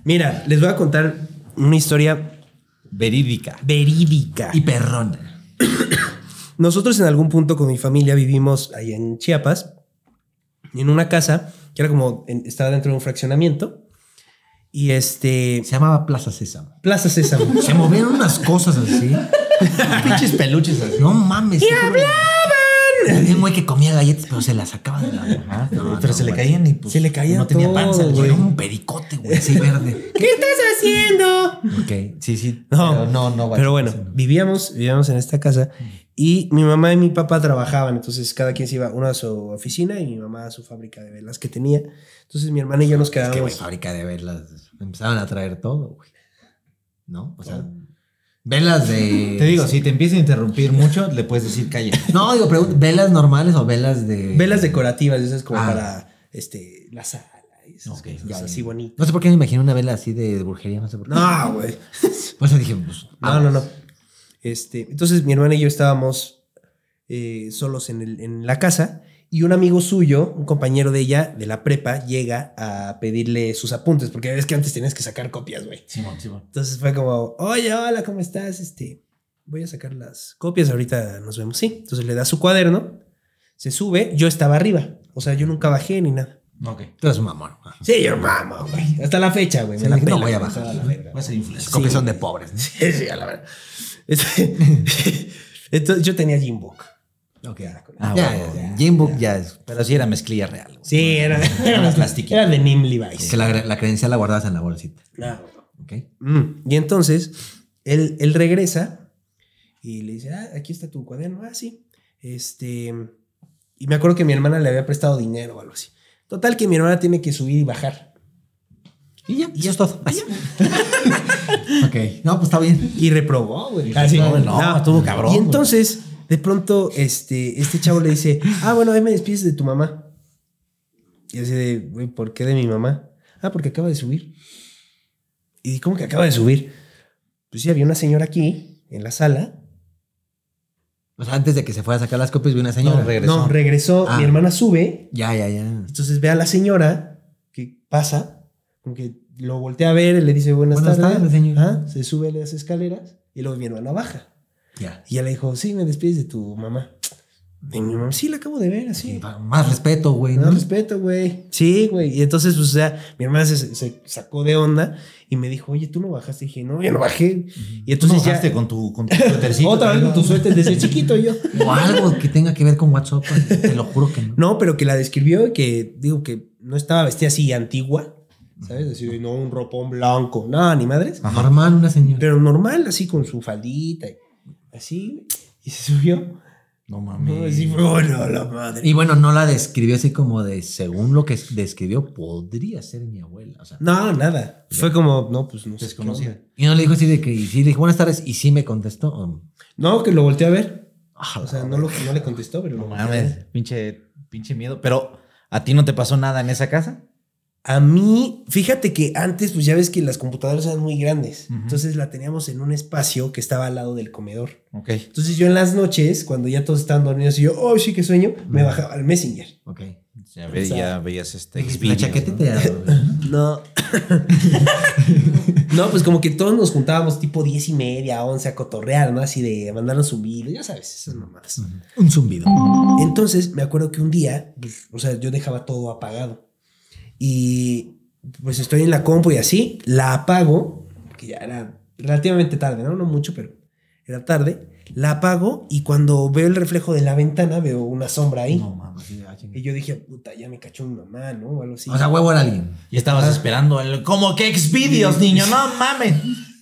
S4: Mira, les voy a contar una historia
S2: Verídica.
S4: verídica.
S3: Y perrona.
S4: Nosotros en algún punto con mi familia vivimos ahí en Chiapas, en una casa que era como, en- estaba dentro de un fraccionamiento. Y este...
S3: Se llamaba Plaza Sésamo.
S4: Plaza Sésamo.
S3: Se movieron unas cosas así. Pinches peluches así. No mames. ¡Y hablaban! Había un güey que comía galletas, pero se las sacaba de la boca. No,
S2: pero
S3: no,
S2: se le
S3: güey.
S2: caían y pues.
S4: Se le caía
S2: No tenía
S4: todo,
S2: panza,
S4: güey.
S2: güey.
S3: Era un pericote, güey, así verde.
S4: ¿Qué estás haciendo?
S3: Ok, sí, sí.
S4: No,
S3: pero no, no.
S4: Pero bueno, vivíamos, vivíamos en esta casa y mi mamá y mi papá trabajaban, entonces cada quien se iba, uno a su oficina y mi mamá a su fábrica de velas que tenía. Entonces mi hermana y yo nos
S3: Es que, güey,
S4: quedábamos.
S3: fábrica de velas. Empezaban a traer todo, güey. ¿No? O sea, velas de.
S2: Te digo, si te empieza a interrumpir mucho, le puedes decir calla.
S3: No, digo, pregunta, ¿velas normales o velas de.
S4: velas decorativas, esas como
S3: Ah.
S4: para este, la sala, y esas
S3: Ok,
S4: cosas
S3: ya, ya.
S4: así bonito.
S3: No sé por qué me imagino una vela así de, de brujería, no sé por qué.
S4: No, güey.
S3: Por eso dije, pues.
S4: No, no, no. Este, entonces mi hermana y yo estábamos eh, solos en, el- en la casa y un amigo suyo, un compañero de ella de la prepa, llega a pedirle sus apuntes, porque ves que antes tenías que sacar copias, güey.
S2: Simón, Simón.
S4: Entonces fue como, oye, hola, ¿cómo estás? Este, voy a sacar las copias, ahorita nos vemos, sí. Entonces le da su cuaderno, se sube, yo estaba arriba, o sea, yo nunca bajé ni nada.
S2: Ok.
S3: Tú eres un mamón.
S4: Sí, yo mamá, güey. Hasta la fecha, güey.
S3: Sí,
S4: me la
S3: dije, no
S4: pela,
S3: voy a
S4: me
S3: bajar.
S4: estaba la verga.
S2: Voy a ser influencer.
S3: Las copias
S4: Sí.
S3: son de pobres. ¿no?
S4: *laughs* Sí, sí, a la verdad. Este, *laughs* Entonces, yo tenía Jimbook.
S3: Ok.
S2: Ah,
S3: ya,
S2: bueno.
S3: ya, Jim Book ya es.
S2: Pero sí era mezclilla real. güey.
S4: Sí, era,
S2: Era
S4: era,
S2: más plastiquito.
S4: era de Nim Levi's.
S3: Que la, la credencial la guardabas en la bolsita.
S4: Ah, güey.
S3: Ok.
S4: Mm, Y entonces, él, él regresa y le dice, ah, aquí está tu cuaderno, ah, sí. Este, y me acuerdo que mi hermana le había prestado dinero o algo así. Total que mi hermana tiene que subir y bajar.
S3: Y ya, y ya es todo. *laughs* ok. No, pues está bien.
S4: Y reprobó, güey.
S2: Ah, sí. No, no, estuvo cabrón,
S4: Y
S2: güey.
S4: entonces, de pronto, este, este chavo le dice, ah, bueno, ahí me despides de tu mamá. Y así de, güey, ¿por qué de mi mamá? Ah, porque acaba de subir. ¿Y cómo que acaba de subir? Pues sí, había una señora aquí, en la sala,
S3: O sea, antes de que se fuera a sacar las copias, vi una señora.
S2: No, regresó.
S4: No, regresó.
S3: Ah.
S4: Mi hermana sube.
S3: Ya, ya, ya.
S4: Entonces ve a la señora que pasa, como que lo voltea a ver, y le dice buenas,
S3: Buenas
S4: tardes.
S3: tardes, señora.
S4: Ah, Se sube a las escaleras y luego mi hermana baja.
S3: Ya.
S4: Y ella le dijo, sí, me despides de tu mamá. De mi mamá, sí, la acabo de ver,
S3: Sí,
S4: así.
S3: pa- Más respeto, güey.
S4: No
S3: ¿no?
S4: respeto, güey. Sí, güey. Y entonces, pues, o sea, mi hermana se, se sacó de onda y me dijo, oye, tú no bajaste. Y dije, no, yo no bajé. Y
S2: Tú
S4: entonces
S2: bajaste
S4: ya.
S2: con tu, con tu *laughs* suétercito.
S4: Otra vez con tu suéter *laughs* desde chiquito yo.
S3: O algo que tenga que ver con WhatsApp. güey. Te lo juro que no.
S4: No, pero que la describió y que digo que no estaba vestida así antigua, ¿sabes? Así de, no un ropón blanco, no, ni madres.
S3: Normal, una señora.
S4: Pero normal, así con su faldita, y así, y se subió.
S2: No
S4: No,
S2: mames.
S4: así fue, bueno, la madre.
S3: Y bueno, no la describió así como de, según lo que es- describió, podría ser mi abuela. O sea,
S4: No, nada. Fue como, no, pues no sé.
S2: Desconocida.
S4: qué onda.
S3: y no le dijo así de que, y sí, le dijo buenas tardes, y sí me contestó. um,
S4: No, que lo volteé a ver.
S3: ah,
S4: O sea, no, lo, no le contestó, pero lo
S2: No
S4: volteé a ver.
S2: mames. Pinche, pinche miedo. Pero, ¿a ti no te pasó nada en esa casa?
S4: A mí, fíjate que antes, pues ya ves que las computadoras eran muy grandes.
S2: Ujú.
S4: Entonces la teníamos en un espacio que estaba al lado del comedor.
S2: Ok.
S4: Entonces yo en las noches, cuando ya todos estaban dormidos y yo, oh, sí, qué sueño, me bajaba al Messenger.
S3: ok.
S2: Ya, ve-
S4: sea,
S2: ya veías este.
S3: La
S2: Xvideos, ¿no?
S3: chaquetita.
S4: *laughs* No. no, pues como que todos nos juntábamos tipo diez y media, once a cotorrear, ¿no? Así de mandarnos zumbido, ya sabes, esas mamadas.
S3: Un zumbido.
S4: Entonces me acuerdo que un día, pues, o sea, yo dejaba todo apagado. Y pues estoy en la compu y así, la apago, que ya era relativamente tarde, ¿no? No mucho, pero era tarde. La apago y cuando veo el reflejo de la ventana veo una sombra ahí.
S3: No mames. sí, ah, chinga.
S4: Y yo dije, puta, ya me cachó mi mamá, ¿no? O algo así.
S3: O sea, huevo era alguien.
S2: Y estabas esperando el. Como que Xvideos, niño. No mames.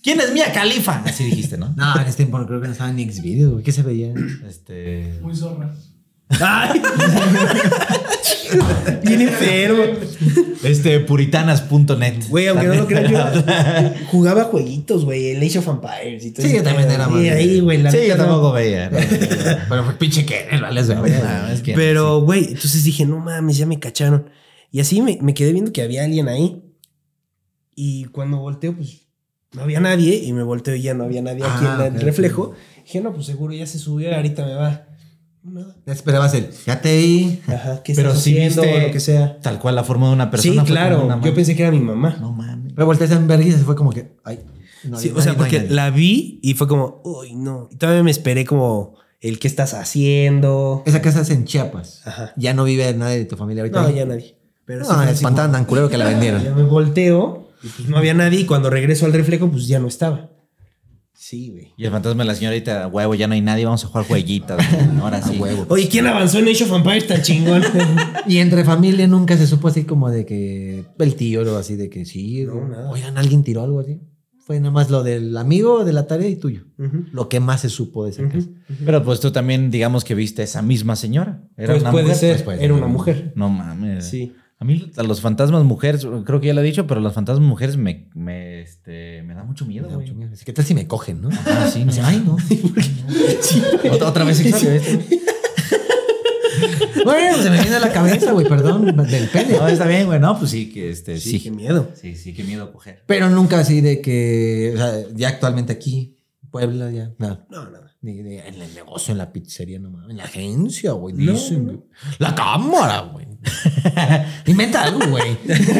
S2: ¿Quién es Mía Califa? Así dijiste, ¿no?
S3: No, en este tiempo creo que no estaba en Xvideos, güey. ¿Qué se veía?
S2: Este.
S5: Muy zorra.
S4: Ay. *laughs* Bien enfermo.
S2: Este, puritanas.net.
S4: Güey, aunque no lo crean,
S2: *laughs*
S3: *laughs*
S4: yo jugaba jueguitos, güey. El Age of Empires y todo
S3: Sí,
S4: ese
S3: yo también
S4: pedo.
S3: era
S4: Y
S3: más-
S4: ahí, güey, la
S2: Sí,
S4: neta
S2: yo
S4: no.
S2: tampoco veía. ¿no?
S3: Pero fue pinche que él, ¿vale?
S2: No, no, es que-
S4: Pero, güey, entonces dije, no mames, ya me cacharon. Y así me, me quedé viendo que había alguien ahí. Y cuando volteo, pues no había nadie. Y me volteo y ya no había nadie aquí
S3: Ah,
S4: en la- el
S3: ok,
S4: reflejo. Dije, no, pues seguro ya se subió, ahorita me va. No.
S3: Ya esperabas él. Ya te vi.
S4: Ajá, ¿qué
S2: Pero
S4: estás
S2: sí
S4: haciendo?
S2: viste-
S4: O lo que sea.
S2: Tal cual la forma de una persona.
S4: sí,
S2: fue como una
S4: claro.
S2: mano.
S4: Yo pensé que era mi mamá.
S2: No mames.
S3: Pero volteaste en verga y se fue como que. Ay. no
S4: Sí,
S3: hay-
S4: o sea,
S3: no hay
S4: porque
S3: nadie.
S4: la vi y fue como, uy, no. Y todavía me esperé como el qué estás haciendo.
S3: Esa casa es en Chiapas.
S4: Ajá.
S3: Ya no vive nadie de tu familia ahorita.
S4: No, ya nadie. Pero sí
S3: No,
S4: fue
S3: la
S4: así como-
S3: espantaban tan culero que la
S4: Ya *laughs*
S3: vendieron.
S4: me volteo y pues no había nadie. Y cuando regreso al reflejo, pues ya no estaba. Sí, güey.
S2: Y el fantasma de la señorita, huevo, ya no hay nadie, vamos a jugar jueguitas. Ahora sí.
S3: huevo.
S4: Oye, ¿quién avanzó en Age of Empires tan *laughs* chingón?
S3: Y entre familia nunca se supo así como de que el tío o así de que sí.
S4: No,
S3: o-
S4: nada.
S3: Oigan, alguien tiró algo así. Fue nada más lo del amigo de la tarea y tuyo.
S4: Ujú.
S3: Lo que más se supo de esa casa.
S4: Eh,
S2: Pero pues tú también, digamos que viste a esa misma señora. Era
S4: Pues
S2: una
S4: puede
S2: mujer.
S4: ser,
S3: pues, puede
S4: era
S3: ser.
S4: una mujer.
S2: No mames.
S4: Sí.
S2: A mí a los fantasmas mujeres, creo que ya lo he dicho, pero los fantasmas mujeres me, me, este, me da mucho miedo,
S3: Me da
S2: güey.
S3: mucho miedo. Ah, Así, ¿Qué tal si me cogen, no?
S2: Ah,
S3: *laughs*
S2: sí, no.
S3: Así, Ay,
S4: *laughs*
S3: no.
S2: Otra, otra
S3: *laughs*
S2: vez sexual, ¿eh?
S3: Bueno, se me viene a la cabeza, güey, perdón, del pene.
S2: No, está bien, güey. No, pues sí, que este,
S4: eh, Sí,
S2: sí.
S4: qué miedo.
S2: Sí, sí, qué miedo coger.
S3: Pero nunca así de que, o sea, ya actualmente aquí, Puebla, ya, nada.
S4: No, nada.
S3: Ni de- en el negocio, en la pizzería, no mames. En la agencia, güey,
S4: No,
S3: dicen, güey. La cámara, güey. *laughs* Inventa algo, güey.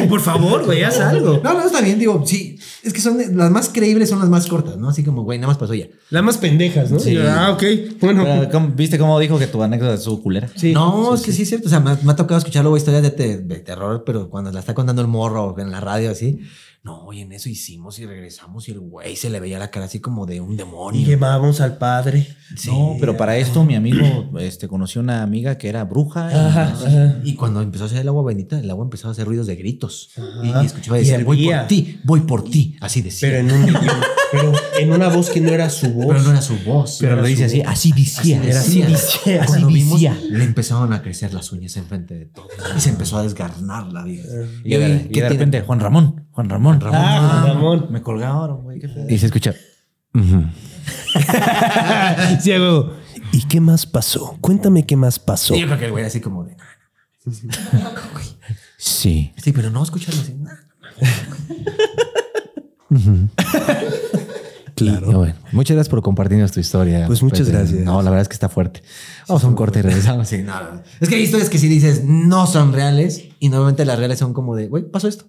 S4: Por favor, güey, haz algo.
S3: No, no, está bien, digo, sí. Es que son de- las más creíbles, son las más cortas, ¿no? Así como, güey, nada más pasó ya.
S4: Las más pendejas, ¿no?
S3: Sí.
S4: Ah, ok. Bueno.
S2: Pero, ¿cómo- ¿Viste cómo dijo que tu anécdota es su culera?
S4: Sí.
S3: no, es que sí. es cierto. O sea, me, ha- me ha tocado escuchar luego historias de, te- de terror, pero cuando la está contando el morro o en la radio, así. No, y en eso hicimos y regresamos y el güey se le veía la cara así como de un
S4: Y
S3: demonio.
S4: llevábamos al padre.
S2: No, pero para esto mi amigo este, conoció una amiga que era bruja. y-
S4: Ajá, ajá.
S3: Y cuando empezó a hacer el agua bendita, el agua empezó a hacer ruidos de gritos.
S4: Ajá.
S3: Y, y escuchaba
S4: Y
S3: decir, voy
S4: hervía.
S3: por ti, voy por ti. Así decía.
S4: Pero
S3: Pero,
S4: en un idioma- Pero en una voz que no era su voz.
S3: no era su voz.
S2: Pero lo
S3: era
S2: dice
S3: su
S2: así,
S3: voz.
S2: así
S3: Así
S2: decía.
S3: decía.
S2: era así decía. Así
S3: Cuando vimos,
S2: decía.
S3: le empezaron a crecer las uñas enfrente de todos. Y se empezó a desgarnar la vieja.
S2: Y de, y
S3: ¿qué
S2: de
S3: tiene?
S2: repente, Juan Ramón, Juan Ramón, Ramón.
S4: Ah, Juan Ramón.
S2: Me colgaron, güey. qué feo.
S3: Y se escucha.
S4: Ah, Sí, a huevo. ¿Y qué más pasó? Cuéntame qué más pasó.
S3: Yo creo que el güey era así como de. "Ah,
S2: Sí.
S3: Sí, pero no escucharlo así. "Nah". Y bueno, muchas gracias por compartirnos tu historia.
S4: Pues muchas gracias.
S3: No, la verdad es que está fuerte. Vamos a un corte y regresamos. Sí, no, no. Es que hay historias que si dices no son reales y normalmente las reales son como de, güey, pasó esto.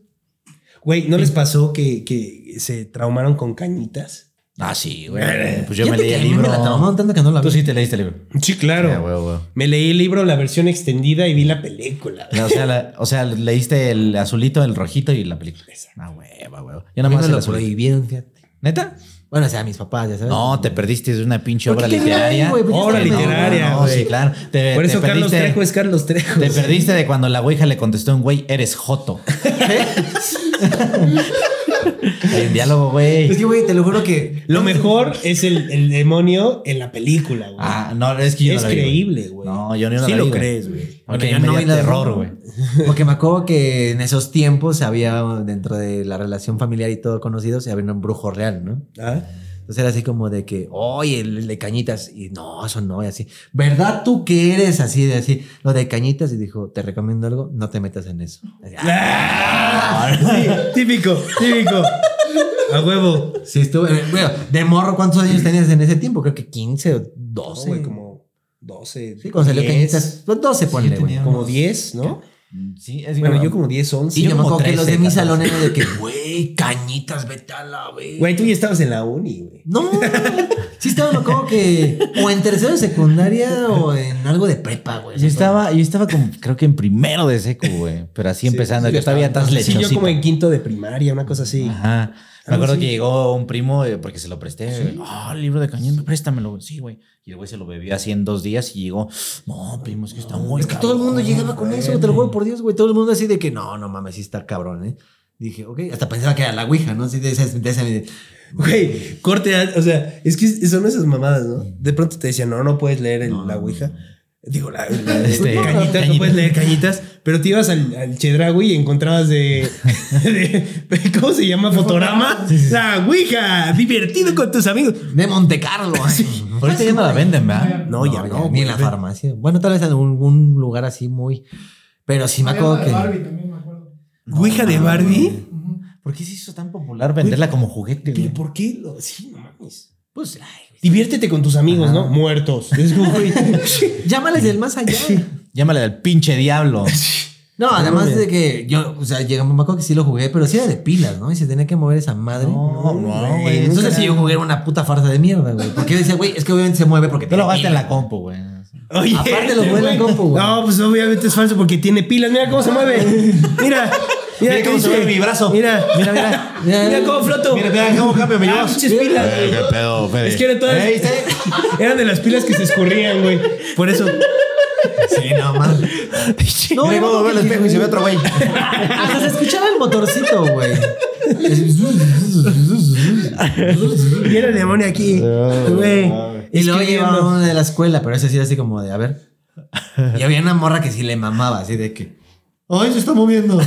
S4: Güey, ¿no les pasó que, que se traumaron con cañitas?
S2: Ah, sí, güey. Pues yo me
S3: Fíjate
S2: leí
S3: que
S2: el
S3: a mí
S2: libro.
S3: Me la traumaron tanto que no la
S2: Tú
S3: vi.
S2: sí te leíste el libro.
S4: Sí, claro.
S2: Ah, güey, güey.
S4: Me leí el libro, la versión extendida y vi la película.
S2: O sea, la- o sea, leíste el azulito, el rojito y la película. Ah, hueva, hueva. Yo nada
S3: A mí
S2: más
S3: me
S2: el
S3: lo
S2: azulito.
S3: prohibieron, fíjate.
S2: ¿Neta?
S3: Bueno, o sea, mis papás, ya sabes.
S2: No, te perdiste de una pinche
S3: ¿Por qué
S2: obra
S3: te miran ahí,
S2: literaria.
S3: güey? Pues ya
S4: Obra
S3: está, no,
S4: literaria,
S2: No,
S4: güey.
S2: sí, claro. Te-
S4: Por
S2: te
S4: eso Carlos
S2: perdiste-
S4: Trejo es Carlos Trejo.
S2: Te perdiste de cuando la güeja le contestó a un güey, eres joto. El diálogo,
S3: Es
S2: güey.
S3: que, güey, te lo juro que.
S4: Lo mejor es el, el demonio en la película, güey.
S2: Ah, no, es que yo
S4: es
S2: no la vi, güey.
S4: creíble, güey.
S2: No, yo ni no
S4: Sí
S2: la
S4: lo
S2: vi, güey.
S4: crees, güey.
S2: Porque
S3: Bueno, yo
S2: me
S3: no
S2: dio
S3: vi la de
S2: terror,
S3: Roma.
S2: güey.
S3: Porque me acuerdo que en esos tiempos había, dentro de la relación familiar y todo conocidos, había un brujo real, ¿no?
S4: Ah,
S3: Entonces era así como de que, oye, el, el de cañitas. Y no, eso no, y así. ¿Verdad tú que eres así de así? Lo de cañitas. Y dijo, te recomiendo algo, no te metas en eso. Así, ah,
S2: Ah.
S4: *laughs* Sí, típico,
S2: *laughs*
S4: típico. A huevo.
S3: sí, estuve. eh, Bueno, de morro, ¿cuántos años tenías en ese tiempo? Creo que 15 o 12.
S4: No, güey, como 12.
S3: Sí, cuando salió
S4: 10,
S3: cañitas. Pues 12, ponle, güey.
S2: tenía-
S4: Como 10, ¿no?
S2: Sí, es
S4: Bueno, yo como 10, 11.
S3: Y yo, me
S2: como
S3: acuerdo que los de
S2: 13,
S3: mi
S2: 14.
S3: salón eran de que, güey, cañitas, vete a la vez.
S4: Güey, tú ya estabas en la uni, güey.
S3: No, sí estaba, me acuerdo que o en tercero de secundaria o en algo de prepa, güey.
S2: Yo estaba, yo estaba como, creo que en primero de seco, güey. Pero así empezando,
S4: Sí,
S2: yo todavía estás
S4: Sí,
S2: lechosito.
S4: yo como en quinto de primaria, una cosa así.
S2: Ajá. Me
S4: Algo
S2: acuerdo
S4: así.
S2: que llegó un primo eh, porque se lo presté. Ah, el libro de cañón, préstamelo. Sí, güey. Y el güey se lo bebió así en dos días y llegó. No, primo, es que está muy.
S3: Es que todo el mundo llegaba con eso, te lo juro por Dios, güey. Todo el mundo así de que no, no mames, sí está cabrón, ¿eh? Dije, ok, hasta pensaba que era la Ouija, ¿no? Así de ese, de ese-
S4: Güey, corte, a- o sea, es que son esas mamadas, ¿no? De pronto te decían, no, no puedes leer el- la Ouija. Digo, la,
S2: *laughs*
S4: la-
S2: Este,
S4: cañitas, no
S2: cañita.
S4: puedes leer cañitas, pero te ibas al, al Chedraui y
S2: *laughs*
S4: encontrabas de, de- ¿Cómo se llama? Fotorama. La Ouija, divertido con tus amigos.
S3: De Monte *laughs* Carlo. ay.
S2: Ahorita ya no la venden, ¿verdad?
S4: No, ya no.
S3: Ni en la farmacia. Bueno, tal vez en algún lugar así muy. Pero sí me acuerdo Ah, que.
S5: Barbie también me acuerdo.
S4: Ouija de Barbie.
S2: ¿Por qué se hizo tan popular venderla como juguete? güey?
S4: ¿Pero por qué? Lo, sí, no mames.
S3: Pues, ay,
S4: Diviértete con tus amigos, ¿no? Muertos. Es como,
S2: *laughs*
S4: güey.
S3: llámales del más allá.
S2: Llámale al pinche
S4: *laughs*
S2: diablo.
S3: No, además de que yo, o sea, llegamos, me acuerdo que sí lo jugué, pero sí era de pilas, ¿no? Y se tenía que mover esa madre.
S2: No, no, güey,
S3: Entonces
S2: nunca.
S3: sí yo jugué era una puta farsa de mierda, güey. Porque yo decía, güey, es que obviamente se mueve porque.
S2: Tú lo
S3: tiene
S2: gastas en la
S3: pila.
S2: compu, güey.
S4: Oye,
S3: Aparte lo mueve la compu, güey.
S4: No, pues obviamente es falso porque tiene pilas. Mira cómo se mueve. Mira. Mira,
S2: Mira cómo
S4: ¿qué
S2: se
S4: dice?
S2: mueve mi brazo.
S4: Mira, mira, mira. Mira cómo floto.
S2: Mira, mira, cómo cambia mi
S4: Ah,
S2: voz.
S4: pinches pilas.
S2: Eh, pedo, Fede?
S4: Es que eran todas.
S2: Ey, ¿sí?
S4: *laughs* Eran de las pilas que se escurrían, güey. Por eso.
S2: Sí, no mames.
S3: No,
S2: Mira
S3: no,
S2: cómo
S3: no,
S2: veo el
S3: que-
S2: espejo y se ve otro güey.
S3: Hasta se escuchaba el motorcito, güey.
S4: Y era el demonio aquí. Güey.
S3: Y luego llevaba
S4: Escribiendo.
S3: uno de la escuela, pero ese sí era así como de, a ver. Y había una morra que sí le mamaba, así de que.
S6: Ay, se está moviendo.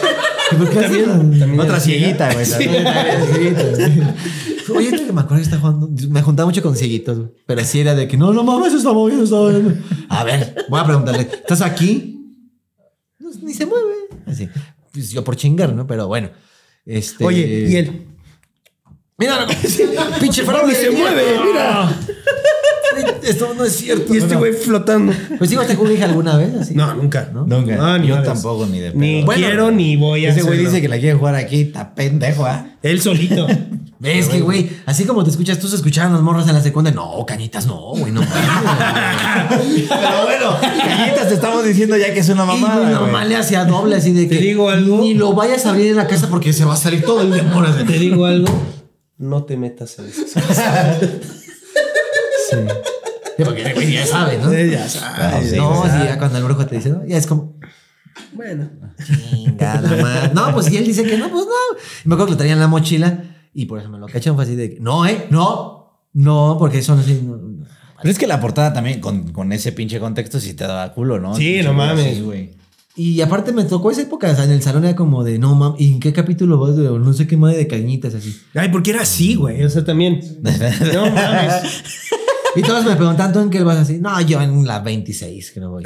S3: *laughs* ¿Por qué hacen?
S2: Otra cieguita, güey.
S3: *laughs* Oye, ahorita que me acuerdo que está jugando. Me juntaba mucho con cieguitos, güey. Pero sí era de que no, no mames, se está moviendo, se está moviendo. A ver, voy a preguntarle, ¿estás aquí? No, ni se mueve. Así. Pues yo por chingar, ¿no? Pero bueno. Este,
S4: Oye, y él.
S3: Mira, *laughs* no, pinche
S4: Barbie
S3: fraude.
S4: se mueve, mira.
S3: Esto no es cierto.
S4: Y este
S3: No, no.
S4: güey flotando.
S3: Pues sí, ¿te cubija alguna vez? Así.
S4: No, nunca.
S3: ¿No?
S2: Nunca.
S4: No, ni
S2: yo
S4: madres.
S2: tampoco, ni de pedo.
S4: Ni
S3: Bueno,
S4: quiero ni voy a
S2: Ese güey
S4: hacerlo.
S2: dice que la quiere jugar aquí, está pendejo, ¿ah?
S4: Él solito.
S3: ¿Ves que, güey? Así como te escuchas, tú se escuchaban las morras en la secundaria. No, cañitas, no, güey, no mames.
S2: Pero bueno, galletas te estamos diciendo ya que es una
S3: y mi
S2: mamada.
S3: mamá
S2: güey.
S3: le hacía doble así de que.
S4: ¿Te digo algo?
S3: Ni lo vayas a abrir en la casa porque se va a salir todo el demonio. de-
S4: Te digo algo. No te metas en eso.
S3: Sí, Porque ese güey ya sabe, ¿no?
S4: Ya sabes.
S3: no, sí, ya cuando el brujo te dice, ¿no? Ya es como.
S4: Bueno.
S3: Chingada madre. No, pues y él dice que no, pues no. Y me acuerdo que lo traía en la mochila y por eso me lo cachan. Fue así de que, no, ¿eh? No, no, porque eso no es.
S2: Pero es que la portada también, con, con ese pinche contexto, sí te daba culo, ¿no?
S4: Sí,
S2: Pinche
S4: no
S2: culo
S4: mames.
S2: así, güey.
S3: Y aparte me tocó esa época, o sea, en el salón era como de, no mames, ¿y en qué capítulo vas? güey? O No sé qué madre de cañitas así.
S4: Ay, porque era así, güey. O sea, también. No mames.
S3: Y todos me preguntan, ¿tú en qué vas así? No, yo en la 26, que no voy.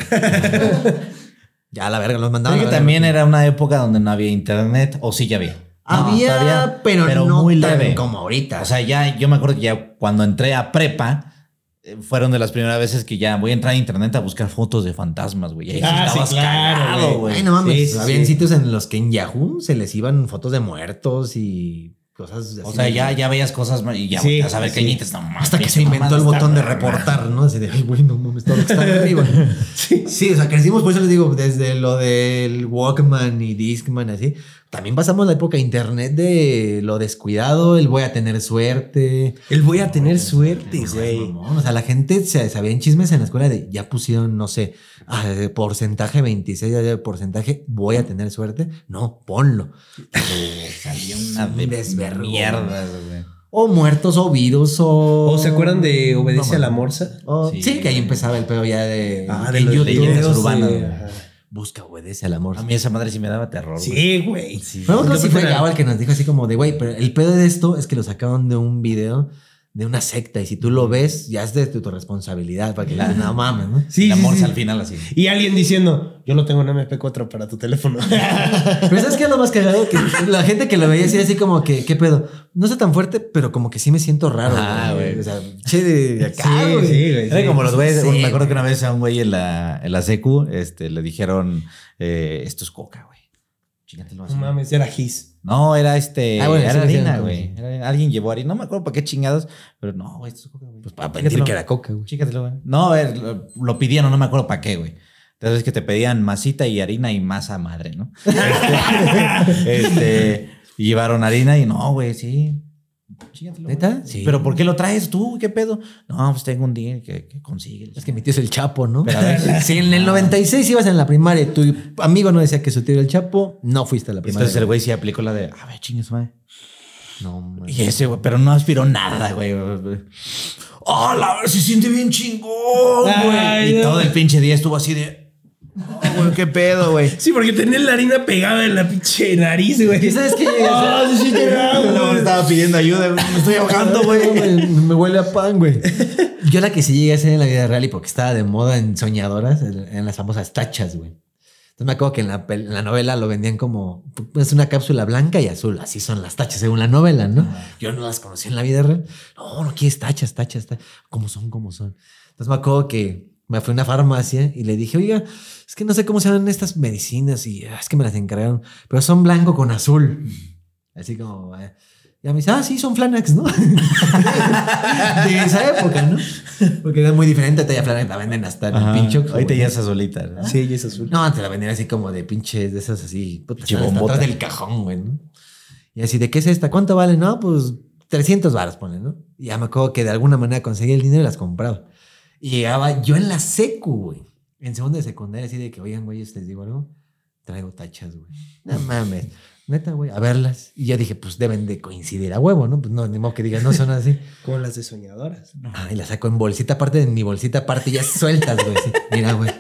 S3: ya, la verga, los mandaban.
S2: Creo
S3: a
S2: que
S3: la
S2: también
S3: verga.
S2: era una época donde no había internet, o sí ya había. No,
S3: Había,
S2: todavía,
S3: pero, no
S2: muy
S3: tan
S2: leve.
S3: como ahorita.
S2: O sea, ya yo me acuerdo que ya cuando entré a prepa, eh, fueron de las primeras veces que ya voy a entrar a internet a buscar fotos de fantasmas, güey. Y ahí sí
S4: Ah, sí,
S2: estabas
S4: claro,
S2: cagado,
S4: güey.
S2: güey.
S3: Ay, no mames.
S4: sí,
S3: había
S4: sí.
S3: sitios en los que en Yahoo se les iban fotos de muertos y cosas así.
S2: O sea, ya, ya veías cosas ma- y ya
S4: Sí,
S2: volteas a ver
S4: sí.
S2: cañitas, no mames,
S3: Hasta que se
S2: pinche
S3: inventó el
S2: mamada
S3: botón de
S2: está-
S3: reportar, ¿no? Así de, ay, güey, no mames, todo lo que está arriba. sí. o sea, crecimos, por eso les digo, desde lo del Walkman y Discman, así. También pasamos la época de internet de lo descuidado, el voy a tener suerte.
S4: Él voy a tener suerte,
S3: O sea,
S4: güey.
S3: mamón, o sea, la gente se sabían chismes en la escuela de ya pusieron, no sé, ah, de porcentaje 26, ya de porcentaje, voy a tener suerte. No, ponlo.
S2: Salía una
S3: Un
S2: de
S3: desvergo,
S2: mierdas, güey.
S3: O muertos, o virus, o.
S4: ¿O se acuerdan de Obedece
S3: No,
S4: a la
S3: mames.
S4: morsa?
S3: O- sí,
S2: Sí,
S3: que ahí
S2: güey.
S3: empezaba el pedo ya de.
S4: Ah, de
S3: en
S4: los
S3: YouTube.
S2: leyendas
S4: videos,
S2: urbanas,
S4: sí,
S2: güey.
S4: ajá.
S3: Busca obedece al amor.
S2: A mí esa madre sí me daba terror. güey.
S4: Sí, güey.
S3: No me acuerdo
S4: Porque
S3: si fue
S4: aparte era-
S3: Gabo el que nos dijo así como de, güey, pero el pedo de esto es que lo sacaron de un video de una secta y si tú lo ves, ya es de tu, tu responsabilidad para que la no mames, ¿no?
S4: Sí,
S2: la
S4: sí,
S2: morsa
S4: sí.
S2: al final así.
S4: Y alguien diciendo, yo no tengo un MP4 para tu teléfono. *laughs*
S3: Pero ¿sabes qué es lo más cagado? Que la gente que lo veía decía así como que, ¿qué pedo? No sé tan fuerte, pero como que sí me siento raro.
S2: Ah, güey.
S3: O sea, che de, de acá,
S4: Sí,
S3: güey.
S4: sí, güey.
S2: Era como los güeyes.
S3: Sí,
S2: un- me acuerdo
S3: güey.
S2: que una vez a un güey en la, en la secu este, le dijeron: eh, Esto es coca, güey. Chingatelo
S4: No
S2: así.
S4: mames, era Gis.
S2: No, era este.
S3: Ah, bueno, sí,
S2: era
S3: sí,
S2: harina,
S3: sí.
S2: güey. Era- Alguien llevó harina. No me acuerdo para qué chingados. Pero no, güey, esto es coca, güey.
S3: Pues para pedir que era coca, güey.
S2: Chícatelo, güey. No, a ver, lo, lo pidieron, no me acuerdo para qué, güey. Entonces que te pedían masita y harina y masa madre,
S3: *laughs*
S2: ¿no? Este, *laughs* este, y llevaron harina y no, güey, sí. Chícatelo, güey.
S3: ¿Neta? Sí.
S2: Pero ¿por qué lo traes tú? ¿Qué pedo? No, pues tengo un día que, que consigue.
S3: Es que mi tío es el Chapo, ¿no?
S2: Pero a ver.
S3: si en el 96 ibas en la primaria y tu amigo no decía que su tío era el Chapo, no fuiste a la primaria.
S2: Entonces el güey sí aplicó la de, a ver, chingue su madre.
S3: No, mames.
S2: Y ese, güey, pero no aspiró nada, güey. ¡Ah, la verdad! Se siente bien chingón, güey.
S4: Ay,
S2: Y
S4: no.
S2: todo el pinche día estuvo así de. "Ah, güey, qué pedo,
S3: *laughs*
S2: güey.
S4: Sí, porque tenés la harina pegada en la pinche nariz, güey.
S3: ¿Sabes qué?
S4: Ah,
S2: *laughs*
S4: sí, sí, te da, güey.
S2: Luego le estaba pidiendo ayuda, güey, me estoy ahogando,
S3: No,
S2: güey.
S3: me, me huele a pan, güey. Yo la que sí llegué a hacer en la vida real y porque estaba de moda en soñadoras, en en las famosas tachas, güey. Entonces me acuerdo que en la, pel- en la novela lo vendían como pues, es una cápsula blanca y azul. Así son las tachas según la novela, ¿no? Yo no las conocí en la vida real. No, no quieres tachas, tachas, tachas. Como son, como son. Entonces me acuerdo que me fui a una farmacia y le dije, oiga, es que no sé cómo se llaman estas medicinas y ah, es que me las encargaron, pero son blanco con azul. Así como, eh, ya me dice, ah, sí, son Flanax, ¿no? *laughs* de esa época, ¿no? Porque era muy diferente. Ahorita ya Flanax la venden hasta en el pincho.
S2: Ahorita ya esa solita. ¿no?
S4: Sí, ella es azul.
S3: No, antes la vendían así como de pinches de esas así. Puta,
S2: Pinche
S3: están hasta
S2: bombota.
S3: atrás del cajón, güey, ¿no? Y así, ¿de qué es esta? ¿Cuánto vale? No, pues 300 varos, ponle, ¿no? Y ya me acuerdo que de alguna manera conseguí el dinero y las compraba. Y llegaba yo en la secu, güey. En segundo de secundaria, así de que, oigan, güey, les digo algo. Traigo tachas, güey. No mames. Neta, güey, a verlas. Y ya dije, pues deben de coincidir a huevo, ¿no? Pues no, ni modo que digan, no son
S2: *laughs*
S3: así.
S4: Como las de soñadoras. *laughs*
S3: Ah, y las saco en bolsita aparte, en mi bolsita aparte, ya sueltas, güey. así. Mira, güey.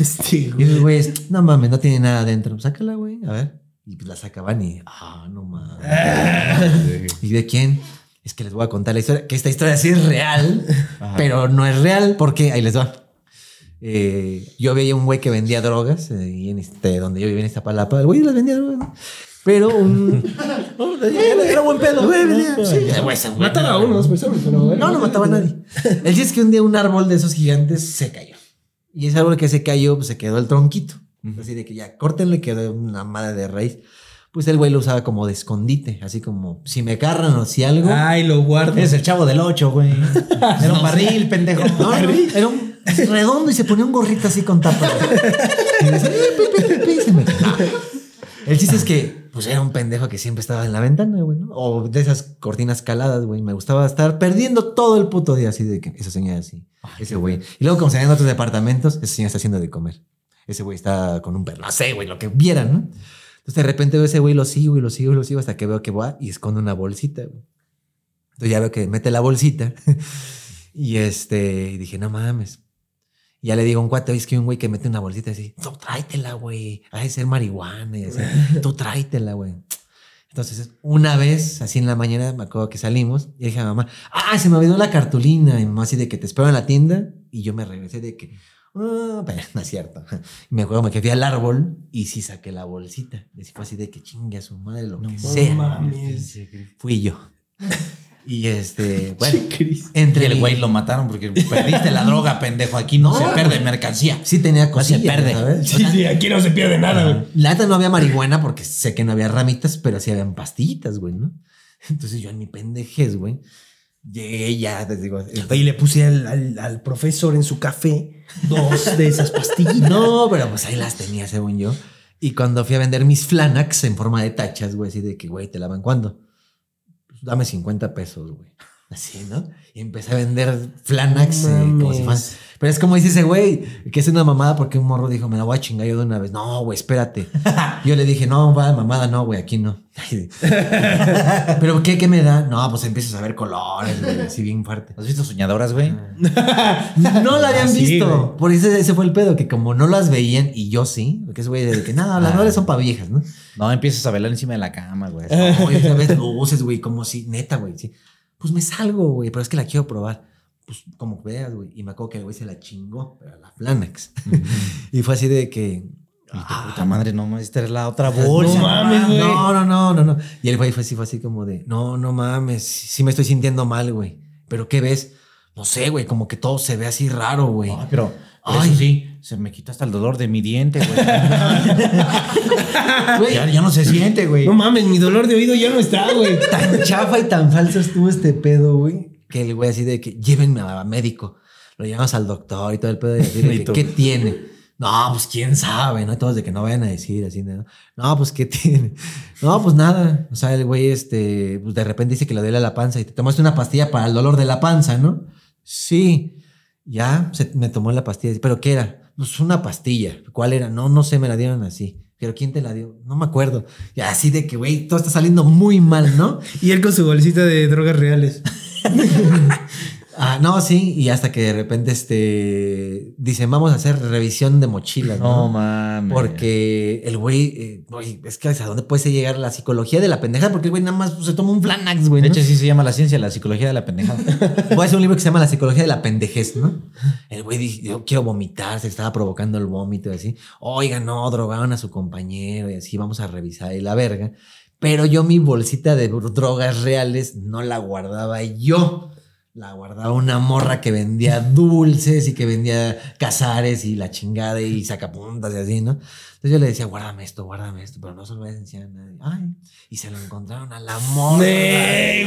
S4: Este,
S3: Y
S4: güey.
S3: esos güeyes, no mames, no tiene nada adentro. Sácala, güey, a ver. Y pues la sacaban y, ah, no *laughs* mames. ¿Y de quién? Es que les voy a contar la historia, que esta historia sí es real,
S2: Ajá.
S3: pero no es real porque ahí les va. Eh, yo veía un güey que vendía drogas eh, y en este, donde yo vivía en esta palapa, el güey las vendía drogas. ¿no? Pero un. *laughs* era buen pedo. Güey, vendía- sí, güey, ese güey-
S4: Mataron a uno, dos personas, pero bueno.
S3: no, no mataba a nadie. El chiste es que un día un árbol de esos gigantes se cayó. Y ese árbol que se cayó, pues se quedó el tronquito. Así de que ya, córtenle, quedó una madre de raíz. Pues el güey lo usaba como de escondite, así como si me carran o si algo.
S4: Ay, lo guardo.
S2: Eres el chavo del 8, güey. Era un barril, pendejo.
S3: No, no, era un redondo y se ponía un gorrito así con tapa. Y le decía, "Eh, pi, pi, pi, pi", y se me- No. El chiste es que, pues era un pendejo que siempre estaba en la ventana, güey, ¿no? O de esas cortinas caladas, güey. Me gustaba estar perdiendo todo el puto día así de que esa señora así. ese güey. Y luego, como se en otros departamentos, esa señora está haciendo de comer. Ese güey está con un perro. No sé, güey, lo que viera, ¿no? Entonces de repente veo ese güey, lo sigo y lo sigo y lo sigo hasta que veo que va y esconde una bolsita, güey. Entonces ya veo que mete la bolsita *laughs* y este, y dije, no mames. Y ya le digo a un cuate, oye, es que hay un güey que mete una bolsita así, tú tráetela, güey, ha de ser marihuana y así, tú tráetela, güey. Entonces, una vez, así en la mañana, me acuerdo que salimos y dije a mamá, ah, se me olvidó la cartulina. Y mamá, así de que te espero en la tienda. Y yo me regresé de que, ah, pero no es cierto. Y me acuerdo, me que fui al árbol y sí saqué la bolsita. Y así fue así de que chingue a su madre, lo que sea.
S4: mames.
S3: Fui yo.
S2: *laughs*
S3: Y este, bueno,
S4: Che, Cris.
S2: Y
S3: entre
S2: el
S3: mi-
S2: güey lo mataron porque perdiste la droga, pendejo. Aquí no,
S3: No.
S2: se pierde mercancía.
S3: Sí tenía
S2: No se
S3: cosillas,
S2: pierde.
S3: ¿sabes? O *laughs*
S4: Sí,
S3: sea,
S4: sí, aquí no se pierde nada, güey.
S3: La neta no había marihuana porque sé que no había ramitas, pero sí habían pastillitas, güey, ¿no? *laughs* Entonces yo en mi pendejez, güey, llegué ya, te digo... eh,
S4: Oye, le puse al, al- al profesor en su café dos de esas pastillitas.
S3: No, pero pues ahí las tenía, según yo. Y cuando fui a vender mis Flanax en forma de tachas, güey, así de que, güey, te lavan cuando. Pues, dame 50 pesos, güey. Así, ¿no? Y empecé a vender Flanax
S4: No
S3: eh, como si fueran-
S4: mames.
S3: Pero es como dice ese güey, que es una mamada porque un morro dijo, me la voy a chingar yo de una vez. No, güey,
S4: *laughs*
S3: espérate. Yo le dije, no, va, mamada, no, güey, aquí no. *laughs* Pero, ¿qué, ¿qué me da? No, pues empiezas a ver colores, güey, así bien fuerte.
S2: ¿Has visto soñadoras, güey?
S3: No la habían
S4: Así,
S3: visto.
S4: güey.
S3: Por eso ese fue el pedo, que como no las veían y yo sí, porque ese güey de que nada, las
S2: Ah.
S3: novelas son para viejas,
S4: *laughs*
S3: ¿no?
S2: No, empiezas a velar encima de la cama, güey.
S3: Oye, otra vez luces, güey, como si, neta, güey, sí. Pues me salgo, güey, pero es que la quiero probar. Pues como veas, güey. Y me acuerdo que el güey se la chingó, pero a la Flanax. *laughs* y fue así de que.
S2: Y tu
S3: ah,
S2: puta madre, no mames, esta es la otra
S3: no
S2: bolsa.
S4: mames, güey.
S3: No, no, no, no, no. Y el güey fue así, fue así como de, no, no mames, sí sí me estoy sintiendo mal, güey. Pero ¿qué ves? No sé, güey, como que todo se ve así raro, güey.
S2: Ay, Ah, pero, pero
S3: Ay.
S2: eso sí, se me quitó hasta el dolor de mi diente, güey.
S3: Güey,
S2: ya, ya no se siente, güey.
S4: No mames, mi dolor de oído ya no está, güey.
S3: tan *laughs* chafa y tan falso estuvo este pedo, güey. Que el güey así de que llévenme a médico. Lo llevamos al doctor y todo el pedo. Y así
S2: *laughs*
S3: de
S2: Y
S3: que,
S2: tú.
S3: ¿Qué tiene? No, pues quién sabe, ¿no? Y Todos de que no vayan a decir así, ¿no? No, pues ¿qué tiene? No, pues nada. O sea, el güey, este, pues de repente dice que le duele la panza y te tomaste una pastilla para el dolor de la panza, ¿no? Sí. Ya se, me tomó la pastilla. Pero ¿qué era? Pues una pastilla. ¿Cuál era? No, no sé, me la dieron así. Pero ¿quién te la dio? No me acuerdo. Y así de que, güey, todo está saliendo muy mal, ¿no?
S4: Y él con su bolsita de drogas reales.
S3: Ah, no, sí. Y hasta que de repente, este, dicen, vamos a hacer revisión de mochilas, ¿no?
S2: No mames.
S3: Porque el güey, eh, güey, es que hasta dónde puede llegar la psicología de la pendeja, porque el güey nada más pues, se toma un Flanax, güey.
S2: De
S3: ¿no?
S2: hecho, así se llama la ciencia, la psicología de la pendejada.
S3: Voy a hacer un libro que se llama La psicología de la pendejez, ¿no? El güey dijo, yo quiero vomitar, se estaba provocando el vómito y así. Oiga, no, drogaron a su compañero y así, vamos a revisar y la verga. Pero yo mi bolsita de br- drogas reales no la guardaba yo. La guardaba una morra que vendía dulces y que vendía cazares y la chingada y sacapuntas y así, ¿no? Entonces yo le decía, guárdame esto, guárdame esto, pero no se lo voy a enseñar a nadie. Ay, y se lo encontraron a la morra.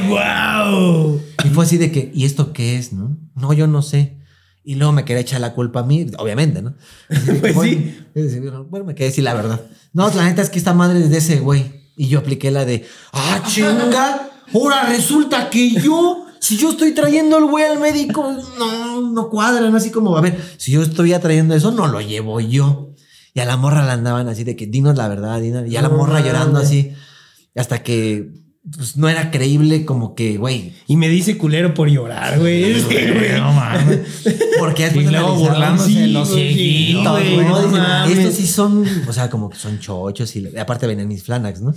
S4: ¡Wow!
S3: Y fue así de que, ¿y esto qué es? No, no yo no sé. Y luego me quería echar la culpa a mí, obviamente, ¿no?
S4: *laughs* Pues
S3: bueno,
S4: sí.
S3: es decir, Bueno, me quedé decir la verdad. No, la neta es que esta madre es de ese güey. Y yo apliqué la de, ¡ah, chinga! Ahora resulta que yo, si yo estoy trayendo al güey al médico, no, no cuadran. Así como, a ver, si yo estoy atrayendo eso, no lo llevo yo. Y a la morra la andaban así de que, dinos la verdad, dinos. Y a la
S4: No
S3: morra llorando
S4: mames.
S3: así, hasta que pues, no era creíble, como que, güey,
S4: Y me dice culero por llorar, güey. Es que, güey.
S2: No mames.
S3: Porque
S2: Y luego burlándose de los
S4: güey,
S2: cieguitos,
S4: sí, güey,
S2: güey.
S4: no
S3: Dicen,
S4: mames.
S3: Estos sí son, o sea, como que son chochos y, y aparte venían mis flanax, ¿no?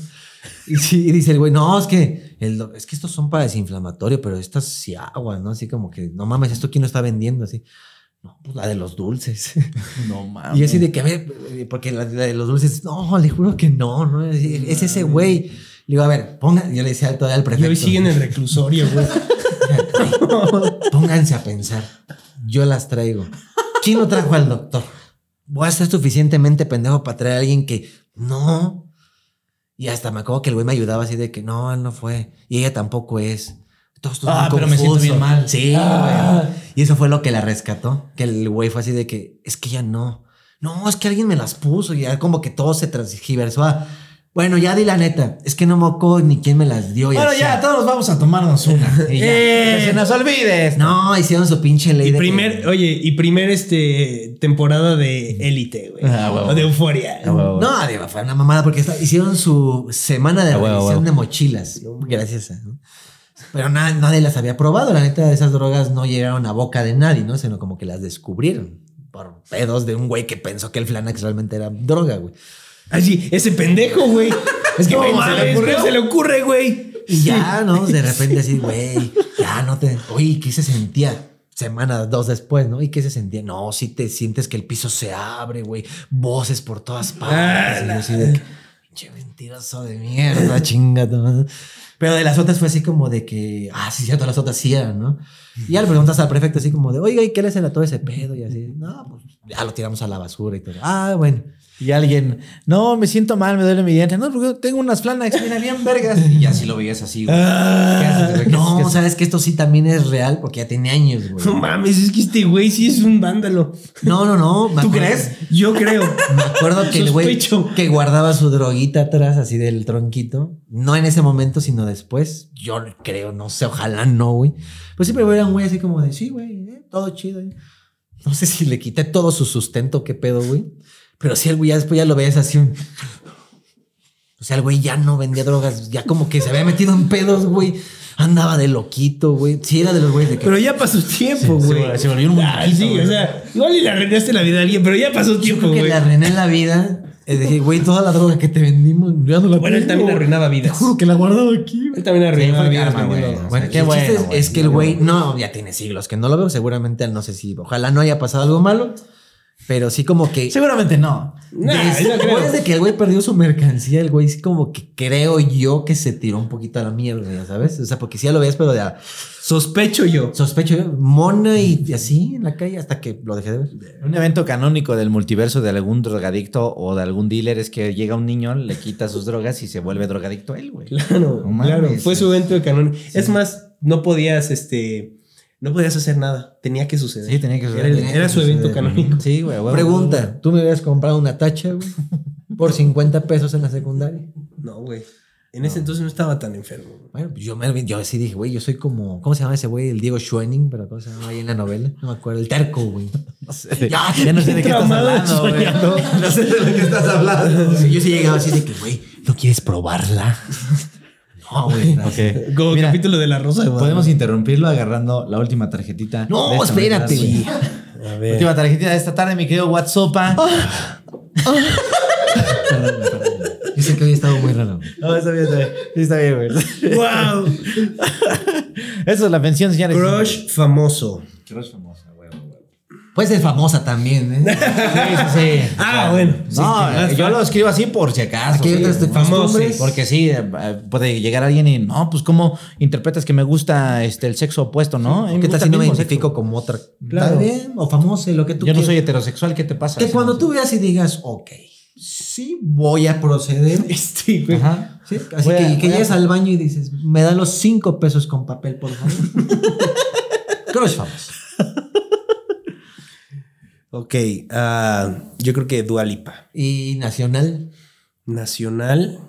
S3: Y, sí, y dice el güey, no, es que, el do- es que estos son para desinflamatorio, pero estas sí aguas, ¿no? Así como que, no mames, esto quién lo está vendiendo, así. No, pues la de los dulces. *laughs*
S2: No mames.
S3: Y así de que, a ver, eh, porque la, la de los dulces, no, le juro que no, ¿no? Es, es ese güey. Le digo, a ver, ponga, yo le decía todavía al
S4: Y
S3: prefecto.
S4: hoy siguen en el reclusorio, güey.
S3: *laughs* Pónganse a pensar. Yo las traigo. ¿Quién lo trajo al doctor? Voy a ser suficientemente pendejo para traer a alguien que no. Y hasta me acuerdo que el güey me ayudaba así de que no, él no fue. Y ella tampoco es. Todo esto es
S2: Ah,
S3: muy
S2: pero me siento
S3: confuso.
S2: bien mal.
S3: Sí, güey.
S2: Ah.
S3: Y eso fue lo que la rescató. Que el güey fue así de que es que ya no. No, es que alguien me las puso. Y ya como que todo se transgiversó a. Bueno, ya di la neta. Es que no moco ni quién me las dio. y
S2: Bueno,
S3: así.
S2: ya, todos vamos a tomarnos una. Y ya.
S4: Eh.
S2: Que se nos olvides.
S3: No, hicieron su pinche ley.
S4: Y
S3: de que-
S4: primer, oye, y primer este temporada de élite, güey.
S2: Ah, huevo.
S4: O de euforia.
S3: No, digo, fue una mamada porque esta- hicieron su semana de
S2: Ah, huevo,
S3: revisión
S2: huevo.
S3: de mochilas. Gracias. a- ¿no? Pero na- nadie las había probado. La neta, esas drogas no llegaron a boca de nadie, ¿no? Sino como que las descubrieron por pedos de un güey que pensó que el Flanax realmente era droga, güey.
S4: Así, ese pendejo, güey.
S3: Es que,
S4: No
S3: güey, se le
S4: mames,
S3: ocurrió.
S4: ¿cómo se le ocurre, güey.
S3: Y ya, ¿no? De repente así, güey, ya no te... Oye, ¿qué se sentía? Semanas, dos después, ¿no? ¿Y qué se sentía? No, si te sientes que el piso se abre, güey. Voces por todas partes. Y yo así de que, pinche mentiroso de mierda, chinga tu madre". Pero de las otras fue así como de que, ah, sí, cierto, las otras sí eran, ¿no? Y ya le preguntas al prefecto así como de, oiga, ¿y qué le hacen a todo ese pedo? Y así, no, pues ya lo tiramos a la basura y todo. Ah, bueno.
S2: Y alguien, no, me siento mal, me duele mi diente. No, porque tengo unas flanax, mira, bien vergas. Y ya sí lo veías así, güey. ¿Qué
S4: Ah,
S2: haces, güey? ¿Qué haces? ¿Qué
S3: No,
S2: haces?
S3: sabes que esto sí también es real porque ya tiene años, güey.
S4: No mames, es que este güey sí es un vándalo.
S3: No, no, no. me
S4: ¿Tú
S3: acuerdo-
S4: crees? Yo creo.
S3: Me acuerdo que el güey
S4: Sospecho.
S3: que guardaba su droguita atrás, así del tronquito, no en ese momento, sino después. Yo creo, no sé, ojalá no, güey. Pues siempre era un güey así como de, sí, güey, eh, todo chido. eh". No sé si le quité todo su sustento, qué pedo, güey. Pero sí, el güey ya después ya lo veías así. un- O sea, el güey ya no vendía drogas, ya como que se había metido en pedos, güey. Andaba de loquito, güey. Sí, era de los güeyes de que.
S4: Pero ya pasó tiempo,
S2: se
S4: güey.
S2: volvió- se volvió un
S4: Ay,
S2: muñequito,
S4: Ah, sí,
S2: güey.
S4: o sea, igual y le arreglaste la vida a alguien, pero ya pasó
S3: Yo
S4: tiempo,
S3: creo que
S4: güey.
S3: le arruiné la vida. Eh, dije, güey, toda la droga que te vendimos, ya no la
S4: Bueno, él
S3: tengo,
S4: también
S3: güey.
S4: arruinaba
S6: Te
S4: vidas.
S6: juro que la guardaba aquí, güey.
S4: Él también arruinaba
S2: fue
S4: vidas.
S2: karma, güey.
S4: vendiendo-
S2: O sea,
S3: Bueno,
S2: qué
S3: el chiste
S2: bueno,
S3: es,
S2: güey,
S3: es que el güey, no, ya tiene siglos que no lo veo. Seguramente no sé si, ojalá no haya pasado algo malo, pero sí como que.
S2: Seguramente no.
S4: Nah, yo no creo.
S3: Después de que el güey perdió su mercancía, el güey sí como que creo yo que se tiró un poquito a la mierda, ya sabes. O sea, porque sí ya lo ves, pero de a-
S4: Sospecho yo.
S3: sospecho yo, mona y así en la calle hasta que lo dejé de ver.
S2: Un evento canónico del multiverso de algún drogadicto o de algún dealer es que llega un niño, le quita sus drogas y se vuelve drogadicto él, güey.
S4: Claro,
S2: No mames,
S4: claro. Fue
S2: es-
S4: su evento de canon. Es más, no podías, este, no podías hacer nada. Tenía que suceder.
S2: Sí, tenía que
S4: Era,
S2: suceder.
S4: el- era su evento *laughs* canónico.
S2: Sí, güey. güey.
S3: Pregunta, *laughs* ¿tú me hubieras comprado una tacha, güey? Por 50 pesos en la secundaria.
S4: No, güey. En ese entonces no estaba tan enfermo. güey.
S3: Bueno, pues yo, me, yo sí dije, güey, yo soy como. ¿Cómo se llama ese güey? El Diego Schoening, pero ¿cómo se llama ahí en la novela? No me acuerdo. El terco, güey.
S2: Ya, ya no sé de qué estás
S4: Tramado,
S2: hablando, güey.
S4: soñado.
S3: No sé de lo que estás hablando. yo sí llegaba así de que, güey, ¿no quieres probarla? No, güey. gracias.
S2: *laughs* Ok.
S4: Como
S2: Mira,
S4: capítulo de La Rosa de
S2: podemos interrumpirlo agarrando la última tarjetita. de
S3: No,
S2: esta mañana,
S3: espérate.
S2: sí.
S4: A
S2: La
S4: ver.
S2: última tarjetita de esta tarde, mi querido WhatsApp.
S3: Ah.
S2: *laughs*
S3: Yo sé que hoy he estado muy raro.
S2: No, está bien, está bien. Sí, está bien, güey.
S4: ¡Wow!
S2: Eso es la mención, señores.
S4: Crush famoso.
S2: Crush famosa, güey. güey.
S3: Puede ser Pues famosa
S2: *laughs*
S3: también, ¿eh?
S2: Sí, sí, sí.
S4: Ah, bueno.
S2: No, eh, yo lo escribo así por si acaso.
S3: Aquí hay
S2: güey.
S3: otras de
S4: famosos.
S3: costumbres.
S2: Porque sí, eh, puede llegar alguien y no, pues cómo interpretas que me gusta este el sexo opuesto, ¿no? A mí
S3: ¿Qué tal
S2: gusta
S3: si
S2: el
S3: no me
S2: mismo sexo.
S3: identifico como otra? Está
S4: Claro.
S3: bien, o famosa, lo que tú
S2: Yo no
S3: quieras.
S2: soy heterosexual, ¿qué te pasa?
S3: Que
S2: Sí,
S3: cuando
S2: no
S3: tú veas y digas, ok, sí voy a proceder. *laughs* este,
S4: Sí,
S2: sé.
S4: güey.
S2: Ajá.
S3: Sí, Así
S2: Voy a-
S3: que, que
S2: voy a-
S3: llegas al baño y dices, me dan los cinco pesos con papel,
S2: *laughs*
S3: por favor. Crush famoso.
S4: Ok. ah, yo creo que Dualipa.
S3: Y nacional.
S4: Nacional.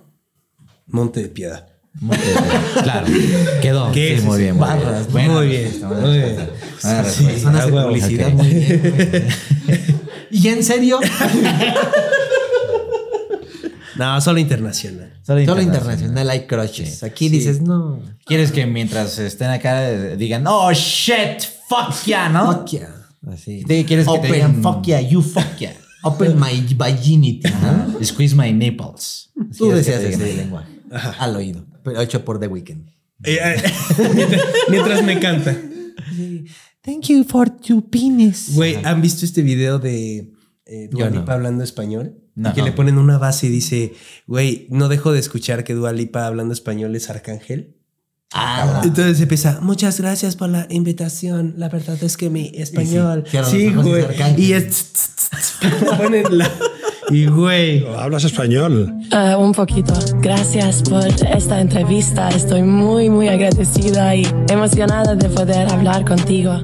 S4: Monte de Piedad.
S2: Muy bien, Claro, quedó.
S4: ¿Qué?
S2: Sí, muy bien. muy bien.
S3: Barras,
S2: Buena
S4: muy bien,
S2: respuesta,
S4: muy
S2: buena
S4: bien.
S2: respuesta. Buena respuesta.
S4: Sí, son
S3: Personas de
S4: huevo.
S3: publicidad,
S2: ah, Ok.
S3: muy bien, muy bien.
S2: *laughs*
S3: Y en serio,
S4: No, solo internacional.
S2: Solo
S3: solo
S2: internacional.
S3: internacional hay crushes. Aquí
S4: Sí.
S3: dices, no,
S2: ¿Quieres que mientras estén acá eh, digan, oh shit, fuck yeah, no?
S3: fuck yeah. Así.
S2: ¿Te- ¿Quieres que
S3: Open-
S2: te digan, fuck yeah, you fuck yeah?
S3: Open my virginity. ¿no?
S2: Squeeze my nipples.
S3: Tú
S2: ¿Quieres que
S3: deseas
S2: te digan?
S3: ese lenguaje. Al oído. Pero hecho por The Weeknd.
S4: Eh, eh, mientras, *laughs* mientras me canta.
S3: Thank you for your penis.
S4: Güey, ¿han visto este video de eh, Dua
S3: Yo no.
S4: Lipa hablando español?
S2: No.
S4: Y que le ponen una base y dice, güey, no dejo de escuchar que Dua Lipa hablando español es Arcángel.
S3: Ah,
S4: Entonces empieza, muchas gracias por la invitación. La verdad es que mi español.
S3: sí, cierra
S4: Sí,
S3: los ojos y es
S4: güey.
S3: Arcángel.
S4: Y es. *laughs* tss, tss, tss, ponen la- Y güey.
S7: Hablas español.
S8: Ah, un poquito. Gracias por esta entrevista. Estoy muy, muy agradecida y emocionada de poder hablar contigo.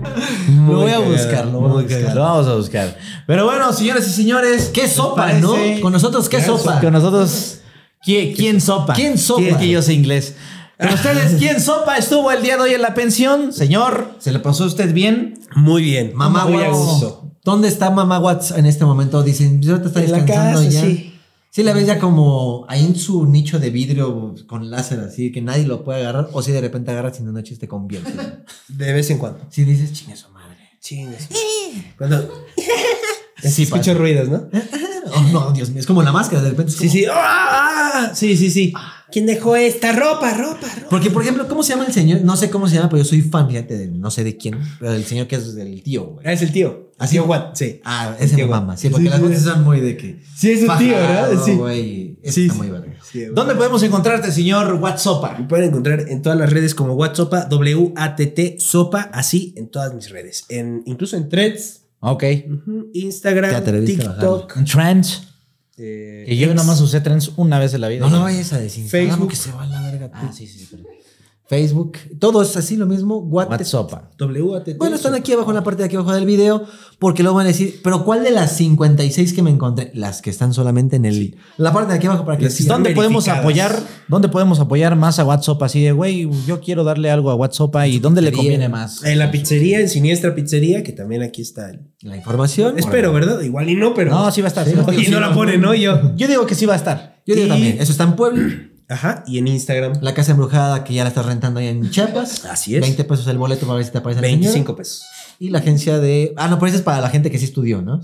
S4: Lo
S3: voy a buscar, lo voy a buscar.
S2: Lo vamos a buscar. Pero bueno, señoras y señores.
S3: qué
S2: ¿les
S3: sopa,
S2: parece?
S3: ¿no? Con nosotros, qué sopa.
S2: Con nosotros. ¿Quién, quién sopa?
S3: ¿Quién sopa?
S2: Sí, es que yo sé inglés. Con
S3: *laughs*
S2: ustedes, ¿quién sopa estuvo el día de hoy en la pensión? Señor, ¿se le pasó usted bien?
S4: Muy bien.
S3: Mamá
S4: Muy a
S3: Watts.
S4: gusto.
S3: ¿Dónde está mamá Watts en este momento? Dicen, yo te estoy
S4: En la
S3: descansando
S4: casa,
S3: ya.
S4: sí.
S3: Sí. la ves ya como ahí en su nicho de vidrio con láser, así que nadie lo puede agarrar. O si de repente agarras y en la noche te
S4: *laughs*
S3: convierte.
S4: De vez en cuando.
S3: Si dices, chinga su madre.
S4: Chingues. Cuando.
S3: Sí,
S4: escucho
S3: pasa.
S4: ruidos, ¿no?
S3: Oh, no, Dios mío, es como la máscara, de repente. es
S4: Sí,
S3: como-
S4: sí. ¡Ah! Sí, sí, sí. ¿Quién dejó esta ropa, ropa, ropa?
S3: Porque, por ejemplo, ¿cómo se llama el señor? No sé cómo se llama, pero yo soy fan, fíjate, de no sé de quién, pero el señor que es del tío, güey.
S4: Ah, es el tío.
S3: ¿Ah, sí?
S4: Tío Juan, sí.
S3: Ah, ese
S4: Qué
S3: me
S4: guapo.
S3: mama, sí, porque
S4: Sí,
S3: las
S4: sí,
S3: voces
S4: sí.
S3: son muy de que.
S4: Sí, es un tío, ¿verdad?
S3: pajarado,
S4: Sí.
S3: güey, eso
S4: Sí,
S3: está
S4: sí.
S3: muy verga.
S2: ¿Dónde podemos encontrarte, señor WhatsApp?
S4: Me pueden encontrar en todas las redes como WhatsApp, W-A-T-T, Sopa, así en todas mis redes. En, incluso en Threads,
S2: Ok.
S4: ujú,
S3: Te
S4: Instagram,
S3: atreviste a
S4: TikTok.
S2: Trends.
S4: eh,
S2: Que yo
S4: X.
S2: nada más usé trends una vez en la vida.
S3: No lo vayas a decir.
S4: Facebook.
S3: que se va a la verga. tú.
S2: Ah, sí, sí. sí.
S3: Facebook. Todo es así lo mismo. What the-
S2: WhatsApp.
S4: W-A-T-T.
S3: Bueno, están aquí abajo en la parte de aquí abajo del video. Porque luego van a decir, pero ¿cuál de las 56 que me encontré? Las que están solamente en el. La parte de aquí abajo para que
S4: Las
S3: las
S4: que
S3: sigan.
S2: ¿Dónde podemos
S4: verificadas.
S2: apoyar? ¿Dónde podemos apoyar más a WhatsApp? Así de, güey, yo quiero darle algo a WhatsApp y ¿dónde le
S3: Quería-
S2: conviene más?
S4: En la pizzería, en Siniestra Pizzería, que también aquí está. el-
S3: La información.
S4: Espero, ¿verdad? Igual y no, pero.
S2: No, sí va a estar. sí va a
S4: *laughs*
S2: estar.
S4: Y no la pone, ¿no?
S2: *laughs*
S4: Yo.
S2: Yo digo que sí va a estar.
S3: Yo digo
S4: Y-
S3: también. Eso está en Puebla.
S4: Ajá, y en Instagram,
S3: La casa embrujada que ya la estás rentando ahí en Chiapas.
S4: *laughs* Así es.
S3: 20 pesos el boleto para ver si te aparece la señora.
S4: 25 pesos.
S3: Y la agencia de. Ah, no, pero esa es para la gente que sí estudió, ¿no?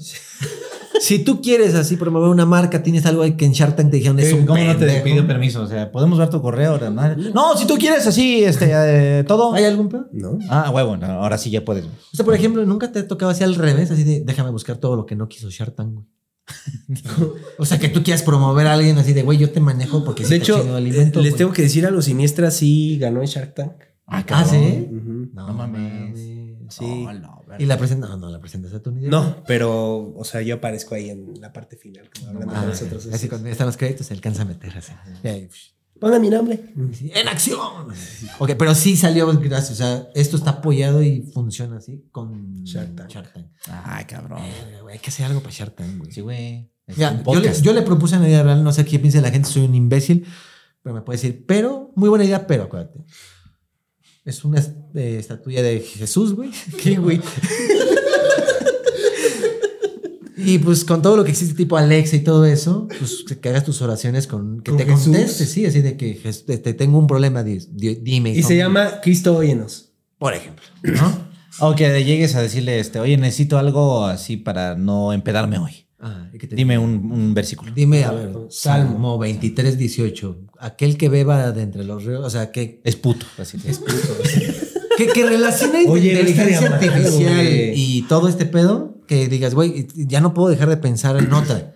S3: si tú quieres así promover una marca, tienes algo que en Shark Tank te dijeron,
S4: Eh,
S3: es un
S2: ¿Cómo no te
S3: pendejo.
S2: pidió permiso? O sea, podemos ver tu correo, ahora, ¿no? No, si tú quieres así, este, eh, todo.
S3: ¿Hay algún peor?
S4: ¿No?
S2: Ah, huevo, no, ahora sí ya puedes.
S3: O sea, por ejemplo, nunca te ha tocado así al revés, así de déjame buscar todo lo que no quiso Shark
S4: *laughs*
S3: Tank, güey. o sea, que tú quieras promover a alguien así de, güey, yo te manejo porque sí
S4: De
S3: está
S4: hecho,
S3: chido el
S4: eh,
S3: alimento,
S4: les
S3: güey".
S4: tengo que decir a los Siniestra sí ganó en Shark Tank.
S2: Ah,
S3: Ah, ¿sí?
S4: Ujú.
S3: No,
S2: No mames.
S3: mames.
S4: Sí.
S2: No, no,
S3: Y la presentas, no, no, la presentas a tu Ah, nivel.
S4: No, pero, o sea, yo aparezco ahí en la parte final, como hablando
S3: Ah,
S4: con nosotros.
S3: así cuando están los créditos se alcanza a meter así. Y ahí, psh.
S4: Ponga mi nombre.
S3: Sí, ¡En acción! Ok, pero sí salió gracias. O sea, esto está apoyado y funciona así con
S4: Shark Tank.
S2: Ay, cabrón.
S3: Eh, güey, Hay que hacer algo para Shark Tank, güey.
S2: Sí, güey. Es
S3: Ya,
S2: un
S3: yo, le,
S2: podcast.
S3: yo le propuse en la vida real, no sé qué piensa la gente, soy un imbécil. Pero me puede decir, pero, muy buena idea, pero acuérdate. Es una es- eh, estatuilla de Jesús, güey. *laughs* ¿Qué, güey? y pues con todo lo que existe, tipo Alexa y todo eso, pues que- que hagas tus oraciones con. Que
S4: Con
S3: te
S4: Jesús.
S3: conteste, sí, así de que Jes- te, te tengo un problema, di- di- dime.
S4: Y se
S3: hombre.
S4: llama Cristo Óyenos.
S3: Por ejemplo,
S2: *clears throat*
S3: ¿no?
S2: O que llegues a decirle, este, oye, necesito algo así para no empedarme hoy.
S3: Ah, y que te-
S2: Dime un, un versículo.
S3: Dime, a ver,
S4: Ah, Salmo.
S3: Salmo 23, 18. Aquel que beba de entre los ríos, o sea, que,
S2: Es puto. Así te-
S3: que, que relaciona
S4: *laughs* Oye, no
S3: inteligencia
S4: estaría mal,
S3: artificial
S4: güey.
S3: y todo este pedo, que digas, güey, ya no puedo dejar de pensar en otra.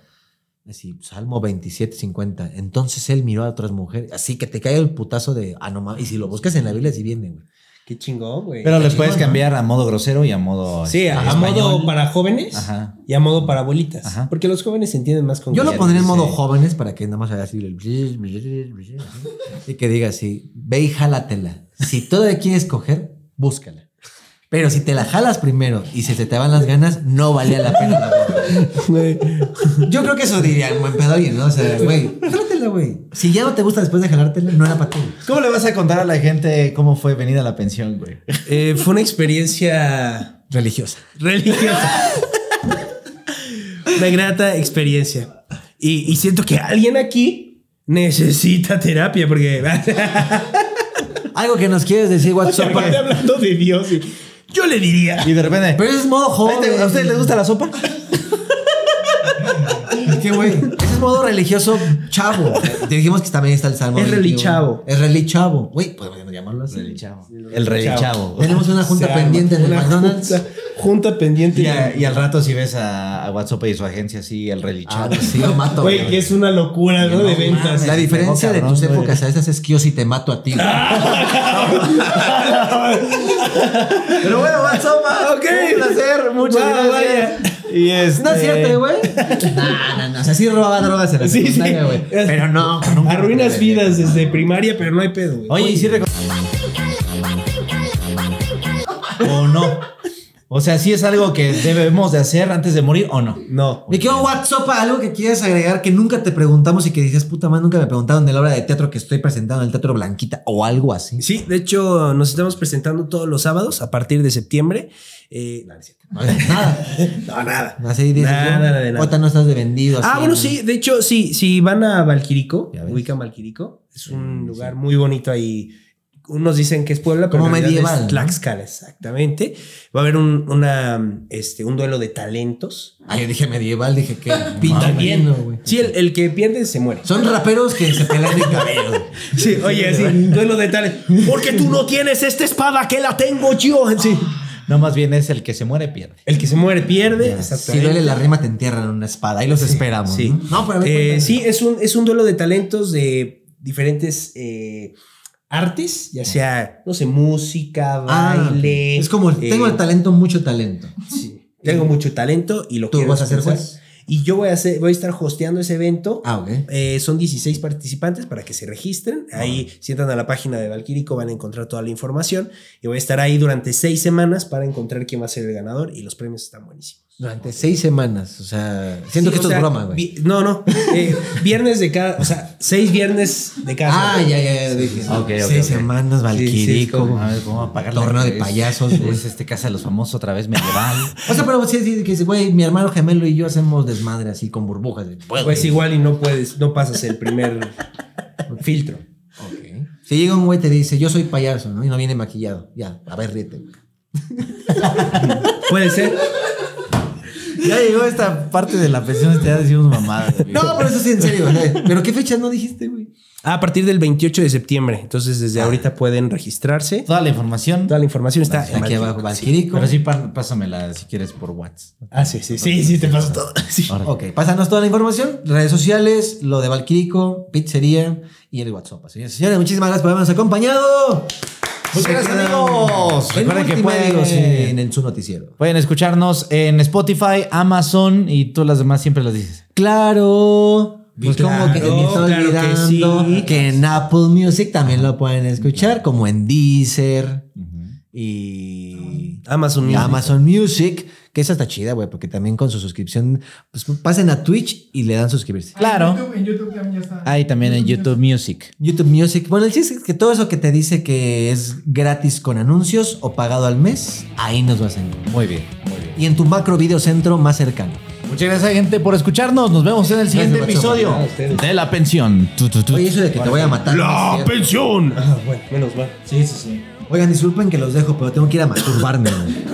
S3: Así, Salmo 27, 50. Entonces él miró a otras mujeres. Así que te cae el putazo de, ah, no mames. Y si lo buscas en la Biblia, sí viene, güey.
S4: *laughs* Qué chingón, güey.
S2: Pero le
S3: chingón,
S2: puedes
S3: ¿no?
S2: cambiar a modo grosero y a modo.
S4: sí,
S2: este,
S4: a, a
S2: español.
S4: modo para jóvenes
S2: Ajá.
S4: y a modo para abuelitas.
S2: Ajá.
S4: Porque los jóvenes se entienden más con
S3: Yo lo
S4: Guillermo.
S3: pondré en
S4: *laughs*
S3: modo
S2: dice-
S3: jóvenes para que nada más haga así el *laughs* brr, brr, brr, así, y que diga así, ve y jálatela. Si todavía quieres coger, búscala. Pero si te la jalas primero y se te van las ganas, no valía la pena.
S4: *laughs*
S3: la
S4: Güey.
S3: morra. Yo creo que eso diría un buen pedo alguien, ¿no? O sea, güey, jálatela, güey. Si ya no te gusta después de jalártela, no era para ti.
S2: ¿Cómo le vas a contar a la gente cómo fue venir a la pensión, güey?
S4: Eh, fue una experiencia
S3: Religiosa.
S4: religiosa. una grata experiencia. Y, y siento que alguien aquí necesita terapia porque... *laughs*
S3: Algo que nos quieres decir,
S4: *laughs* Oye,
S3: WhatsApp.
S4: aparte hablando de Dios, y- yo le diría...
S2: Y de repente.
S3: Pero es modo joven.
S2: ¿A ustedes les gusta la sopa?
S3: ¿Qué, güey? Ese es modo religioso chavo. Te dijimos que también está el salmo.
S4: Es
S3: 21.
S4: relichavo.
S3: Es relichavo. Güey, pues, podemos llamarlo así.
S2: El rey chavo.
S3: Tenemos una junta
S4: Se arma
S3: pendiente en el
S4: una
S3: McDonald's.
S4: Junta, junta pendiente.
S2: Y, a- y al rato si ves a, a WhatsApp y su agencia así, el rey
S3: Ah,
S2: chavo.
S3: sí, lo mato.
S4: Güey,
S3: güey.
S4: que es una locura, ¿no? De ventas.
S3: La diferencia de
S2: Cabrón,
S3: tus
S2: güey.
S3: épocas a estas es que yo sí te mato a ti. güey.
S4: Ah,
S2: Pero bueno, WhatsApp. ah.
S4: Ok.
S2: placer. Muchas
S4: Vaya,
S2: Y este,
S4: *laughs*
S3: No es cierto, güey. *laughs* No, no, no. O sea, sí robaba drogas en la
S4: Sí, sí.
S3: secundaria, güey. Pero no. nunca.
S4: Arruinas vidas desde primaria, pero no hay pedo, güey.
S2: Oye, y sí reco- ¿O no? O sea, sí es algo que debemos de hacer antes de morir o no.
S4: No.
S3: Me quedo WhatsApp a algo que quieres agregar que nunca te preguntamos y que dices, puta madre, nunca me preguntaron de la obra de teatro que estoy presentando en el Teatro Blanquita o algo así.
S4: Sí, de hecho, nos estamos presentando todos los sábados a partir de septiembre. Eh, no, no es cierto.
S3: No, *laughs* nada.
S4: No, nada.
S3: Así dices,
S4: Nada,
S3: güey,
S4: nada de nada.
S3: puta, no estás de vendido.
S4: Ah,
S3: así,
S4: bueno,
S3: güey.
S4: sí. De hecho, sí, si van a Valquirico,
S3: Ya ves.
S4: ubican Valquirico. Es un lugar muy bonito ahí. Unos dicen que es Puebla, pero
S3: Como
S4: en realidad
S3: medieval,
S4: es
S3: ¿no?
S4: Tlaxcala, exactamente. Va a haber un, una, este, un duelo de talentos.
S3: Ah, yo dije medieval, dije *laughs* que
S4: Pinta bien.
S3: no, güey.
S4: Sí, el, el que pierde se muere.
S3: Son raperos que se pelean de cabello.
S4: *laughs* Sí, oye, así, duelo de talentos. Porque tú no tienes esta espada que la tengo yo. Sí.
S2: No, más bien es el que se muere pierde.
S4: El que se muere pierde.
S3: Si duele la rima, te entierran en una espada. Ahí los esperamos.
S4: Sí.
S3: No, No, pero a ver,
S4: Eh,
S3: cuéntame.
S4: sí, es un, es un duelo de talentos de diferentes eh, artes, ya sea, no sé, música,
S3: Ah,
S4: baile.
S3: Es como,
S4: eh,
S3: tengo el talento, mucho talento.
S4: sí, tengo mucho talento y lo
S3: ¿Tú
S4: quiero
S3: vas a ser
S4: expresar.
S3: juez?
S4: Y yo voy a, hacer, voy a estar hosteando ese evento.
S3: Ah, ok.
S4: Eh, son 16 participantes para que se registren.
S3: Ah.
S4: Ahí, si entran a la página de Valquírico, van a encontrar toda la información. Y voy a estar ahí durante seis semanas para encontrar quién va a ser el ganador. Y los premios están buenísimos.
S3: Durante seis semanas. O sea, siento
S4: Sí,
S3: que
S4: o
S3: esto
S4: sea,
S3: es broma, güey.
S4: vi- No, no. eh, viernes de cada. O sea, seis viernes de cada.
S3: Ah,
S4: semana.
S3: ya, ya, ya. Dije,
S2: Ok, ok,
S3: seis
S2: ok.
S3: semanas,
S4: Sí, sí,
S3: Valquirico.
S4: como-
S2: A ver, ¿cómo va a pagar la-
S3: Torneo de
S2: es-
S3: payasos, güey.
S2: Es este casa de los famosos otra vez medieval.
S3: o sea, pero sí, sí, que dice, güey, mi hermano gemelo y yo hacemos desmadre así con burbujas. de-
S4: Pues igual y no puedes, no pasas el primer filtro.
S3: Ok. Si llega un güey y te dice, yo soy payaso, ¿no? Y no viene maquillado. Ya, a ver, ríete. güey.
S4: Puede ser.
S2: *laughs* ya llegó esta parte de la pensión, te ya decimos mamada.
S3: No, pero eso sí, en serio. *laughs* güey. Pero qué fechas no dijiste, güey.
S4: Ah, a partir del 28 de septiembre. Entonces, desde ahorita pueden registrarse.
S2: Toda la información.
S4: Toda la información está en
S3: Aquí
S4: Valquírico.
S3: abajo, Valquirico.
S2: Pero sí, pa- pásamela si quieres por WhatsApp.
S4: Ah, sí, sí, sí, sí, te paso
S3: *laughs*
S4: todo. Sí.
S3: Ok, pásanos toda la información, redes sociales, lo de Valquirico, pizzería y el WhatsApp. Señores, señores, muchísimas gracias por habernos acompañado.
S2: Muchas
S3: Se
S2: gracias,
S3: quedan
S2: amigos.
S3: En
S2: Recuerden que
S3: multimedios
S2: pueden-
S3: en, en su noticiero.
S2: Pueden escucharnos en Spotify, Amazon y todas las demás siempre las dices.
S5: Ah,
S3: Claro. Pues como que se me
S4: Claro,
S3: está
S4: claro que
S3: olvidando que,
S4: sí.
S3: en Apple Music también lo pueden escuchar, como en Deezer y
S4: Amazon
S3: y
S4: Music.
S3: Amazon Music, Que esa está chida, güey, porque también con su suscripción, pues pasen a Twitch y le dan suscribirse.
S2: Claro.
S5: En YouTube, en YouTube también ya está.
S2: Ahí también en YouTube Music.
S3: YouTube Music. Bueno, el chiste es que todo eso que te dice que es gratis con anuncios o pagado al mes, ahí nos vas a encontrar.
S2: Muy bien, muy bien.
S3: Y en tu macro videocentro más cercano.
S2: Muchas gracias, gente, por escucharnos. Nos vemos en el siguiente
S3: Gracias, Macho.
S2: episodio de La Pensión. Tu, tu, tu.
S3: Oye, eso de que te voy a matar. no es cierto.
S2: Pensión!
S4: Ah, bueno, menos mal. Sí, sí, sí.
S3: Oigan, disculpen que los dejo, pero tengo que ir a masturbarme. güey.